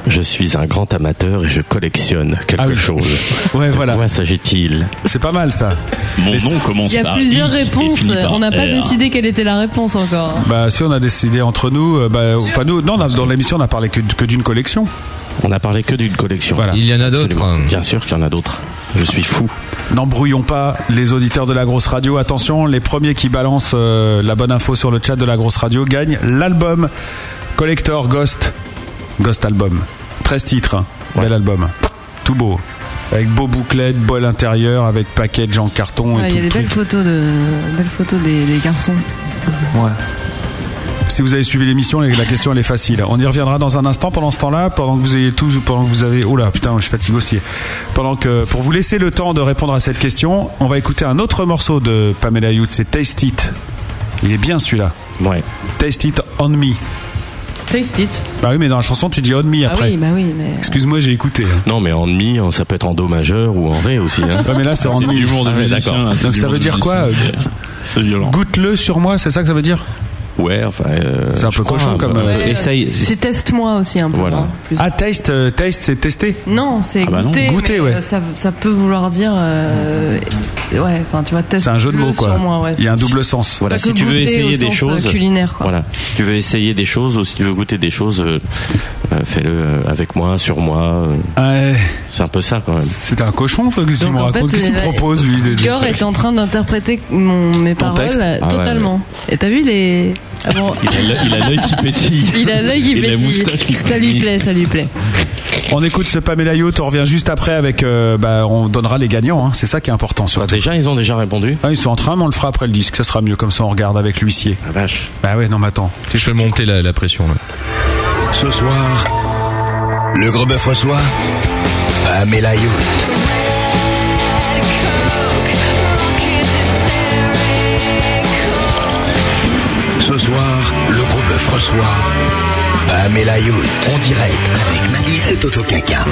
S11: Je suis un grand amateur et je collectionne quelque
S5: Ah oui.
S11: chose.
S5: Ouais, voilà.
S11: De quoi s'agit-il
S5: C'est pas mal ça.
S11: Mon nom
S7: Il
S11: commence
S7: y a plusieurs réponses.
S5: par
S7: On n'a pas
S5: R.
S7: décidé quelle était la réponse encore.
S5: Bah si on a décidé entre nous, euh, bah, enfin nous, non, on a- dans l'émission on a parlé que, que d'une collection.
S11: On a parlé que d'une collection.
S15: Il y en a d'autres. hein.
S11: Bien sûr qu'il y en a d'autres. Je suis fou.
S5: N'embrouillons pas les auditeurs de la grosse radio. Attention, les premiers qui balancent euh, la bonne info sur le chat de la grosse radio gagnent l'album Collector Ghost. Ghost Album. 13 titres. hein. Bel album. Tout beau. Avec beau bouclette, bol intérieur, avec package en carton et
S7: Ouais, il
S5: tout
S7: y a
S5: le
S7: des
S5: truc.
S7: belles photos, de, belles photos des, des garçons.
S5: Si vous avez suivi l'émission, la question elle est facile. On y reviendra dans un instant. Pendant ce temps-là, pendant que vous ayez tous, pendant que vous avez, oh là, putain, je suis fatigué aussi. Pendant que, pour vous laisser le temps de répondre à cette question, on va écouter un autre morceau de Pamela Youth, c'est Taste It. Il est bien celui-là.
S11: Ouais.
S5: Taste It on me.
S7: Taste it.
S5: Bah oui, mais dans la chanson, tu dis on me
S7: Ah
S5: après.
S7: oui, bah oui, mais.
S5: Excuse-moi, j'ai écouté. hein.
S11: Non, mais en demi, hein, ça peut être en do majeur ou en ré aussi. Hein.
S5: Ouais, mais là, c'est en
S11: de
S5: demi. Ah ouais, d'accord. Donc ça veut dire quoi
S11: C'est violent.
S5: Goûte-le sur moi, c'est ça que ça veut dire
S11: Ouais, enfin. euh,
S5: C'est un
S11: je
S5: peu
S11: crois,
S5: cochon
S11: hein,
S5: comme.
S11: bah,
S5: euh,
S11: Essaye.
S7: C'est teste-moi aussi un peu.
S5: Voilà.
S7: hein.
S5: Ah, taste, euh, taste, c'est tester.
S7: Non, c'est
S5: Ah bah non.
S7: goûter.
S5: Goûter,
S7: mais,
S5: ouais.
S7: euh, ça, ça peut vouloir dire. euh, ouais, enfin, tu vois, teste.
S5: C'est un jeu de
S7: le
S5: mots, quoi.
S7: sur moi, ouais.
S5: Il y a un double sens.
S11: Voilà,
S7: Pas que
S11: si tu veux
S7: goûter
S11: essayer
S7: au
S11: des
S7: sens,
S11: choses.
S7: euh, culinaire, quoi.
S11: Voilà. Si tu veux essayer des choses ou si tu veux goûter des choses, euh, euh, fais-le euh, avec moi, sur moi.
S5: euh.
S11: C'est un peu ça quand même.
S5: C'est un cochon, toi, que tu me
S7: En fait,
S5: racontes. Qu'est-ce qu'il
S7: euh,
S5: propose, lui de-
S7: Igor est en train d'interpréter mon, mes paroles
S5: texte
S7: euh,
S5: Ah ouais,
S7: totalement. Et t'as vu les. Ah bon.
S5: Il a l'œil qui pétille.
S7: Il a l'œil qui
S5: Et la
S7: pétille.
S5: moustache qui
S7: Ça lui
S5: brille.
S7: plaît, ça lui plaît.
S5: On écoute ce Pamela Youth, on revient juste après avec. euh, bah, on donnera les gagnants, hein, c'est ça qui est important.
S11: Bah,
S5: Ah,
S11: déjà, ils ont déjà répondu
S5: Ils sont en train, mais on le fera après le disque, ça sera mieux, comme ça on regarde avec l'huissier.
S11: vache.
S5: Bah ouais, non, mais attends.
S15: Si je fais monter la, la pression là.
S1: Ce soir, le gros bœuf reçoit Pamela Youth. Ce soir, le gros bœuf reçoit Pamela Youth. En direct avec Mamie et Toto Kaka.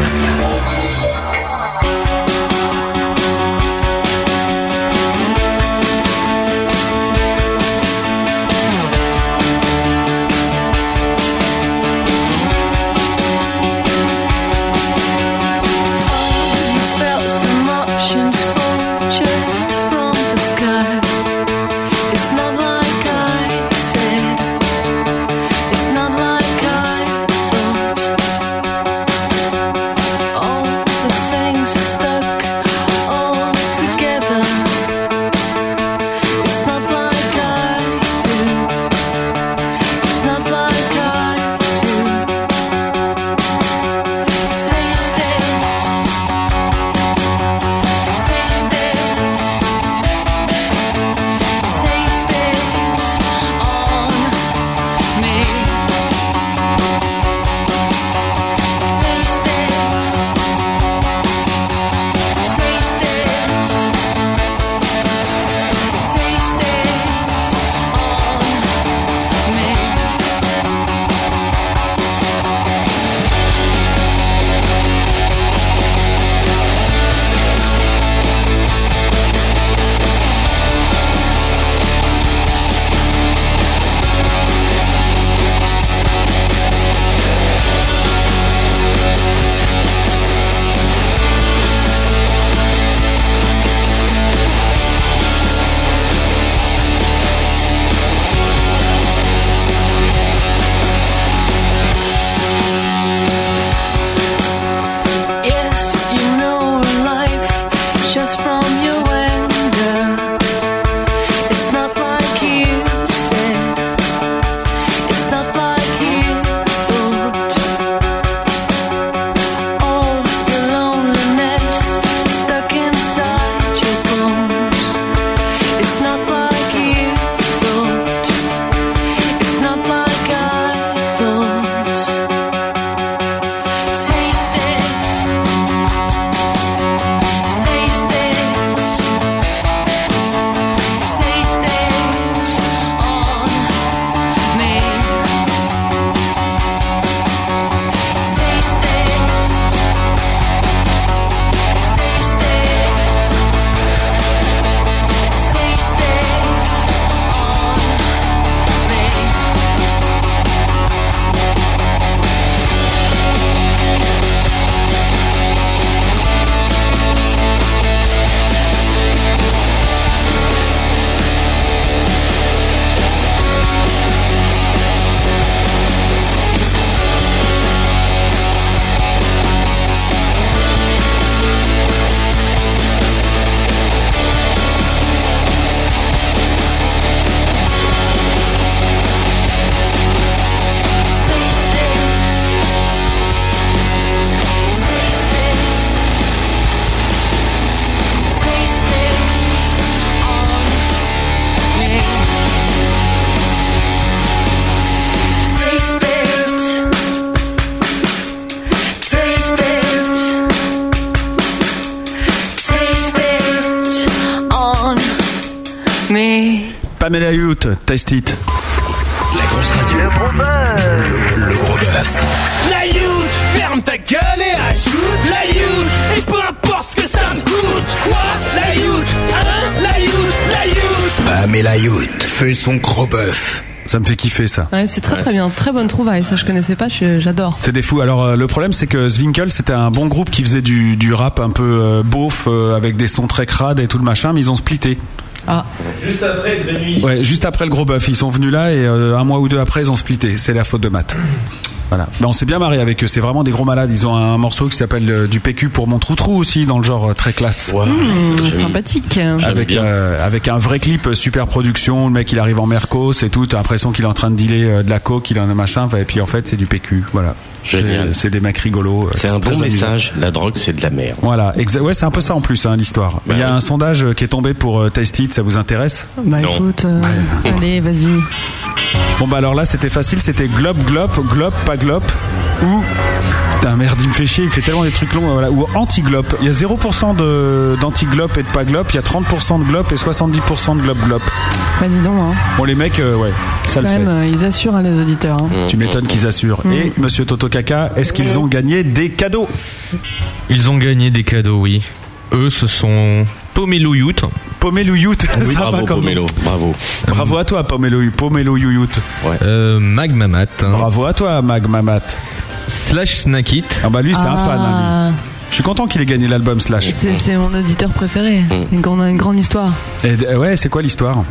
S10: You felt some options fall just from the sky. It's not like I said. It's not like I thought. All
S5: Pamelayut, taste it.
S1: La grosse radio. Le gros bœuf. Le, gros bœuf.
S4: La youth, ferme ta gueule et ajoute la youth. Et peu importe ce que ça me coûte. Quoi La youth, hein La youth, la youth.
S1: Pamela Yout fait son gros bœuf.
S5: Ça me fait kiffer ça.
S7: Ouais, c'est très
S5: Ouais,
S7: très bien, très bonne trouvaille. Ça, je connaissais pas, je- j'adore.
S5: C'est des fous. Alors euh, le problème c'est que Zwinkel c'était un bon groupe qui faisait du, du rap un peu euh, beauf euh, avec des sons très crades et tout le machin, mais ils ont splitté.
S7: Ah.
S15: Juste après, de nuit.
S5: Ouais, juste après le gros bœuf, ils sont venus là et euh, un mois ou deux après ils ont splitté. C'est la faute de Matt. Voilà. Mais on s'est bien marré avec eux. C'est vraiment des gros malades. Ils ont un morceau qui s'appelle euh, du PQ pour mon trou trou aussi dans le genre euh, très classe.
S7: Hmm, sympathique.
S5: Avec, euh, avec un vrai clip euh, super production, le mec il arrive en Mercos et tout, t'as l'impression qu'il est en train de dealer euh, de la coke, il en a machin, enfin, et puis en fait c'est du PQ, voilà.
S11: Génial.
S5: C'est- C'est des mecs rigolos. euh,
S11: C'est un
S5: très
S11: bon
S5: amusant.
S11: message, la drogue c'est de la merde.
S5: Voilà, exa- ouais c'est un peu ça en plus hein, l'histoire.
S11: Bah
S5: il y a un sondage euh, qui est tombé pour euh, Taste It, ça vous intéresse
S7: Bah écoute, euh, allez, vas-y.
S5: Bon bah alors là c'était facile, c'était glop glop, glop pas glop ou putain merde il me fait chier, il fait tellement des trucs longs voilà ou anti glop. Il y a 0% de d'anti glop et de pas glop, il y a 30% de glop et 70% de glop glop.
S7: Bah dis donc, hein.
S5: Bon les mecs euh, ouais, ça
S7: quand
S5: le fait.
S7: même, euh, ils assurent hein, les auditeurs. hein.
S5: Tu m'étonnes qu'ils assurent.
S7: Mm.
S5: Et Monsieur Toto Kaka, est-ce
S7: Mmh.
S5: qu'ils ont gagné des cadeaux
S15: Ils ont gagné des cadeaux, oui. Eux, ce sont Pomelo Youth.
S5: Pomelo Youth, Oui, ça bravo, va comme- Pomelo,
S11: bravo.
S5: Bravo à toi, Pomelo, Pomelo Yuyut.
S15: Euh, Mag Mamat.
S5: Bravo à toi, Mag Mamat.
S15: Slash Snackit.
S5: Ah bah lui, c'est un
S7: Ah.
S5: fan. hein, lui. Je suis content qu'il ait gagné l'album Slash.
S7: C'est c'est mon auditeur préféré.
S5: Mm.
S7: Une grande- une grande histoire.
S5: Et, euh, ouais, c'est quoi l'histoire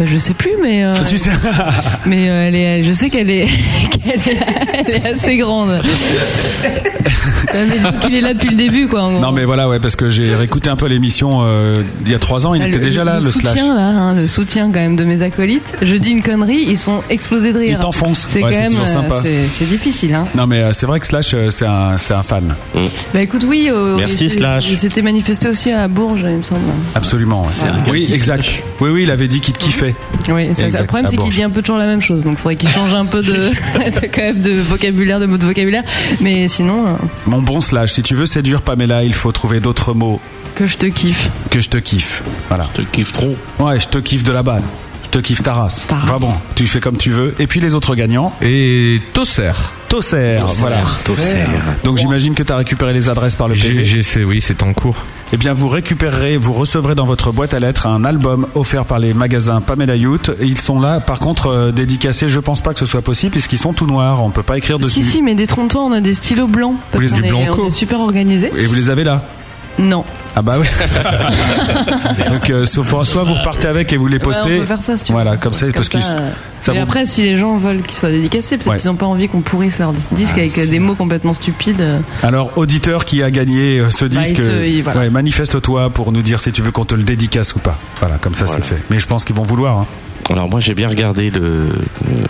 S7: Bah, je sais plus, mais. euh,
S5: Tu sais-
S7: Mais euh, elle est, je sais qu'elle est, qu'elle est, elle est assez grande. Ouais, mais disons qu'il est là depuis le début, quoi. En gros.
S5: Non mais voilà, ouais, parce que j'ai réécouté un peu l'émission euh, il y a trois ans, il
S7: Ah,
S5: était déjà là, le,
S7: soutien,
S5: Slash.
S7: là, hein, le soutien quand même de mes acolytes. Je dis une connerie, ils sont explosés de rire.
S5: Ils t'enfoncent.
S7: C'est
S5: Ouais,
S7: quand
S5: c'est
S7: même,
S5: toujours
S7: euh,
S5: sympa.
S7: c'est- c'est difficile. Hein.
S5: Non mais euh, c'est vrai que Slash, euh, c'est un, c'est un fan.
S7: Bah écoute, oui. euh,
S5: Merci,
S7: il s'est-
S5: Slash.
S7: Il s'était manifesté aussi à Bourges, il me semble.
S5: Absolument. ouais.
S7: C'est un gars
S5: Oui,
S7: qui
S5: exact. Oui, oui, il avait dit qu'il te kiffait.
S7: Oui, c'est ça.
S5: Exact.
S7: Le problème,
S5: Ah
S7: c'est
S5: bon,
S7: qu'il
S5: je-
S7: dit un peu toujours la même chose, donc il faudrait qu'il change un peu de, de- quand même de vocabulaire, de mots de vocabulaire. Mais sinon, euh,
S5: Mon bon slash, si tu veux séduire Pamela, il faut trouver d'autres mots
S7: que je te kiffe.
S5: que je te kiffe. Voilà. Je te kiffe trop. Ouais, je te kiffe de la balle. Je te kiffe ta race. Enfin bon, tu fais comme tu veux. Et puis les autres gagnants.
S15: Et Tosser.
S5: Tosser,
S15: Tosser.
S5: voilà.
S15: Tosser.
S5: Donc j'imagine que tu as récupéré les adresses par le PV.
S15: J'ai- c'est- oui, c'est en cours.
S5: Eh bien, vous récupérerez, vous recevrez dans votre boîte à lettres un album offert par les magasins Pamela Youth. Ils sont là, par contre, euh, dédicacés. Je pense pas que ce soit possible puisqu'ils sont tout noirs. On peut pas écrire dessus.
S7: Si, si, mais détrompe-toi, on a des stylos blancs. Parce
S5: Vous les
S7: qu'on
S5: avez
S7: est,
S5: blanco.
S7: on est super organisé.
S5: Et vous les avez là
S7: Non.
S5: Ah bah oui. Donc euh, soit, soit vous repartez avec et vous les postez.
S7: on peut faire ça, si tu veux.
S5: voilà, comme ça, parce que
S7: Ça, euh,
S5: ça
S7: mais
S5: vous-
S7: après, si les gens veulent qu'ils soient dédicacés, peut-être
S5: Ouais. Ah,
S7: qu'ils n'ont pas envie qu'on pourrisse leur dis- disque avec euh, des mots complètement stupides. euh.
S5: Alors auditeur qui a gagné euh, ce
S7: Bah,
S5: disque,
S7: il se-
S5: euh,
S7: il- voilà.
S5: ouais, manifeste-toi pour nous dire si tu veux qu'on te le dédicace ou pas. Voilà, comme ça c'est fait. Mais je pense qu'ils vont vouloir. hein.
S11: Alors moi j'ai bien regardé le,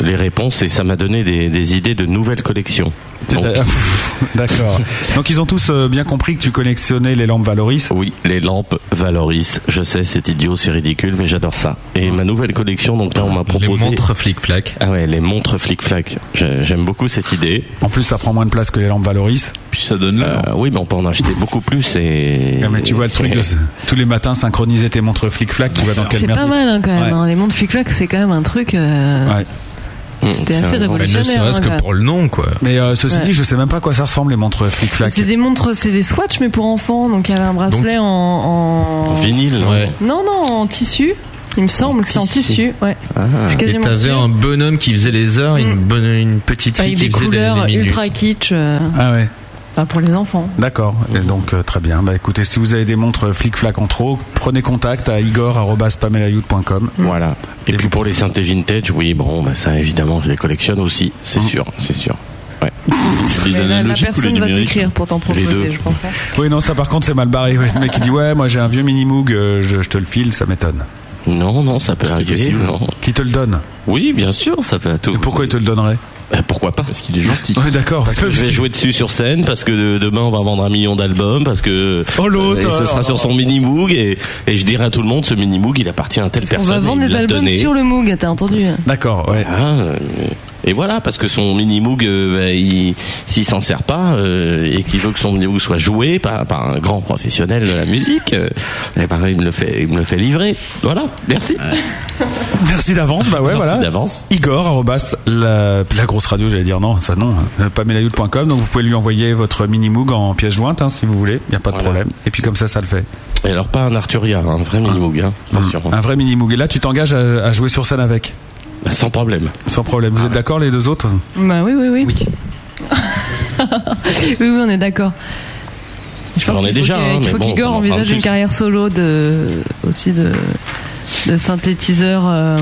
S11: les réponses et ça m'a donné des, des idées de nouvelles collections. Donc,
S5: D'accord. Donc ils ont tous euh, bien compris que tu collectionnais les lampes Valoris.
S11: oui, les lampes Valoris, je sais c'est idiot, c'est ridicule, mais j'adore ça. Et ma nouvelle collection, donc là on m'a proposé...
S15: montres flic-flac.
S11: Ah ouais, les montres flic-flac. Je- J'aime beaucoup cette idée.
S5: En plus, ça prend moins de place que les lampes Valoris.
S11: Puis ça donne Oui, mais on peut en acheter beaucoup plus et...
S5: Ah, mais tu vois le truc, de- tous les matins synchroniser tes montres flic-flac, tu vas dans quelle
S7: C'est
S5: merde.
S7: pas mal hein, quand même.
S5: Ouais.
S7: hein. Les mondes flic-flac, c'est quand même un truc. euh,
S5: Ouais.
S7: C'était assez révolutionnaire. hein, quand même.
S15: le nom, quoi.
S5: Mais euh, ceci
S7: Mm, Ouais.
S5: dit, je sais même pas à quoi ça ressemble les montres flic-flac.
S7: C'est des montres, c'est des Swatch, mais pour enfants. Donc il y avait un bracelet en, en-
S11: vinyle.
S7: Non, non, en tissu. Il me semble que c'est en tissu. Ouais.
S11: Ah.
S7: Je suis
S15: Et
S7: quasiment
S15: t'avais
S7: sûre.
S15: un bonhomme qui faisait les heures, une,
S11: Mm.
S15: bonne, une petite fille
S7: Avec
S15: qui
S7: des
S15: faisait les-
S7: couleurs
S15: les minutes.
S7: ultra kitsch. euh,
S5: Ah ouais.
S7: enfin, pour les enfants.
S5: D'accord, Et donc euh, très bien. Bah écoutez, si vous avez des montres flic-flac en trop, prenez contact à igor.pamelayout.com.
S7: Mm.
S11: Voilà. Et puis pour les synthés vintage, oui, bon, bah ça évidemment, je les collectionne aussi, c'est sûr, c'est sûr. Ouais.
S7: Mais là, la personne va t'écrire pour t'en
S11: deux.
S7: proposer, je pense. hein.
S5: Oui, non, ça par contre c'est mal barré. Ouais, le mec qui dit ouais, moi j'ai un vieux mini Moog, euh, je, je te le file, ça m'étonne.
S11: Non, non, ça peut arriver.
S5: possible.
S11: non.
S5: Qui te le donne
S11: Oui, bien sûr, ça peut à tout.
S5: Pourquoi il te le donnerait
S11: Bah, Pourquoi pas Parce qu'il est gentil.
S5: Ouais, d'accord.
S11: Parce que je vais jouer dessus sur scène, parce que de- demain on va vendre un million d'albums, parce que
S5: Oh, l'autre,
S11: et ce sera
S5: alors.
S11: sur son mini Moog et, et je dirai à tout le monde ce mini Moog il appartient à telle
S7: On
S11: personne.
S7: va
S11: et
S7: vendre
S11: il
S7: les
S11: l'a
S7: albums
S11: donné.
S7: sur le Moog, t'as entendu hein.
S5: D'accord, ouais.
S11: Ah, euh, Et voilà, parce que son mini moog, s'il s'en sert pas euh, et qu'il veut que son mini moog soit joué par, par un grand professionnel de la musique, euh, eh ben, il me le fait, il me le fait livrer. Voilà, merci.
S5: Merci d'avance, bah ouais,
S11: Merci
S5: voilà.
S11: d'avance.
S5: Igor, arrobas, la, la grosse radio, j'allais dire non, ça non, euh, pamelayout.com. Donc vous pouvez lui envoyer votre mini moog en pièce jointe, hein, si vous voulez, il n'y a pas de problème. Et puis comme ça, ça le fait. Ah.
S11: Et alors pas un Arturia, un vrai mini moog, hein, attention.
S5: Un vrai mini moog. Et là, tu t'engages à, à jouer sur scène avec
S11: Bah, sans problème. Ah.
S5: Sans problème. Vous êtes d'accord, les deux autres
S7: Bah oui, oui, oui. Oui, oui, on est d'accord.
S11: Je pense ai
S7: Il faut
S11: déjà,
S7: que-
S11: hein,
S7: il
S11: mais
S7: faut
S11: bon,
S7: qu'Igor
S11: on en parle
S7: envisage une
S11: plus.
S7: carrière solo de, aussi de, de synthétiseur euh,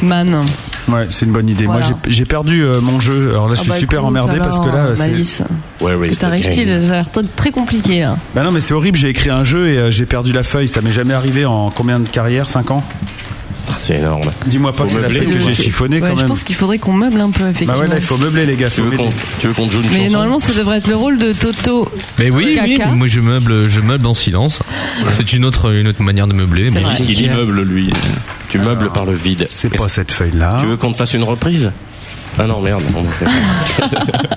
S7: man.
S5: Ouais, c'est une bonne idée.
S7: Voilà.
S5: Moi, j'ai- j'ai perdu euh, mon jeu. Alors là,
S7: Ah
S5: je suis
S7: bah,
S5: super
S7: écoute,
S5: emmerdé parce que là,
S7: alors,
S5: euh, c'est.
S7: Malice. Que t'arrives-t-il Ça a l'air t- très compliqué. hein.
S5: Bah non, mais c'est horrible. J'ai écrit un jeu et euh, j'ai perdu la feuille. Ça m'est jamais arrivé en combien de carrière 5 ans
S11: C'est énorme.
S5: Dis-moi pas
S11: Faut
S5: que c'est la
S11: meubler
S5: feuille
S11: ou
S5: que j'ai
S11: quoi
S5: chiffonné
S7: Ouais,
S5: quand
S7: je
S5: même.
S7: pense qu'il faudrait qu'on meuble un peu, effectivement.
S5: Bah ouais, là, il faut meubler, les gars.
S11: Tu veux qu'on tu veux qu'on te joue une
S7: Mais
S11: chanson
S7: normalement, ça devrait être le rôle de Toto.
S15: Mais oui, oui,
S7: Caca.
S15: Ah. moi je meuble, je meuble en silence. C'est une autre, une autre manière de meubler.
S11: C'est
S15: mais-
S11: vrai. Il dit meuble, lui. Tu meubles par le vide.
S5: C'est pas cette feuille-là.
S11: Tu veux qu'on te fasse une reprise Ah non, merde. on en fait pas.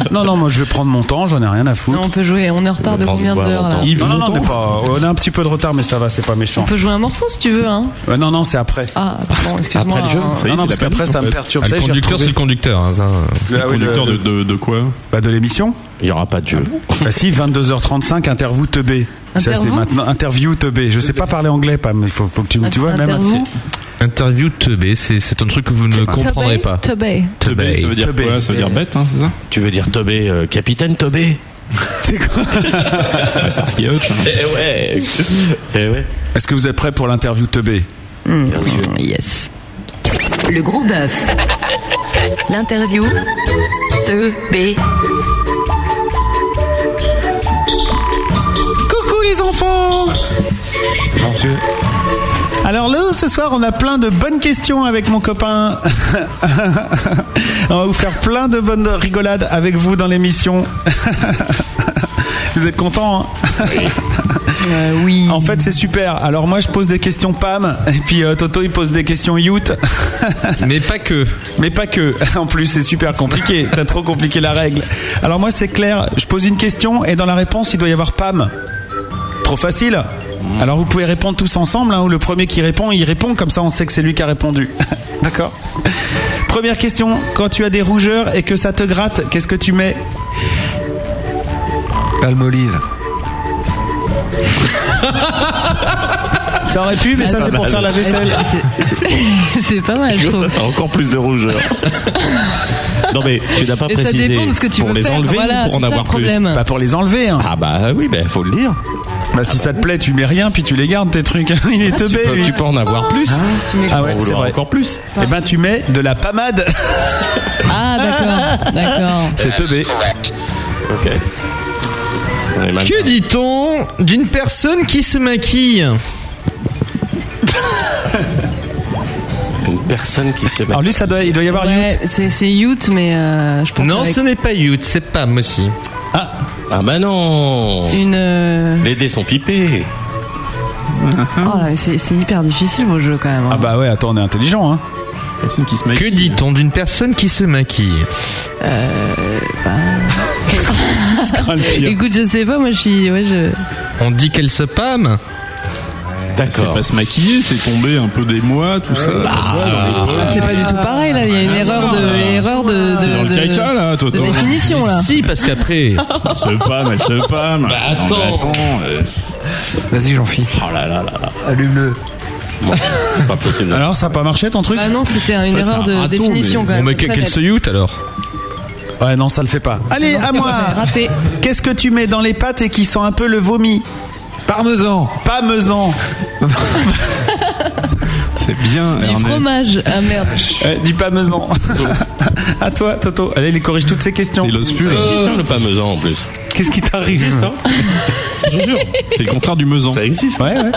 S5: non, non, moi, je vais prendre mon temps. J'en ai rien à
S7: Non,
S5: foutre.
S7: on peut jouer. On est en retard de combien d'heures là
S5: Yves, non, non, on est pas- on a un petit peu de retard, mais ça va, c'est pas méchant.
S7: On peut jouer un morceau si tu veux. Hein.
S5: Euh, non, non, c'est après.
S7: Ah, pardon, excuse-moi. hein.
S5: Non, non, parce qu'après, ça me perturbe.
S15: Ah, le conducteur, c'est le conducteur. hein, ça.
S5: de, quoi bah, De l'émission.
S11: Ah Il n'y aura pas de jeu.
S5: Bah si, 22h35, interview teubé. Ça, c'est
S15: Interview
S5: maintenant. Interview teubé. Je sais pas parler anglais, Pam. Il faut, faut que tu, tu vois, même.
S15: Interview. Interview teubé, c'est c'est un truc que vous ne comprendrez pas.
S7: Teubé.
S15: Teubé, ça veut dire quoi Ça veut dire bête,
S11: c'est ça Tu veux dire Tobé, euh, capitaine Tobé
S5: C'est quoi
S11: Starsky Hutch.
S15: hein.
S11: Eh ouais. Eh ouais.
S5: Est-ce que vous êtes prêts pour l'interview teubé
S3: Mm.
S7: Yes.
S3: Le gros bœuf.
S9: L'interview de B.
S18: Coucou les enfants
S5: Alors là, ce soir, on a plein de bonnes questions avec mon copain. on va vous faire plein de bonnes rigolades avec vous dans l'émission. vous êtes contents hein
S7: Oui.
S5: En fait, c'est super. Alors moi, je pose des questions Pam, et puis euh, Toto, il pose des questions Yout.
S15: Mais pas que.
S5: Mais pas que. En plus, c'est super compliqué. T'as trop compliqué la règle. Alors moi, c'est clair. Je pose une question, et dans la réponse, il doit y avoir Pam. Trop facile. Alors vous pouvez répondre tous ensemble, hein, ou le premier qui répond, il répond, comme ça on sait que c'est lui qui a répondu. D'accord Première question, quand tu as des rougeurs et que ça te gratte, qu'est-ce que tu mets
S12: Palmolive.
S5: Ça aurait pu, mais ça c'est pour faire la vaisselle.
S7: C'est pas mal, je trouve.
S11: T'as encore plus de rougeur. non mais tu n'as pas
S7: Et ça
S11: précisé
S7: dépend de ce que tu
S11: pour
S7: veux
S11: les
S7: faire.
S11: enlever
S7: Voilà,
S11: ou pour en
S7: c'est ça
S11: avoir
S7: le problème.
S11: plus.
S5: Pas pour les enlever. hein.
S11: Ah bah oui, bah faut le dire.
S5: Bah si ça te plaît, tu mets rien puis tu les gardes tes trucs. Il est teubé.
S11: Tu peux-
S5: lui.
S11: tu peux en avoir plus. Tu peux
S5: Ah
S11: en
S5: ouais, c'est
S11: vouloir
S5: vrai.
S11: encore plus.
S5: Eh ben tu mets de la pommade.
S7: Ah, d'accord. D'accord.
S5: C'est teubé.
S11: Ok. On est mal.
S15: Que dit-on d'une personne qui se maquille
S11: Une personne qui se
S5: Alors lui, ça doit, il doit y avoir
S7: Ouais, c'est c'est Youth, mais euh, je pense
S15: Non,
S7: avec
S15: ce n'est pas Youth, c'est Pam aussi.
S5: Ah,
S11: ah bah non.
S7: une. euh,
S11: Les dés sont pipés.
S7: Oh là, mais c'est c'est hyper difficile vos jeux quand même. hein.
S5: Ah bah ouais, attends, on est intelligent. Hein.
S15: Que dit-on d'une personne qui se maquille
S7: Euh, bah, Écoute, je sais pas, moi je suis. Ouais, je...
S15: On dit qu'elle se pâme
S19: C'est pas se maquiller, c'est tomber un peu des mois, tout ça.
S7: Ah, c'est pas du tout pareil là, il y a une
S15: Ah,
S7: erreur de. erreur de, de,
S19: dans le
S7: de-
S19: caca, là, toi,
S7: de
S19: toi.
S7: définition là.
S15: Si, parce qu'après.
S19: Elle se pâme, elle se pâme.
S15: Bah, attends.
S12: Vas-y, j'en fie.
S11: Euh, Oh là là là là.
S12: Allume-le.
S11: C'est pas possible.
S5: Alors ça a pas marché ton truc
S7: Bah non, c'était une erreur de définition quand
S15: Bon,
S7: même.
S15: mais
S7: Très
S15: qu'elle
S7: nette.
S15: se Youth alors
S5: Ouais, non, ça le fait pas. Allez,
S7: Non,
S5: à
S7: c'est
S5: moi.
S7: pas vrai, raté.
S5: Qu'est-ce que tu mets dans les pâtes et qui sent un peu le vomi
S12: Parmesan.
S5: Parmesan.
S19: C'est bien.
S7: Du fromage. Ah merde.
S5: Euh, du parmesan. à toi, Toto. Allez, il corrige toutes ces questions. Il
S11: Ça existe hein, le parmesan en plus. hein.
S5: Qu'est-ce qui t'arrive
S11: C'est le contraire du mesan. Ça existe.
S5: Ouais, ouais.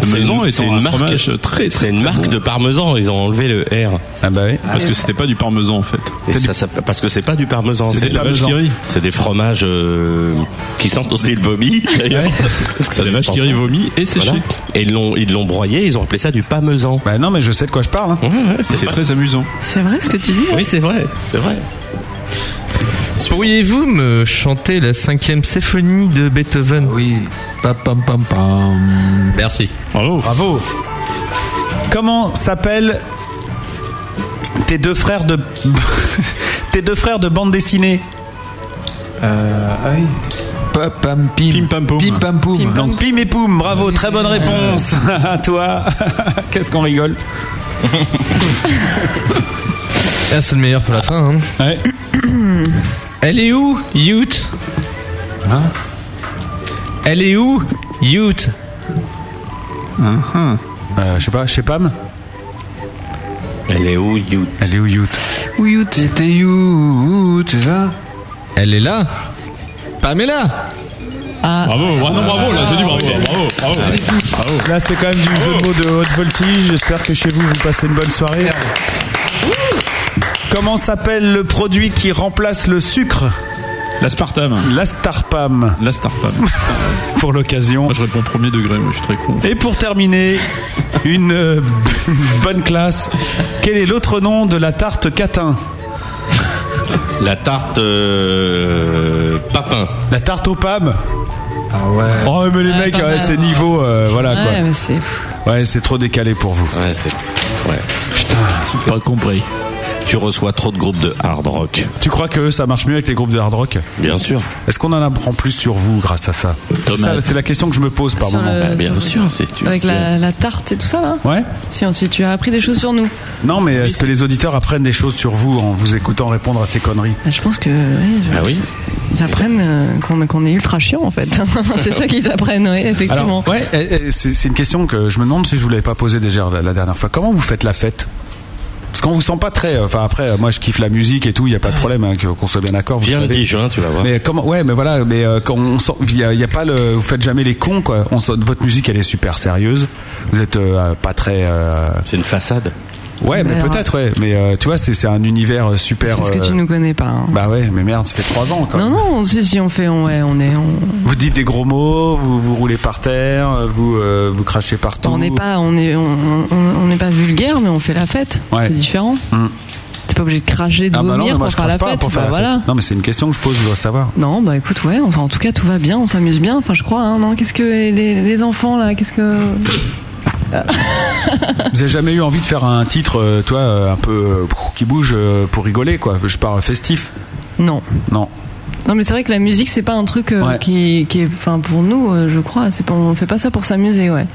S19: parmesan
S11: une-
S19: étant
S11: c'est une
S19: un
S11: marque-
S19: fromage très, très,
S11: C'est une
S19: très
S11: marque
S19: bon.
S11: de parmesan, ils ont enlevé le R.
S5: Ah bah oui.
S19: Parce que c'était pas du parmesan en fait.
S11: Et ça, ça- parce que c'est pas du parmesan,
S19: C'est
S11: c'est
S19: des
S11: de la
S19: vaches
S11: vache
S19: qui rient.
S11: C'est des fromages euh, qui sentent aussi le vomi. d'ailleurs. Parce que
S19: Les
S11: ça
S19: vaches
S11: se
S19: qui
S11: pense.
S19: rient vomi et séché.
S11: Et ils l'ont ils l'ont broyé, ils ont appelé ça du parmesan.
S5: Bah non, mais je sais de quoi je parle.
S11: c'est
S19: très amusant.
S7: C'est vrai ce que tu dis
S11: Oui, c'est vrai, c'est vrai.
S15: Pourriez-vous me chanter la cinquième symphonie de Beethoven
S12: Oui. Pam pam pam pam.
S15: Merci.
S5: Bravo. Bravo. Comment s'appellent tes deux frères de tes deux frères de bande dessinée
S12: Pa- pam pim. Pim pam poum. Pim pam poum.
S5: Donc Pim et Poum, bravo, très bonne réponse. À toi, qu'est-ce qu'on rigole
S15: Ah, c'est le meilleur pour la fin. hein.
S7: Hmm.
S15: Elle est où, Ute
S7: Hein
S15: Elle est où, Ute
S5: Euh, Je sais pas, chez Pam
S11: Elle est où, Yout
S5: Elle est où, Yout
S7: Oui,
S12: T'étais où, où, tu vas
S15: Elle est là Pamela
S19: Bravo, bravo, bravo, là, j'ai dit bravo, bravo, bravo.
S5: Là, c'est quand même du jeu de mots de haute voltige. J'espère que chez vous, vous passez une bonne soirée. Comment s'appelle le produit qui remplace le sucre
S19: L'aspartame.
S5: L'astarpam.
S19: L'astarpam.
S5: Pour l'occasion.
S19: Moi, je réponds premier degré, moi, je suis très con.
S5: Et pour terminer, une euh, bonne classe. Quel est l'autre nom de la tarte catin
S11: La tarte euh, papin.
S5: La tarte aux pommes
S12: Ah ouais.
S5: Oh, mais les
S7: Ouais,
S5: mecs,
S7: pas
S5: ouais,
S7: mal.
S5: c'est niveau. euh, voilà
S7: Ouais,
S5: quoi.
S7: mais c'est.
S5: Ouais, c'est trop décalé pour vous.
S11: Ouais, c'est. Ouais.
S19: Putain, pas compris.
S11: Tu reçois trop de groupes de hard rock.
S5: Tu crois que ça marche mieux avec les groupes de hard rock
S11: Bien sûr.
S5: Est-ce qu'on en apprend plus sur vous grâce à ça C'est
S11: Thomas. Ah,
S5: ça, C'est la question que je me pose par
S7: Sur
S5: moment.
S7: le- Bah, bien sur- sûr,
S11: c'est
S7: Avec la, la tarte et tout ça, là
S5: Ouais
S7: Si, si tu as appris des choses sur nous.
S5: Non, mais est-ce que les auditeurs apprennent des choses sur vous en vous écoutant répondre à ces conneries
S7: Bah, je pense que. ouais, je-
S11: Ah oui.
S7: Ils apprennent euh, qu'on qu'on est ultra chiant, en fait. c'est ça qu'ils apprennent, oui, effectivement.
S5: Alors, ouais, eh, eh, c'est c'est une question que je me demande si je vous l'avais pas posée déjà la, la dernière fois. Comment vous faites la fête Parce qu'on vous sent pas très. euh, Enfin après, euh, moi je kiffe la musique et tout, il y a pas de problème hein, que- qu'on soit bien d'accord. vous
S11: Viens le
S5: savez.
S11: 10 juin, tu vas voir.
S5: Mais comment Ouais, mais voilà, mais euh, quand on sent, il y, a- il y a pas le, vous faites jamais les cons quoi. On sent- votre musique elle est super sérieuse. Vous êtes euh, pas très.
S11: C'est une façade.
S5: Ouais, mais
S7: Mais alors-
S5: peut-être ouais. Mais euh, tu vois, c'est c'est un univers euh, super.
S7: C'est parce que
S5: euh,
S7: tu nous connais pas. hein.
S5: Bah ouais, mais merde, ça fait trois ans. Quoi.
S7: non, non, on, si, si, on fait. On, ouais, on est. On
S5: Vous dites des gros mots, vous vous roulez par terre, euh, vous euh, vous crachez partout.
S7: on n'est pas, on est, on, on- on n'est pas vulgaire, mais on fait la fête.
S5: Ouais.
S7: C'est différent.
S5: Hmm.
S7: T'es pas obligé de cracher, de
S5: Ah bah non, mais
S7: vomir
S5: moi,
S7: pour
S5: je
S7: faire la
S5: crache pas
S7: fête.
S5: pour faire
S7: bah
S5: la fête.
S7: voilà.
S5: Non, mais c'est une question que je pose, je dois savoir.
S7: Non, bah écoute, ouais, enfin, en tout cas, tout va bien, on s'amuse bien. Enfin, je crois, hein, non Qu'est-ce que les, les enfants, là Qu'est-ce que.
S5: Vous avez jamais eu envie de faire un titre, euh, toi, euh, un peu euh, pff, qui bouge euh, pour rigoler, quoi Je pars euh, festif.
S7: Non.
S5: Non.
S7: Non, mais c'est vrai que la musique, c'est pas un truc euh,
S5: Ouais.
S7: qui, qui est. Enfin, pour nous, euh, je crois, c'est pas, on fait pas ça pour s'amuser, ouais.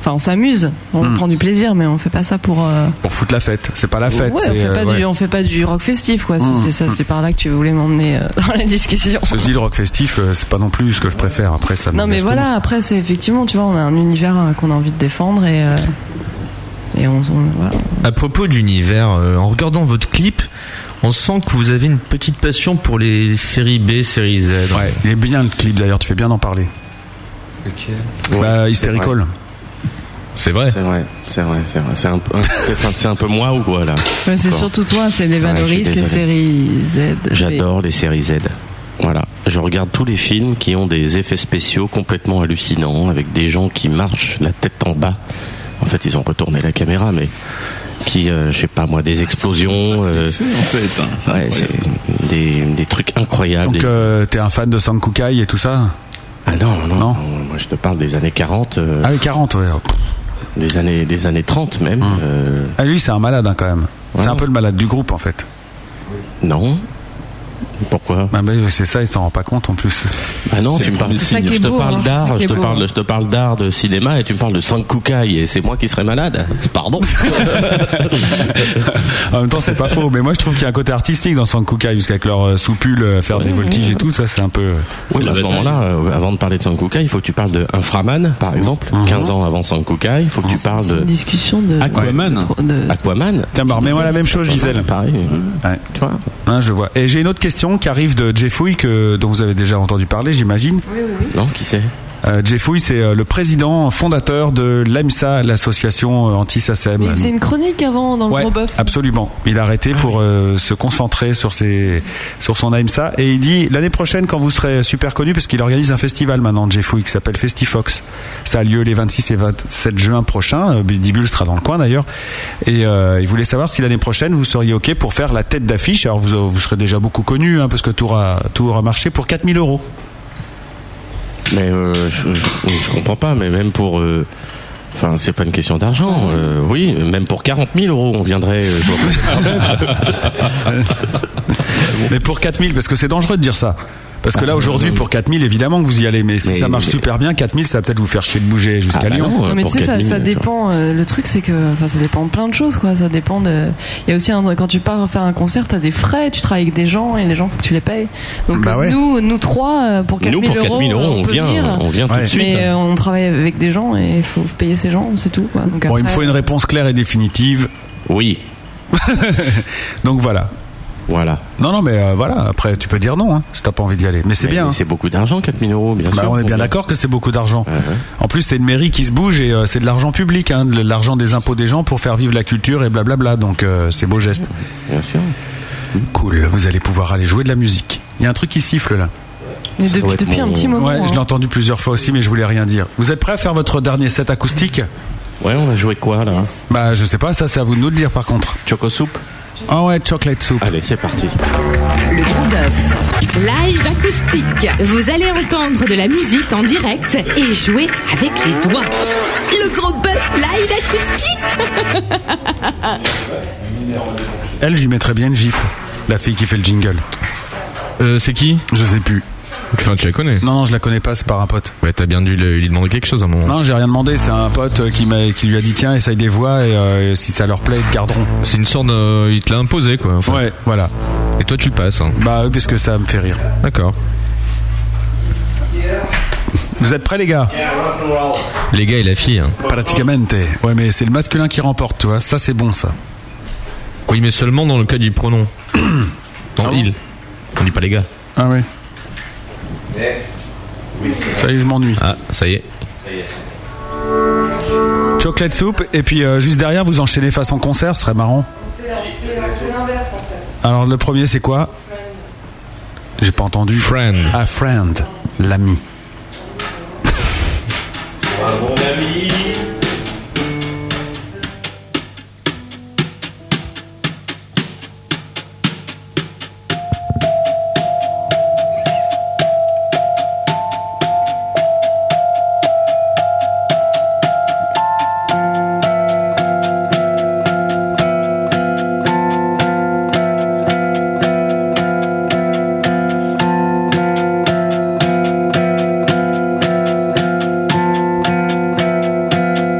S7: Enfin, on s'amuse, on
S5: Hmm.
S7: prend du plaisir, mais on fait pas ça pour. euh,
S5: Pour foutre la fête. C'est pas la fête.
S7: ouais, on
S5: c'est,
S7: fait,
S5: euh,
S7: pas
S5: ouais.
S7: du, on fait pas du rock festif, quoi.
S5: Hmm.
S7: si C'est ça, c'est par là que tu voulais m'emmener euh, dans la discussion.
S5: Ceci dit, le rock festif, euh, c'est pas non plus ce que je préfère. Après, ça.
S7: Non, mais
S5: n'engage que moi.
S7: voilà, après, c'est effectivement, tu vois, on a un univers euh, qu'on a envie de défendre et. euh, et on, on- voilà.
S15: À propos d'univers, euh, en regardant votre clip, on sent que vous avez une petite passion pour les séries B, séries Z.
S5: Ouais, il est bien le clip d'ailleurs. Tu fais bien d'en parler. bah, Hysterical.
S15: C'est vrai.
S11: C'est vrai, c'est vrai, c'est vrai. C'est un, peu- peut-être un- c'est un peu moi ou quoi là
S7: Ouais, c'est
S11: Bon.
S7: surtout toi, c'est les Valoris,
S11: Ouais, je suis
S7: les séries Z.
S11: J'adore les séries Z. Voilà, je regarde tous les films qui ont des effets spéciaux complètement hallucinants, avec des gens qui marchent la tête en bas. En fait, ils ont retourné la caméra, mais qui, euh, je sais pas
S19: Ah,
S11: moi, des explosions, euh,
S19: Fait, en fait, hein. C'est
S11: ouais, c'est
S19: incroyable.
S11: des, des trucs incroyables.
S5: Donc,
S11: des-
S5: euh, t'es un fan de Sankukai et tout ça
S11: Ah non, non, non, moi je te parle des années 40, euh,
S5: Ah oui, 40, ouais.
S11: des années, des années 30 même. euh,
S5: Ah, lui, c'est un malade hein, quand même. C'est
S11: Ouais.
S5: un peu le malade du groupe en fait.
S11: non. Pourquoi
S5: Bah, mais c'est ça, il s'en rend pas compte en plus.
S11: Ah non, tu
S5: C'est
S11: me
S5: le
S11: parles.
S5: premier C'est ça signe. qui est
S11: je te
S5: beau, hein,
S11: parle
S5: c'est ça
S11: d'art, je
S5: qui est
S11: te
S5: beau.
S11: parle, je te parle d'art, de cinéma, et tu me parles de Sankukai, et c'est moi qui serais malade. Pardon.
S5: En même temps, c'est pas faux, mais moi je trouve qu'il y a un côté artistique dans Sankukai, jusqu'avec leur euh, soupule, euh, faire des voltiges et tout, ça c'est un peu. euh,
S11: Oui, mais à ce moment-là, euh, avant de parler de Sankukai, il faut que tu parles de Inframan, par exemple. 15 ans avant Sankukai, il faut que tu parles de
S7: Une discussion de.
S19: Aquaman.
S7: de- de-
S11: Aquaman.
S5: Tiens, bah, remets-moi la même chose, Gisèle.
S11: Pareil.
S5: Ouais.
S11: Tu vois
S5: Hein, je vois. Et j'ai une autre question qui arrive de Jeffouille, que, dont vous avez déjà entendu parler, j'imagine.
S11: Non, qui c'est
S5: Euh, Jeffouille, c'est euh, le président fondateur de l'AMSA, l'association euh, anti-SACEM.
S7: Mais il faisait une chronique avant dans le
S5: Ouais,
S7: gros bœuf. Ah
S5: Absolument. Il a arrêté pour euh, se concentrer sur, ses, sur son AMSA. Et il dit l'année prochaine, quand vous serez super connu, parce qu'il organise un festival maintenant, Jeffouille, qui s'appelle Festifox. Ça a lieu les 26 et 27 juin prochains. Euh, Bidibul sera dans le coin d'ailleurs. Et euh, il voulait savoir si l'année prochaine, vous seriez OK pour faire la tête d'affiche. Alors vous, vous serez déjà beaucoup connu, hein, parce que tout aura, tout aura marché pour 4000 euros.
S11: Mais euh, je, je- je comprends pas, mais même pour. euh, Enfin, c'est pas une question d'argent. euh, oui, même pour 40 000 euros, on viendrait. euh,
S5: Mais pour 4000, parce que c'est dangereux de dire ça. Parce que
S11: Ah,
S5: là, aujourd'hui, pour 4000, évidemment que vous y allez. Mais si ça marche super bien, 4000, ça va peut-être vous faire chier de bouger jusqu'à
S11: Ah bah
S5: Lyon.
S11: euh,
S7: Non, mais tu sais, ça, ça dépend. euh, le truc, c'est que enfin, ça dépend de plein de choses, quoi. Ça dépend de. Il y a aussi un- quand tu pars faire un concert, t'as des frais, tu travailles avec des gens et les gens, faut que tu les payes. Donc
S11: Bah
S7: euh,
S11: ouais.
S7: nous, nous trois, euh, pour 4
S11: Nous,
S7: 000
S11: pour 4 000 euros, on
S7: peut
S11: vient,
S7: venir.
S11: on vient tout de
S7: Mais,
S11: suite.
S7: euh, on travaille avec des gens et il faut payer ces gens, c'est tout. Quoi. Donc,
S5: Bon, il me
S7: après-
S5: faut une réponse claire et définitive.
S11: Oui.
S5: Donc voilà.
S11: Voilà.
S5: Non, non, mais euh, voilà. Après, tu peux dire non, hein, si t'as pas envie d'y aller. Mais c'est
S11: Mais
S5: bien. hein.
S11: C'est beaucoup d'argent, 4000 euros, bien sûr.
S5: Bah, on est bien
S11: Combien
S5: d'accord que c'est beaucoup d'argent. En plus, c'est une mairie qui se bouge et euh, c'est de l'argent public, hein, de l'argent des impôts des gens pour faire vivre la culture et blablabla. Donc, euh, c'est beau geste.
S11: Bien sûr.
S5: Cool. Vous allez pouvoir aller jouer de la musique. Il y a un truc qui siffle là.
S7: Mais depuis, depuis un petit moment. hein.
S5: Ouais, je l'ai entendu plusieurs fois aussi, mais je voulais rien dire. Vous êtes prêts à faire votre dernier set acoustique
S11: Ouais, on va jouer quoi là
S5: Bah, je sais pas, ça c'est à vous de nous le dire par contre.
S11: Choco soupe
S5: Ah ouais, chocolate soup.
S11: Allez, c'est parti.
S18: Le gros bœuf. Live acoustique. Vous allez entendre de la musique en direct et jouer avec les doigts. Le gros bœuf live acoustique.
S5: Elle, je lui mettrais bien une gifle. La fille qui fait le jingle.
S15: Euh, c'est qui
S5: Je sais plus.
S15: Enfin, tu la connais
S5: Non, non, je la connais pas, c'est par un pote.
S15: Ouais, t'as bien dû le- lui demander quelque chose à un moment.
S5: Non, j'ai rien demandé, c'est un pote euh, qui, m'a, qui lui a dit tiens, essaye des voix et euh, si ça leur plaît, ils te garderont.
S15: C'est une sorte de. Il te l'a imposé, quoi. enfin.
S5: Ouais, voilà.
S15: Et toi, tu le passes. hein.
S5: Bah, oui, puisque ça me fait rire.
S15: D'accord.
S5: Vous êtes prêts, les gars
S15: Les gars et la fille. hein.
S5: Pratiquement. Ouais, mais c'est le masculin qui remporte, tu vois. Ça, c'est bon, ça.
S15: Oui, mais seulement dans le cas du pronom. dans il. On dit pas les gars.
S5: Ah ouais. Ça y est, je m'ennuie.
S15: Ah, ça y est.
S5: Chocolate soup, et puis euh, juste derrière, vous enchaînez façon concert, ce serait marrant. Alors, le premier, c'est quoi J'ai pas entendu.
S15: Friend.
S5: Ah, friend. L'ami.
S4: Friend,
S10: Oh,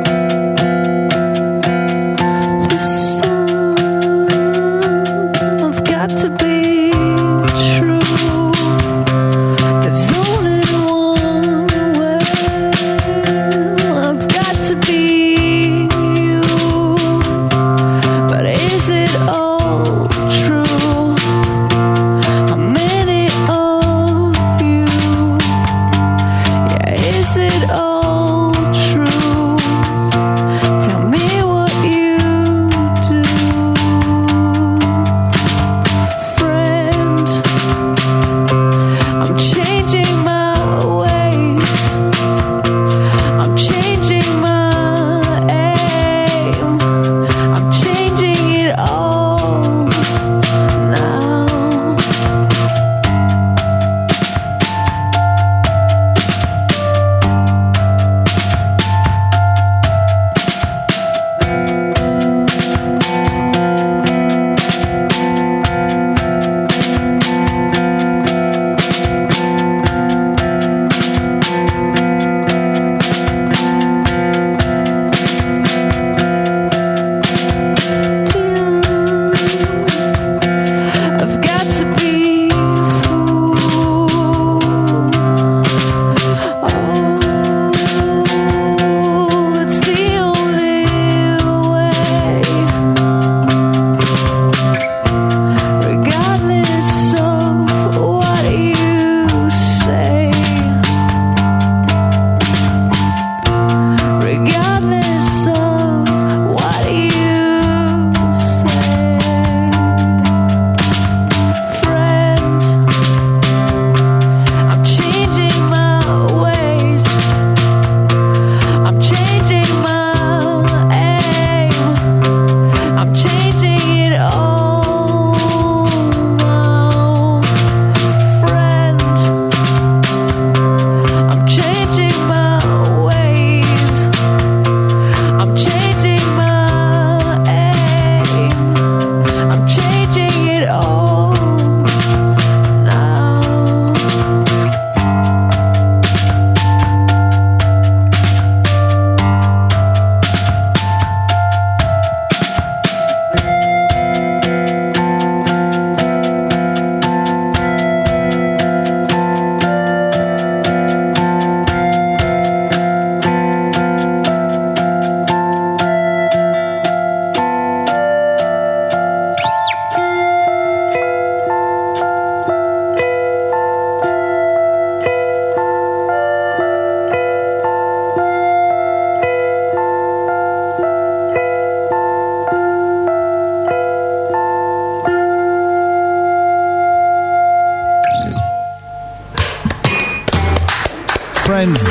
S5: Friends.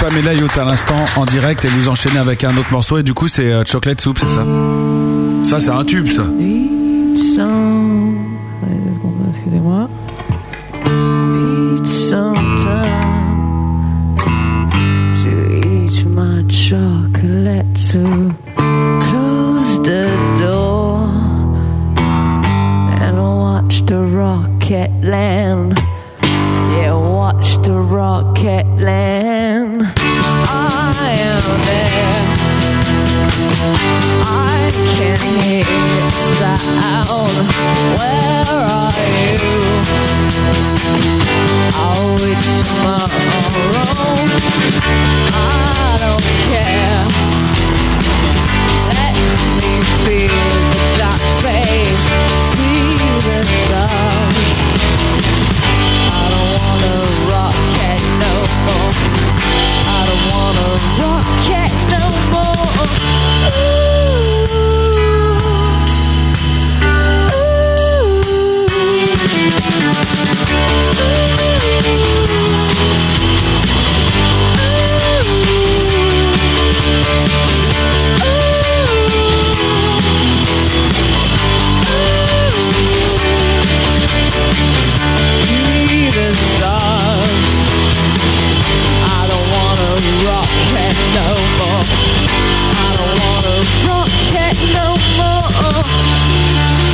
S5: Pamela Youth à l'instant en direct et vous enchaînez avec un autre morceau et du coup c'est euh, Chocolate Soup, c'est ça Ça c'est un tube ça.
S10: Each song, Attendez deux secondes, excusez-moi. Each sometime to eat my chocolate to close the door and watch the rocket land. Yeah, watch the rocket land. I am there. I can hear the sound. Where are you? Oh, it's tomorrow. I don't care. Let me feel the dark space, see the stars. I don't wanna rocket no more. I don't wanna rocket no more. See the stars. I don't wanna rocket no more. I don't wanna rocket no more.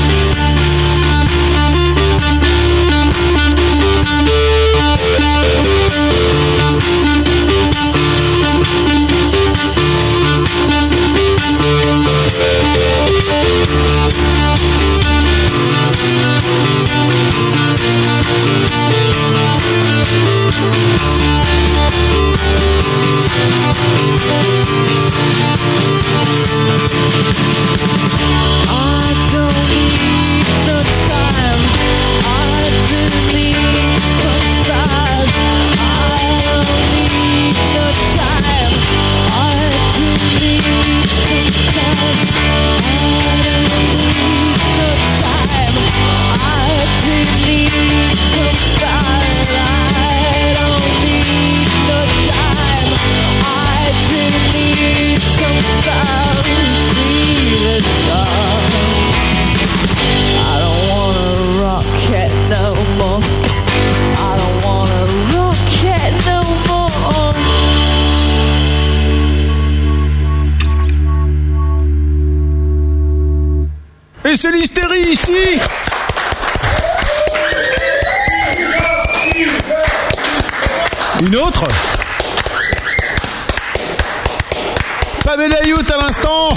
S10: I don't need no time. I just need some stars. I don't need no time. I just need some stars. I don't need no time. I just need some stars. I don't need no time. I just need some stars. See the stars. I don't wanna rocket no more. I don't wanna rocket no more.
S5: Et c'est l'hystérie ici Une autre Pamela Youth à l'instant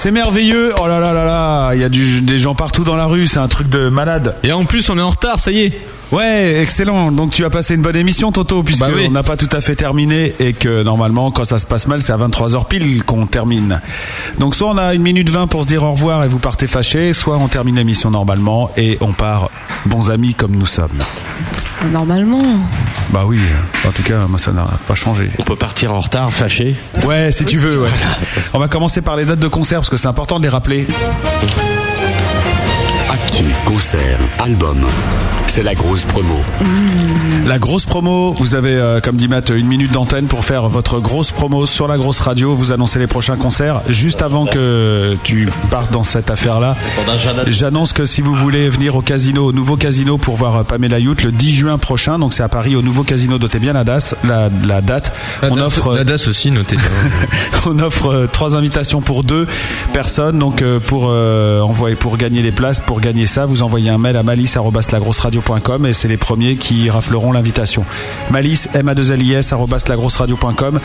S5: C'est merveilleux Oh là là là là Il y a du- des gens partout dans la rue, c'est un truc de malade Et en plus on est en retard, ça y est Ouais, excellent Donc tu as passé une bonne émission Toto, puisque
S20: Bah oui.
S5: on n'a pas tout à fait terminé et que normalement quand ça se passe mal c'est à 23h pile qu'on termine. Donc soit on a une minute 20 pour se dire au revoir et vous partez fâché, soit on termine l'émission normalement et on part bons amis comme nous sommes.
S7: Ah, Normalement.
S5: Bah oui, en tout cas, moi ça n'a pas changé.
S11: On peut partir en retard, fâché.
S5: Ouais, si tu veux, ouais. On va commencer par les dates de concert parce que c'est important de les rappeler.
S1: Actu, concert, album. C'est la grosse promo.
S5: La grosse promo, vous avez, euh, comme dit Matt, une minute d'antenne pour faire votre grosse promo sur la grosse radio. Vous annoncez les prochains concerts. Juste avant que tu partes dans cette affaire-là, j'annonce que si vous voulez venir au casino, au nouveau casino, pour voir euh, Pamela Youth le 10 juin prochain, donc c'est à Paris, au nouveau casino, notez bien la, das- la, la date. on offre. La
S20: date aussi, notez
S5: on offre euh, trois invitations pour deux personnes. Donc euh, pour euh, envoyer, pour gagner les places, pour gagner ça, vous envoyez un mail à malice@lagrosseradio.com et c'est les premiers qui rafleront l'invitation. Malice m a 2 l i s @lagrosseradio.com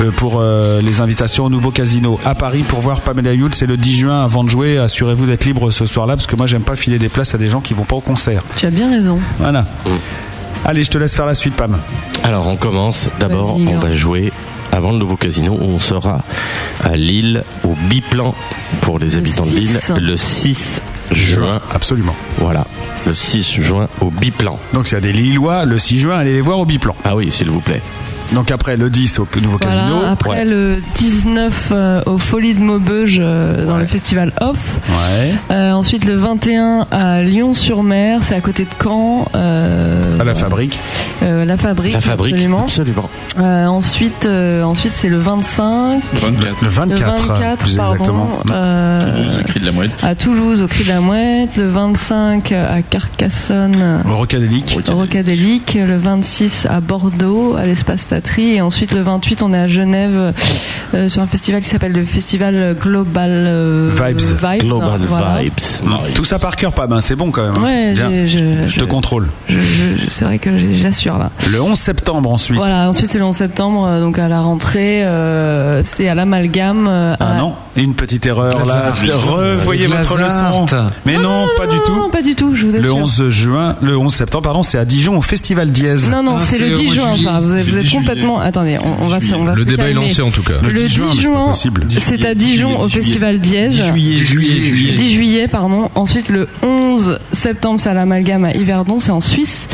S5: euh, pour euh, les invitations au nouveau casino à Paris pour voir Pamela Youth. C'est le 10 juin avant de jouer. Assurez-vous d'être libre ce soir-là parce que moi j'aime pas filer des places à des gens qui vont pas au concert.
S7: Tu as bien raison.
S5: Voilà. Allez, je te laisse faire la suite, Pam.
S11: Alors on commence. D'abord,
S5: hein.
S7: Vas-y,
S11: on va
S7: Laurent.
S11: jouer avant le nouveau casino où on sera à Lille au biplan pour les habitants de Lille
S5: six.
S11: le 6 juin.
S5: Absolument.
S11: Voilà, le 6 juin au biplan.
S5: Donc s'il y a des Lillois, le 6 juin, allez les voir au biplan.
S11: Ah oui, s'il vous plaît.
S5: Donc après le 10 au nouveau
S7: Voilà,
S5: casino.
S7: après
S5: Ouais.
S7: le 19 euh, au Folie de Maubeuge euh, dans le festival Off.
S5: Ouais.
S7: Euh, ensuite le 21 à Lyon-sur-Mer, c'est à côté de Caen. euh,
S5: à la fabrique.
S7: Euh, la fabrique.
S5: La fabrique,
S7: Absolument.
S5: absolument.
S7: Euh, ensuite, euh, ensuite c'est le 25.
S5: Le 24,
S7: Le 24,
S5: plus
S7: pardon.
S5: exactement.
S7: Euh,
S19: Le cri de la mouette.
S7: à Toulouse, au Cri de la Mouette. Le 25 à Carcassonne.
S5: Au Rocadélique.
S7: Au Rocadélique, le 26 à Bordeaux, à l'espace Tatry, et ensuite le 28 on est à Genève euh, sur un festival qui s'appelle le festival Global euh,
S5: Vibes.
S7: Global
S5: Tout ça par cœur, pas ben c'est bon quand même. hein.
S7: Ouais,
S5: Bien.
S7: j'ai- je-
S5: te contrôle.
S7: c'est vrai que j'ai- j'assure là.
S5: Le 11 septembre ensuite.
S7: Voilà, ensuite c'est le 11 septembre, euh, donc à la rentrée, euh, c'est à l'amalgame. euh, à-
S5: Ah non, une petite erreur là.
S2: Glazart.
S5: Revoyez votre leçon.
S2: Glazart.
S5: Mais non, pas du
S7: Non,
S5: tout.
S7: non, pas du tout, je vous assure.
S5: Le 11 juin, le 11 septembre, pardon, c'est à Dijon au Festival Dièse.
S7: Non, non, c'est le 10 juin, ça. Vous êtes, vous êtes complètement. Attendez, on, on va se. On va
S5: Le
S7: se
S5: débat est
S7: calmer.
S5: lancé, en tout cas.
S7: Le,
S5: Le
S7: 10
S5: 10 juin, mais c'est pas
S7: juin,
S5: possible.
S7: c'est à Dijon au Festival Dièse. 10 juillet, pardon. Ensuite, le 11 septembre, c'est à l'amalgame à Yverdon, c'est en Suisse.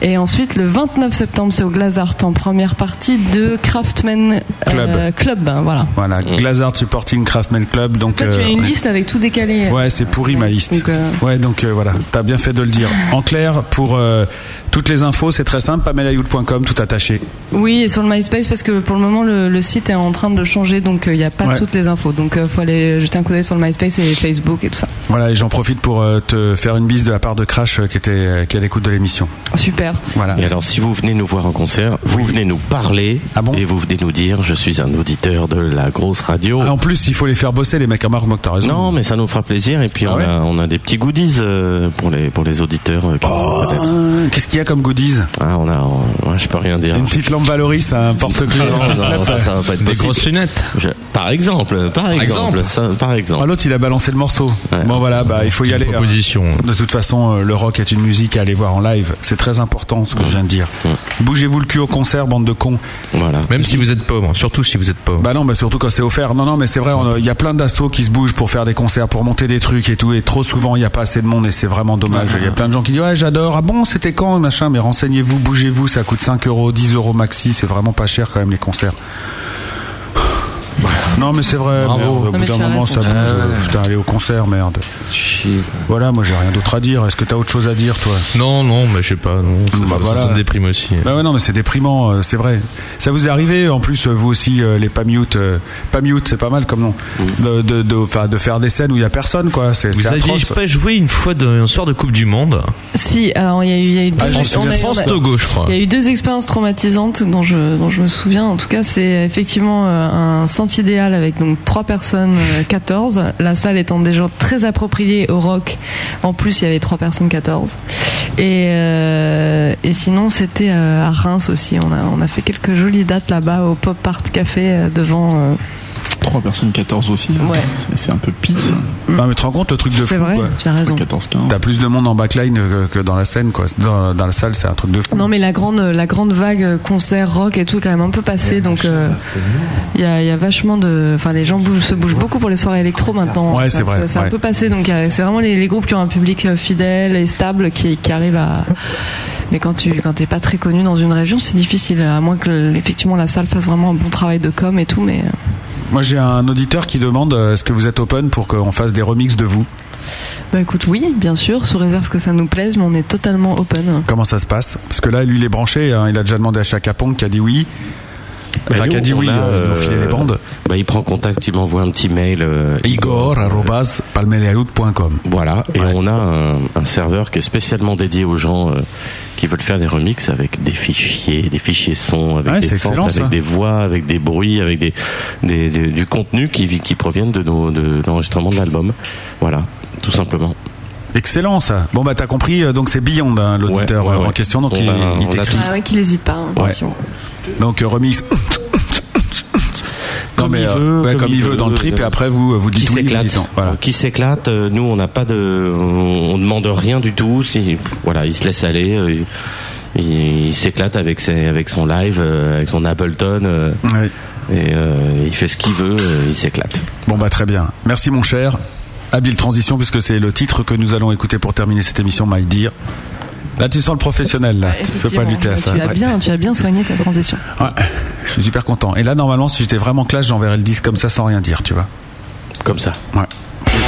S7: Et ensuite, le 29 septembre, c'est au Glazart en première partie de Craftsman euh,
S5: Club.
S7: Club, hein, Voilà.
S5: Voilà, Glazard Supporting Craftsman Club. Donc,
S7: Toi, tu
S5: euh,
S7: as une liste avec tout décalé.
S5: Ouais, c'est pourri ma liste.
S7: Donc, euh,
S5: Ouais, donc euh, voilà, t'as bien fait de le dire. En clair, pour euh, toutes les infos, c'est très simple, pamelayout.com, tout attaché.
S7: Oui, et sur le MySpace, parce que pour le moment, le, le site est en train de changer, donc euh, il n'y a pas
S5: Ouais.
S7: toutes les infos. Donc il faut aller jeter un coup d'œil sur le MySpace et Facebook et tout ça.
S5: Voilà, et j'en profite pour euh, te faire une bise de la part de Crash euh, qui était euh, qui est à l'écoute de l'émission.
S7: Super.
S5: Voilà.
S11: Et alors, si vous venez nous voir en concert, vous venez nous parler
S5: Ah
S11: et vous venez nous dire je suis un auditeur de la grosse radio.
S5: Ah, en plus, il faut les faire bosser, les mecs à Marc Mock, t'as raison. Ah
S11: Non, mais ça nous fera plaisir et puis on, a, on a des petits goodies euh, pour les pour les auditeurs. euh, qui
S5: Oh.
S11: vont connaître.
S5: Qu'est-ce qu'il y a comme goodies
S11: Ah, on a, on- ouais, je peux rien dire.
S5: Une petite lampe Valoris, un porte-clés.
S11: Ah Non, non, ça, ça va pas être
S5: Des
S11: possible.
S5: grosses
S11: lunettes. par exemple, par exemple,
S5: exemple.
S11: ça, par exemple.
S5: Ah, L'autre, il a balancé le morceau. Bon, voilà, bah, il faut y aller. Proposition. De toute façon, euh, le rock est une musique à aller voir en live. C'est très important,
S11: Mm.
S5: ce que je viens de dire. Bougez-vous le cul au concert, bande de cons.
S11: Voilà.
S5: Même si vous êtes pauvre, hein, surtout si vous êtes pauvre. Bah non, bah surtout quand c'est offert. Non, non, mais c'est vrai, on, euh, il y a plein d'astos qui se bougent pour faire des concerts, pour monter des trucs et tout. Et trop souvent, il n'y a pas assez de monde et c'est vraiment dommage. Il y a plein de gens qui disent, ouais, j'adore. Ah bon, c'était quand, machin, mais renseignez-vous, bougez-vous. Ça coûte 5 euros, 10 euros maxi. C'est vraiment pas cher quand même, les concerts. Non mais c'est vrai,
S2: Bravo.
S5: mais au
S2: Non,
S5: bout
S2: mais
S5: d'un
S2: tu as
S5: moment ça
S2: raison.
S5: bouge.
S2: Ah ouais.
S5: Putain, aller au concert, merde. Voilà, moi j'ai rien d'autre à dire. Est-ce que t'as autre chose à dire, toi
S15: Non, non, mais je sais pas. non, ça,
S5: Bah
S15: ça,
S5: voilà.
S15: ça me déprime aussi.
S5: Bah ouais, non, mais c'est déprimant, euh, c'est vrai. Ça vous est arrivé, en plus, euh, vous aussi, euh, les Pamute, euh, Pamute, c'est pas mal comme nom, de, de, de- enfin, de faire des scènes où il y a personne, quoi. C'est
S15: Mm. Vous
S5: c'est
S15: aviez
S5: atroce.
S15: pas joué une fois de, un soir de Coupe du Monde
S7: Si, alors il y a eu, il y a eu deux,
S15: Ah, j'en
S7: on a
S15: souviens,
S7: eu- on a-
S15: France-Togo, je crois.
S7: Il y a eu deux expériences traumatisantes dont je, dont je me souviens. En tout cas, c'est effectivement euh, un centre idéal avec donc trois personnes, euh, 14. La salle étant déjà très appropriée au rock. En plus, il y avait trois personnes, 14. Et, euh, et sinon, c'était euh, à Reims aussi. On a, on a fait quelques jolies dates là-bas au Pop Art Café euh, devant. euh,
S19: 3 personnes 14 aussi. hein. C'est- C'est un peu pire. ça.
S5: Ah, Non, mais tu te rends compte le truc de
S7: C'est
S5: fou,
S7: vrai,
S5: quoi.
S7: tu as raison.
S5: T'as plus de monde en backline que, que dans la scène, quoi. Dans, dans la salle, c'est un truc de fou.
S7: Non mais la grande, la grande vague euh, concert rock et tout est quand même un peu passée donc euh, il y, a, il y a vachement de, enfin les gens bougent, se bougent beaucoup pour les soirées électro maintenant.
S5: Ouais,
S7: Ça-
S5: c'est vrai,
S7: ça- C'est un
S5: ouais.
S7: peu passé donc il y a- c'est vraiment les, les groupes qui ont un public euh, fidèle et stable qui, qui arrivent à. Mais quand tu quand t'es pas très connu dans une région c'est difficile à moins que le- effectivement la salle fasse vraiment un bon travail de com et tout mais. euh,
S5: Moi, j'ai un auditeur qui demande euh, est-ce que vous êtes open pour qu'on fasse des remixes de vous
S7: Bah écoute oui bien sûr sous réserve que ça nous plaise mais on est totalement open.
S5: Comment ça se passe Parce que là, lui, il est branché. hein. Il a déjà demandé à Chaka Pong qui a dit oui.
S11: Bah,
S5: Enfin,
S11: nous,
S5: qui a dit
S11: on
S5: oui,
S11: a,
S5: euh, ils ont filé
S11: euh,
S5: les bandes.
S11: Bah, il prend contact, il m'envoie un petit mail. euh,
S5: igor.palmeleaout.com
S11: Voilà, et on a un, un serveur qui est spécialement dédié aux gens euh, qui veulent faire des remixes avec des fichiers, des fichiers sons, avec
S5: Ouais,
S11: des
S5: c'est
S11: samples,
S5: excellent, ça.
S11: avec des voix, avec des bruits, avec des, des- des- du contenu qui, vi- qui proviennent de, nos- de l'enregistrement de l'album. Voilà, tout simplement.
S5: Excellent ça. Bon bah t'as compris, euh, donc c'est Beyond hein, l'auditeur
S11: Ouais, ouais,
S5: euh, en
S11: ouais.
S5: question, donc
S11: On
S5: il,
S11: a- on
S5: il
S11: a
S5: t'écrit.
S7: Ah ouais qu'il hésite pas. hein,
S5: Ouais.
S7: attention.
S5: Donc euh, remix.
S11: Comme euh,
S5: il veut, comme il veut dans le trip, et après, vous vous
S11: qui
S5: dites oui,
S11: s'éclate,
S5: militant.
S11: qui s'éclate. euh, Nous on n'a pas de, on, on demande rien du tout. Si voilà, il se laisse aller, euh, il, il s'éclate avec ses, avec son live, euh, avec son Ableton, euh, et euh, il fait ce qu'il veut, euh, il s'éclate.
S5: Bon bah très bien. Merci mon cher. Habile transition puisque c'est le titre que nous allons écouter pour terminer cette émission, My Dear. Là tu sens le professionnel là. tu peux pas
S7: Effectivement, bah,
S5: lutter à ça.
S7: Tu as
S5: Ouais.
S7: bien, tu as bien soigné ta transition.
S5: Ouais, je suis super content. Et là, normalement, si j'étais vraiment classe, j'enverrais le disque comme ça sans rien dire, tu vois.
S11: Comme ça.
S5: Ouais.
S21: Thank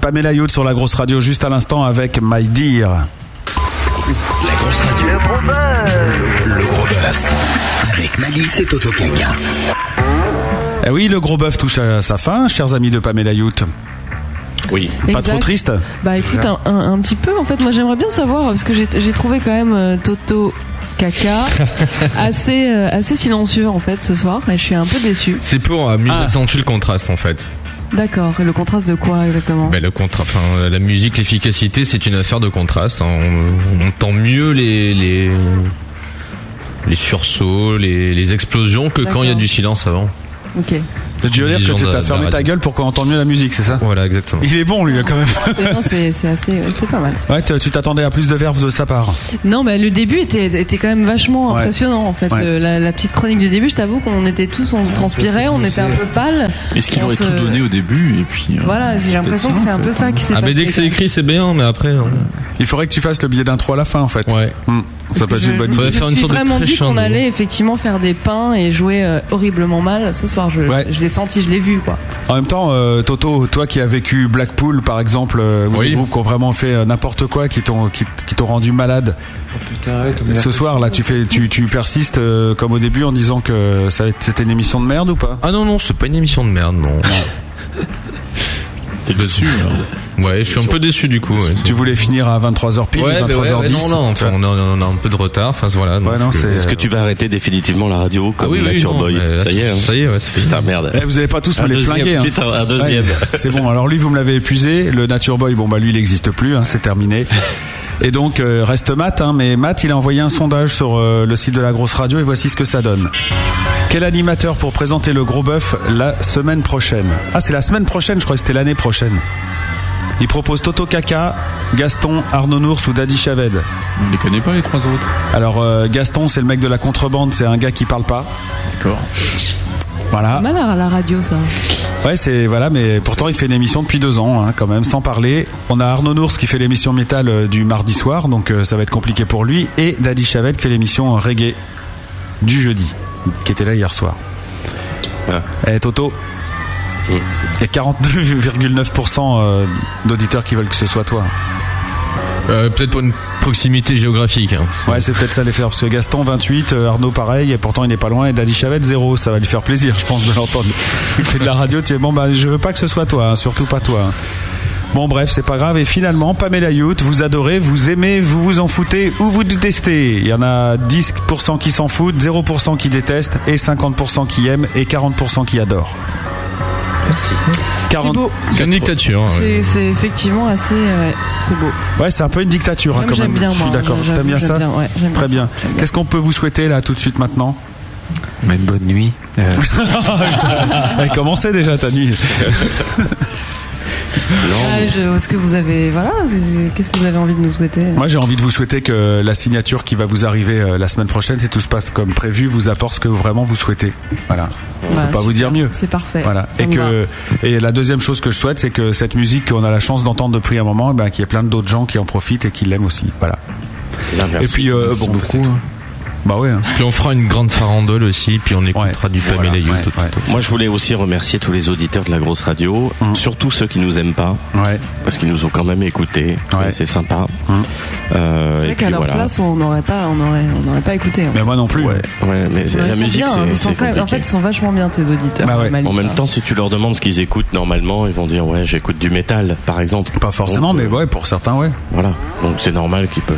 S5: Pamela Youth sur la grosse radio juste à l'instant avec My Dear.
S1: La grosse radio. Le gros bœuf. Le gros bœuf. Avec Malice et Toto Kaka.
S5: Eh oui, le gros bœuf touche à sa fin, chers amis de Pamela Youth. Oui. Pas
S7: Exact.
S5: trop triste
S7: Bah écoute, un, un- un petit peu en fait. Moi j'aimerais bien savoir, parce que j'ai j'ai trouvé quand même euh, Toto Caca assez, euh, assez silencieux en fait ce soir, et je suis un peu déçue.
S15: C'est pour euh, mieux
S11: Ah.
S15: accentuer le contraste en fait.
S7: D'accord, et le contraste de quoi exactement
S15: Ben, le contra- enfin, euh, la musique, l'efficacité, c'est une affaire de contraste. hein. On, on entend mieux les, les, les sursauts, les, les explosions que quand il y a
S5: D'accord.
S15: du silence avant.
S7: Ok.
S5: Tu veux dire que
S15: Disons euh,
S5: tu
S15: de la-
S5: t'as
S15: de la
S5: fermé ta
S15: radio.
S5: gueule pour qu'on entende mieux la musique, c'est ça
S15: Voilà, exactement.
S5: Il est bon, lui, quand même.
S7: C'est- non, C'est c'est assez, ouais, c'est pas mal.
S5: Ouais, t- tu t'attendais à plus de verve de sa part.
S7: Non, mais le début était, était quand même vachement
S5: Ouais.
S7: impressionnant en fait.
S5: Ouais.
S7: Euh, La, la petite chronique du début, je t'avoue qu'on était tous, on transpirait, on était un peu pâle.
S19: Est-ce qu'il
S7: On
S19: aurait
S7: se-
S19: tout
S5: hein.
S19: donné au début et puis. euh,
S7: Voilà, j'ai l'impression que c'est un peu ça qui s'est
S15: Ah, mais
S7: passé.
S15: dès que c'est écrit, c'est bien, mais après. hein.
S5: Il faudrait que tu fasses le billet d'intro à la fin en fait. Hum,
S15: Ouais.
S5: Ça peut être une bonne
S7: Je me
S5: idée.
S7: suis vraiment dit qu'on allait effectivement faire des pains et jouer euh, horriblement mal ce soir. Je, je l'ai senti, je l'ai vu quoi.
S5: En même temps, euh, Toto, toi qui as vécu Blackpool par exemple, euh, ou des groupes qui ont vraiment fait euh, n'importe quoi, qui t'ont qui, qui t'ont rendu malade. Ce soir là, tu fais, tu, tu persistes euh, comme au début en disant que ça va être- c'était une émission de merde ou pas
S15: Ah non non, c'est pas une émission de merde non.
S19: T'es déçu
S15: bah, Ouais, je suis un peu déçu du coup. ouais.
S5: Tu voulais finir à 23h pile,
S15: Ouais, bah ouais,
S5: 23h10.
S15: ouais, non, non,
S5: euh.
S15: enfin, on a, on a un peu de retard. Enfin, voilà. donc je- euh, Ah
S11: Est-ce que tu vas arrêter définitivement la radio comme
S15: oui, oui,
S11: Nature
S15: non,
S11: Boy
S15: mais là,
S11: Ça y est, hein.
S15: ça y est, ouais, c'est
S11: Putain, merde.
S5: Eh, vous allez pas tous
S11: Un
S5: me les
S11: deuxième,
S5: flinguer. hein.
S11: putain, un deuxième.
S5: Ouais, c'est bon. Alors lui, vous me l'avez épuisé. Le Nature Boy, bon bah lui, il n'existe plus. hein, c'est terminé. Et donc euh, reste Matt. hein, mais Matt, il a envoyé un sondage sur euh, le site de la grosse radio et voici ce que ça donne. Quel animateur pour présenter le gros bœuf la semaine prochaine Ah, c'est la semaine prochaine. Je crois que c'était l'année prochaine. Il propose Toto Kaka, Gaston, Arnaud Nours ou Daddy Chaved.
S19: On les connaît pas les trois autres.
S5: Alors euh, Gaston, c'est le mec de la contrebande. C'est un gars qui parle pas.
S19: D'accord.
S5: Voilà.
S7: Pas mal à la radio ça.
S5: Ouais, c'est voilà, mais pourtant il fait une émission depuis deux ans, hein, quand même, sans parler. On a Arnaud Nours qui fait l'émission métal euh, du mardi soir, donc euh, ça va être compliqué pour lui, et Daddy Chavette qui fait l'émission euh, reggae du jeudi, qui était là hier soir. Eh, Toto, il y a 42,9% euh, d'auditeurs qui veulent que ce soit toi.
S15: Euh, peut-être pour une proximité géographique. hein.
S5: Ouais, c'est peut-être ça les faire, parce que Gaston 28, euh, Arnaud pareil, et pourtant il n'est pas loin, et Daddy Chavette 0, ça va lui faire plaisir, je pense, de l'entendre. Il fait de la radio, tu es bon, bah je veux pas que ce soit toi, hein, surtout pas toi. hein. Bon, bref, c'est pas grave, et finalement, Pamela Youth, vous adorez, vous aimez, vous vous en foutez ou vous détestez. Il y en a 10% qui s'en foutent, 0% qui détestent, et 50% qui aiment, et 40% qui adorent. Merci.
S7: beau.
S15: C'est une dictature. hein, ouais.
S7: C'est c'est effectivement assez, euh, ouais, c'est beau.
S5: Ouais, c'est un peu une dictature hein,
S7: J'aime-
S5: quand même.
S7: j'aime bien,
S5: je suis
S7: moi,
S5: d'accord.
S7: j'aime-
S5: T'aimes bien
S7: j'aime
S5: ça
S7: bien, ouais, j'aime
S5: Très bien. Qu'est-ce qu'on peut vous souhaiter là tout de suite maintenant
S12: Euh,
S5: Euh.
S12: Une bonne nuit.
S5: Elle commençait déjà ta nuit.
S7: Ah, je- Est-ce que vous avez, voilà, c'est- c'est- qu'est-ce que vous avez envie de nous souhaiter
S5: Moi, j'ai envie de vous souhaiter que la signature qui va vous arriver euh, la semaine prochaine, si tout se passe comme prévu, vous apporte ce que vraiment vous souhaitez. Voilà. On peut
S7: Bah,
S5: pas vous dire mieux.
S7: C'est parfait.
S5: Voilà.
S7: Ça
S5: Et
S7: me va.
S5: que et la deuxième chose que je souhaite, c'est que cette musique qu'on a la chance d'entendre depuis un moment, eh ben, qu'il y ait plein d'autres gens qui en profitent et qui l'aiment aussi. Voilà. Et puis euh, bon, Bah ouais.
S15: Puis on fera une grande farandole aussi, puis on écoutera du Pamela
S11: Voilà,
S15: Youth
S11: ouais,
S15: tout- tout-
S11: ouais. Moi, je voulais aussi remercier tous les auditeurs de la grosse radio,
S5: Hum.
S11: surtout ceux qui nous aiment pas, parce qu'ils nous ont quand même écoutés. et C'est sympa.
S5: Hum.
S11: Euh,
S7: C'est
S11: et
S7: vrai
S11: puis
S7: qu'à leur
S11: voilà.
S7: place, on n'aurait pas, on aurait, on n'aurait pas écouté. hein.
S5: Mais moi non plus.
S11: Ouais, ouais, mais
S7: Ouais,
S11: la
S7: ils sont
S11: musique,
S7: bien, hein,
S11: c'est-
S7: ils
S11: c'est
S7: sont quand même- En fait,
S11: compliqué.
S7: ils sont vachement bien tes auditeurs.
S5: Bah
S7: Malice,
S11: En même
S7: hein.
S11: temps, si tu leur demandes ce qu'ils écoutent, normalement, ils vont dire ouais, j'écoute du métal, par exemple. euh,
S5: Pas forcément, mais ouais, pour certains, ouais.
S11: Voilà. Donc c'est normal qu'ils peuvent.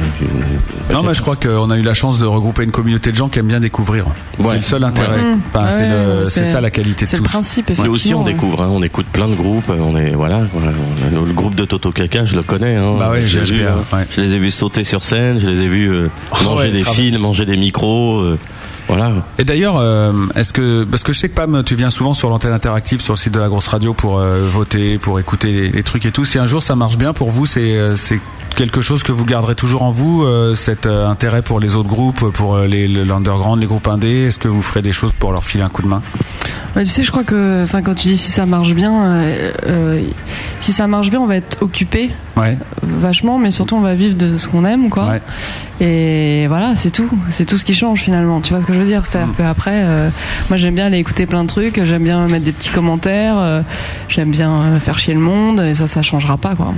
S5: Non, mais je crois qu'on a eu la chance de regrouper une communauté de gens qui aiment bien découvrir. C'est
S11: Ouais.
S5: le seul intérêt.
S11: Ouais.
S5: Enfin,
S11: Ouais,
S5: c'est le-
S11: ouais,
S5: c'est
S11: c'est-
S5: ça la qualité de
S11: c'est le
S5: tous.
S7: principe,
S11: Nous aussi, on
S7: effectivement, ouais.
S11: découvre. hein, on écoute plein de groupes. On est voilà. voilà, on a- le groupe de Toto Kaka, je le connais. Hein,
S5: Bah ouais,
S11: je, les ai
S5: GHPA,
S11: vus, hein, je les ai vus sauter sur scène. Je les ai vus euh, manger
S5: ouais,
S11: des
S5: grave.
S11: fils, manger des micros. euh, voilà.
S5: Et d'ailleurs, euh, est-ce que parce que je sais que Pam, tu viens souvent sur l'antenne interactive, sur le site de la grosse radio pour euh, voter, pour écouter les, les trucs et tout. Si un jour ça marche bien pour vous, c'est euh, c'est quelque chose que vous garderez toujours en vous, euh, cet euh, intérêt pour les autres groupes, pour euh, les- le- l'underground, les groupes indés. Est-ce que vous ferez des choses pour leur filer un coup de main
S7: Bah, tu sais, je crois que, enfin, quand tu dis si ça marche bien, euh, euh, si ça marche bien, on va être occupé
S5: Ouais.
S7: vachement, mais surtout on va vivre de ce qu'on aime, quoi. Et voilà, c'est tout. C'est tout ce qui change finalement. Tu vois ce que je veux dire C'est-à-dire qu'après, euh, moi j'aime bien aller écouter plein de trucs, j'aime bien mettre des petits commentaires, euh, j'aime bien euh, faire chier le monde, et ça, ça changera pas, quoi.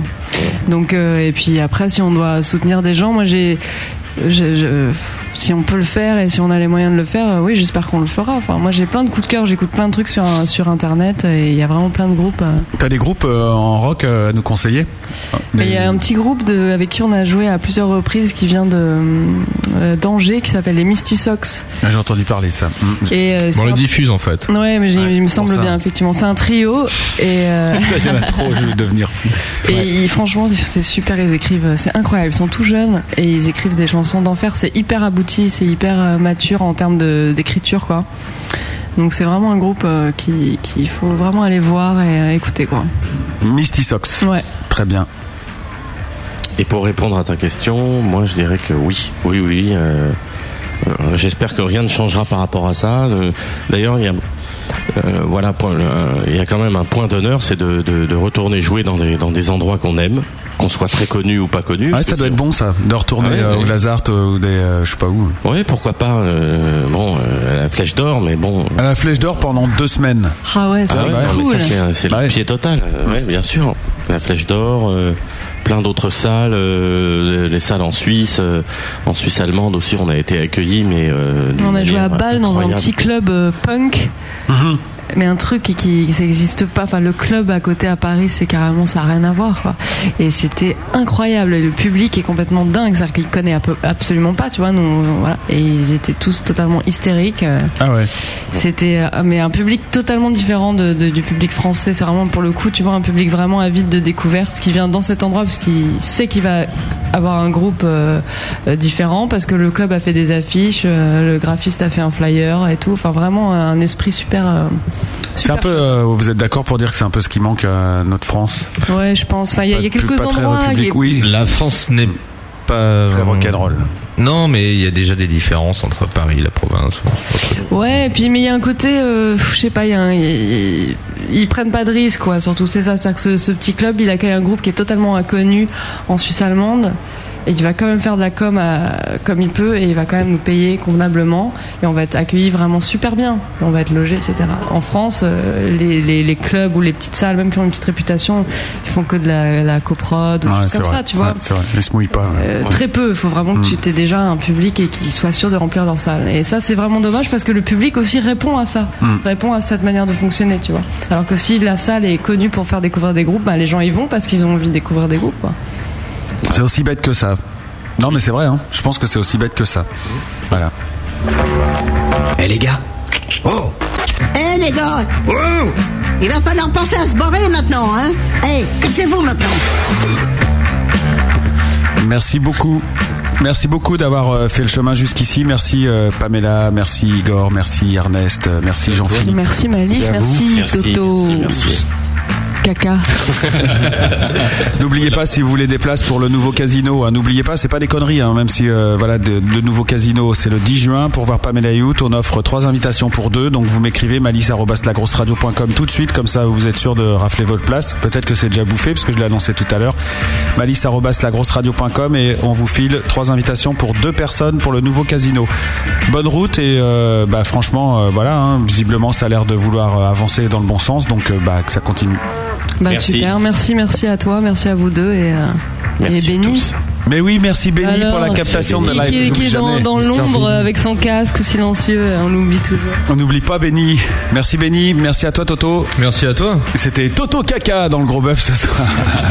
S7: Donc, euh, et puis après, si on doit soutenir des gens, moi j'ai. je- je- si on peut le faire et si on a les moyens de le faire, euh, oui, j'espère qu'on le fera. Enfin, moi j'ai plein de coups de cœur, j'écoute plein de trucs sur, sur internet et il y a vraiment plein de groupes. euh,
S5: T'as des groupes euh, en rock euh, à nous conseiller
S7: mais il y a un petit groupe de, avec qui on a joué à plusieurs reprises qui vient de euh, d'Angers qui s'appelle les Misty Sox.
S5: Ah, J'ai entendu parler ça. Mm.
S7: Et, euh, c'est
S15: on le
S7: un-
S15: diffuse en fait.
S7: Ouais, mais j'ai- il me semble
S15: pour ça.
S7: bien effectivement. C'est un trio et, euh,
S5: Il y en a trop, je vais devenir fou.
S7: et ils- franchement c'est super. Ils écrivent, c'est incroyable. Ils sont tout jeunes et ils écrivent des chansons d'enfer. C'est hyper abouti, c'est hyper euh, mature en termes de- d'écriture quoi. Donc c'est vraiment un groupe euh, qui qu'il faut vraiment aller voir et euh, écouter quoi.
S5: Misty Sox.
S7: Ouais.
S5: Très bien.
S11: Et pour répondre à ta question, moi je dirais que oui, oui, oui. euh, euh, J'espère que rien ne changera par rapport à ça. Euh, D'ailleurs, il y a. euh, voilà, point- euh, il y a quand même un point d'honneur, c'est de, de- de retourner jouer dans des, dans des endroits qu'on aime, qu'on soit très connu ou pas connu.
S5: Ouais, Ah, ça doit être bon ça, de retourner
S11: Ah ouais,
S5: euh, au
S11: ouais.
S5: Lazarte euh, ou des, euh, je sais pas où.
S11: Oui, pourquoi pas. euh, bon, euh, la flèche d'or, mais bon.
S5: À la Flèche d'Or pendant deux semaines.
S7: Ah ouais, c'est
S11: Ah ouais, non, mais
S7: cool.
S11: ça c'est- c'est le pied total. Euh, Ouais, bien sûr. La Flèche d'Or, euh, plein d'autres salles, euh, les salles en Suisse, euh, en Suisse allemande aussi, on a été accueillis, mais euh, d'une
S7: On a joué à
S11: manière
S7: Bâle dans un
S11: incroyable.
S7: petit club euh, punk. Mais un truc qui- qui ça n'existe pas. Enfin, le club à côté à Paris, c'est carrément ça n'a rien à voir. Quoi. Et c'était incroyable. Et Le public est complètement dingue, c'est-à-dire qu'il connaît ab- absolument pas, tu vois. Nous, on- voilà. Et ils étaient tous totalement hystériques. euh.
S5: Ah ouais.
S7: C'était euh, mais un public totalement différent de- de- du public français. C'est vraiment pour le coup, tu vois, un public vraiment avide de découverte qui vient dans cet endroit parce qu'il sait qu'il va avoir un groupe euh, euh, différent parce que le club a fait des affiches, euh, le graphiste a fait un flyer et tout. Enfin, vraiment un esprit super. euh,
S5: C'est un peu, euh, vous êtes d'accord pour dire que c'est un peu ce qui manque à notre France
S7: Ouais, je pense. Enfin, il y a, il y a quelques endroits. qui-
S15: La France n'est pas très
S5: rock'n'roll.
S15: Non, mais il y a déjà des différences entre Paris et la province.
S7: Ouais, et puis mais il y a un côté, euh, je sais pas, il y a un- ils- ils prennent pas de risques quoi. Surtout c'est ça, c'est-à-dire que ce, ce petit club, il accueille un groupe qui est totalement inconnu en Suisse allemande et qui va quand même faire de la com à- comme il peut et il va quand même nous payer convenablement et on va être accueillis vraiment super bien, on va être logés, etc. En France, euh, les, les- les clubs ou les petites salles, même qui ont une petite réputation, ils font que de la, la coprod ou des
S5: Ouais,
S7: choses
S5: c'est
S7: comme
S5: vrai.
S7: ça, tu vois.
S5: Ouais, c'est vrai. Ils se mouillent pas. ouais.
S7: Euh,
S5: Ouais.
S7: Très peu. Il faut vraiment que
S5: Mm.
S7: tu aies déjà un public et qu'il soit sûr de remplir leur salle. Et ça, c'est vraiment dommage parce que le public aussi répond à ça,
S5: Mm.
S7: répond à cette manière de fonctionner, tu vois. Alors que si la salle est connue pour faire découvrir des groupes, bah, les gens y vont parce qu'ils ont envie de découvrir des groupes. Quoi.
S5: C'est aussi bête que ça. Non, mais c'est vrai, hein. je pense que c'est aussi bête que ça. Voilà.
S1: Eh les gars Oh
S8: Eh les gars Il va falloir penser à se barrer maintenant, hein Eh, cassez-vous maintenant
S5: Merci beaucoup. Merci beaucoup d'avoir euh, fait le chemin jusqu'ici. Merci euh, Pamela, merci Igor, merci Ernest, euh, merci Jean-Philippe.
S7: Merci Malice, merci, Toto, Caca.
S5: N'oubliez pas si vous voulez des places pour le nouveau casino. hein. N'oubliez pas, c'est pas des conneries. hein, même si euh, voilà, de, de nouveaux casinos, c'est le 10 juin pour voir Pamela Youth. On offre trois invitations pour deux. Donc vous m'écrivez malice@lagrosseradio.com tout de suite, comme ça vous êtes sûr de rafler votre place. Peut-être que c'est déjà bouffé parce que je l'ai annoncé tout à l'heure. malice@lagrosseradio.com et on vous file trois invitations pour deux personnes pour le nouveau casino. Bonne route et euh, bah, franchement, euh, voilà, hein, visiblement ça a l'air de vouloir euh, avancer dans le bon sens. Donc euh, bah, que ça continue.
S7: Bah,
S5: Merci.
S7: Super, merci, merci à toi, merci à vous deux et, euh, et Benny.
S5: Mais oui, merci Benny
S7: Alors,
S5: pour la captation de
S7: qui-
S5: la
S7: Qui,
S5: live.
S7: qui
S5: J'oublie
S7: est dans,
S5: jamais.
S7: dans l'ombre euh. avec son casque silencieux, on l'oublie toujours.
S5: On n'oublie pas Benny. Merci Benny, merci à toi Toto.
S15: Merci à toi.
S5: C'était Toto Caca dans le gros bœuf ce soir.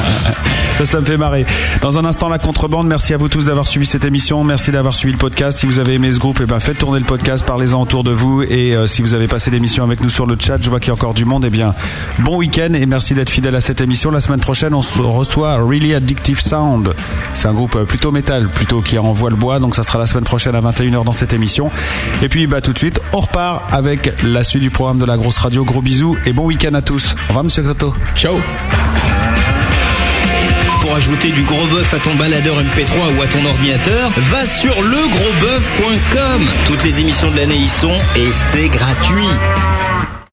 S5: ça, ça me fait marrer. Dans un instant, la contrebande. Merci à vous tous d'avoir suivi cette émission. Merci d'avoir suivi le podcast. Si vous avez aimé ce groupe, eh ben, faites tourner le podcast, parlez-en autour de vous. Et euh, si vous avez passé l'émission avec nous sur le chat, je vois qu'il y a encore du monde. Eh bien, bon week-end et merci d'être fidèle à cette émission. La semaine prochaine, on se reçoit Really Addictive Sound. C'est un groupe euh, plutôt métal, plutôt qui envoie le bois. Donc ça sera la semaine prochaine à 21h dans cette émission. Et puis bah, tout de suite, on repart avec la suite du programme de la grosse radio. Gros bisous et bon week-end à tous. Au revoir, monsieur Toto. Ciao.
S22: Pour ajouter du gros bœuf à ton baladeur MP3 ou à ton ordinateur, va sur legrosboeuf.com. Toutes les émissions de l'année y sont et c'est gratuit.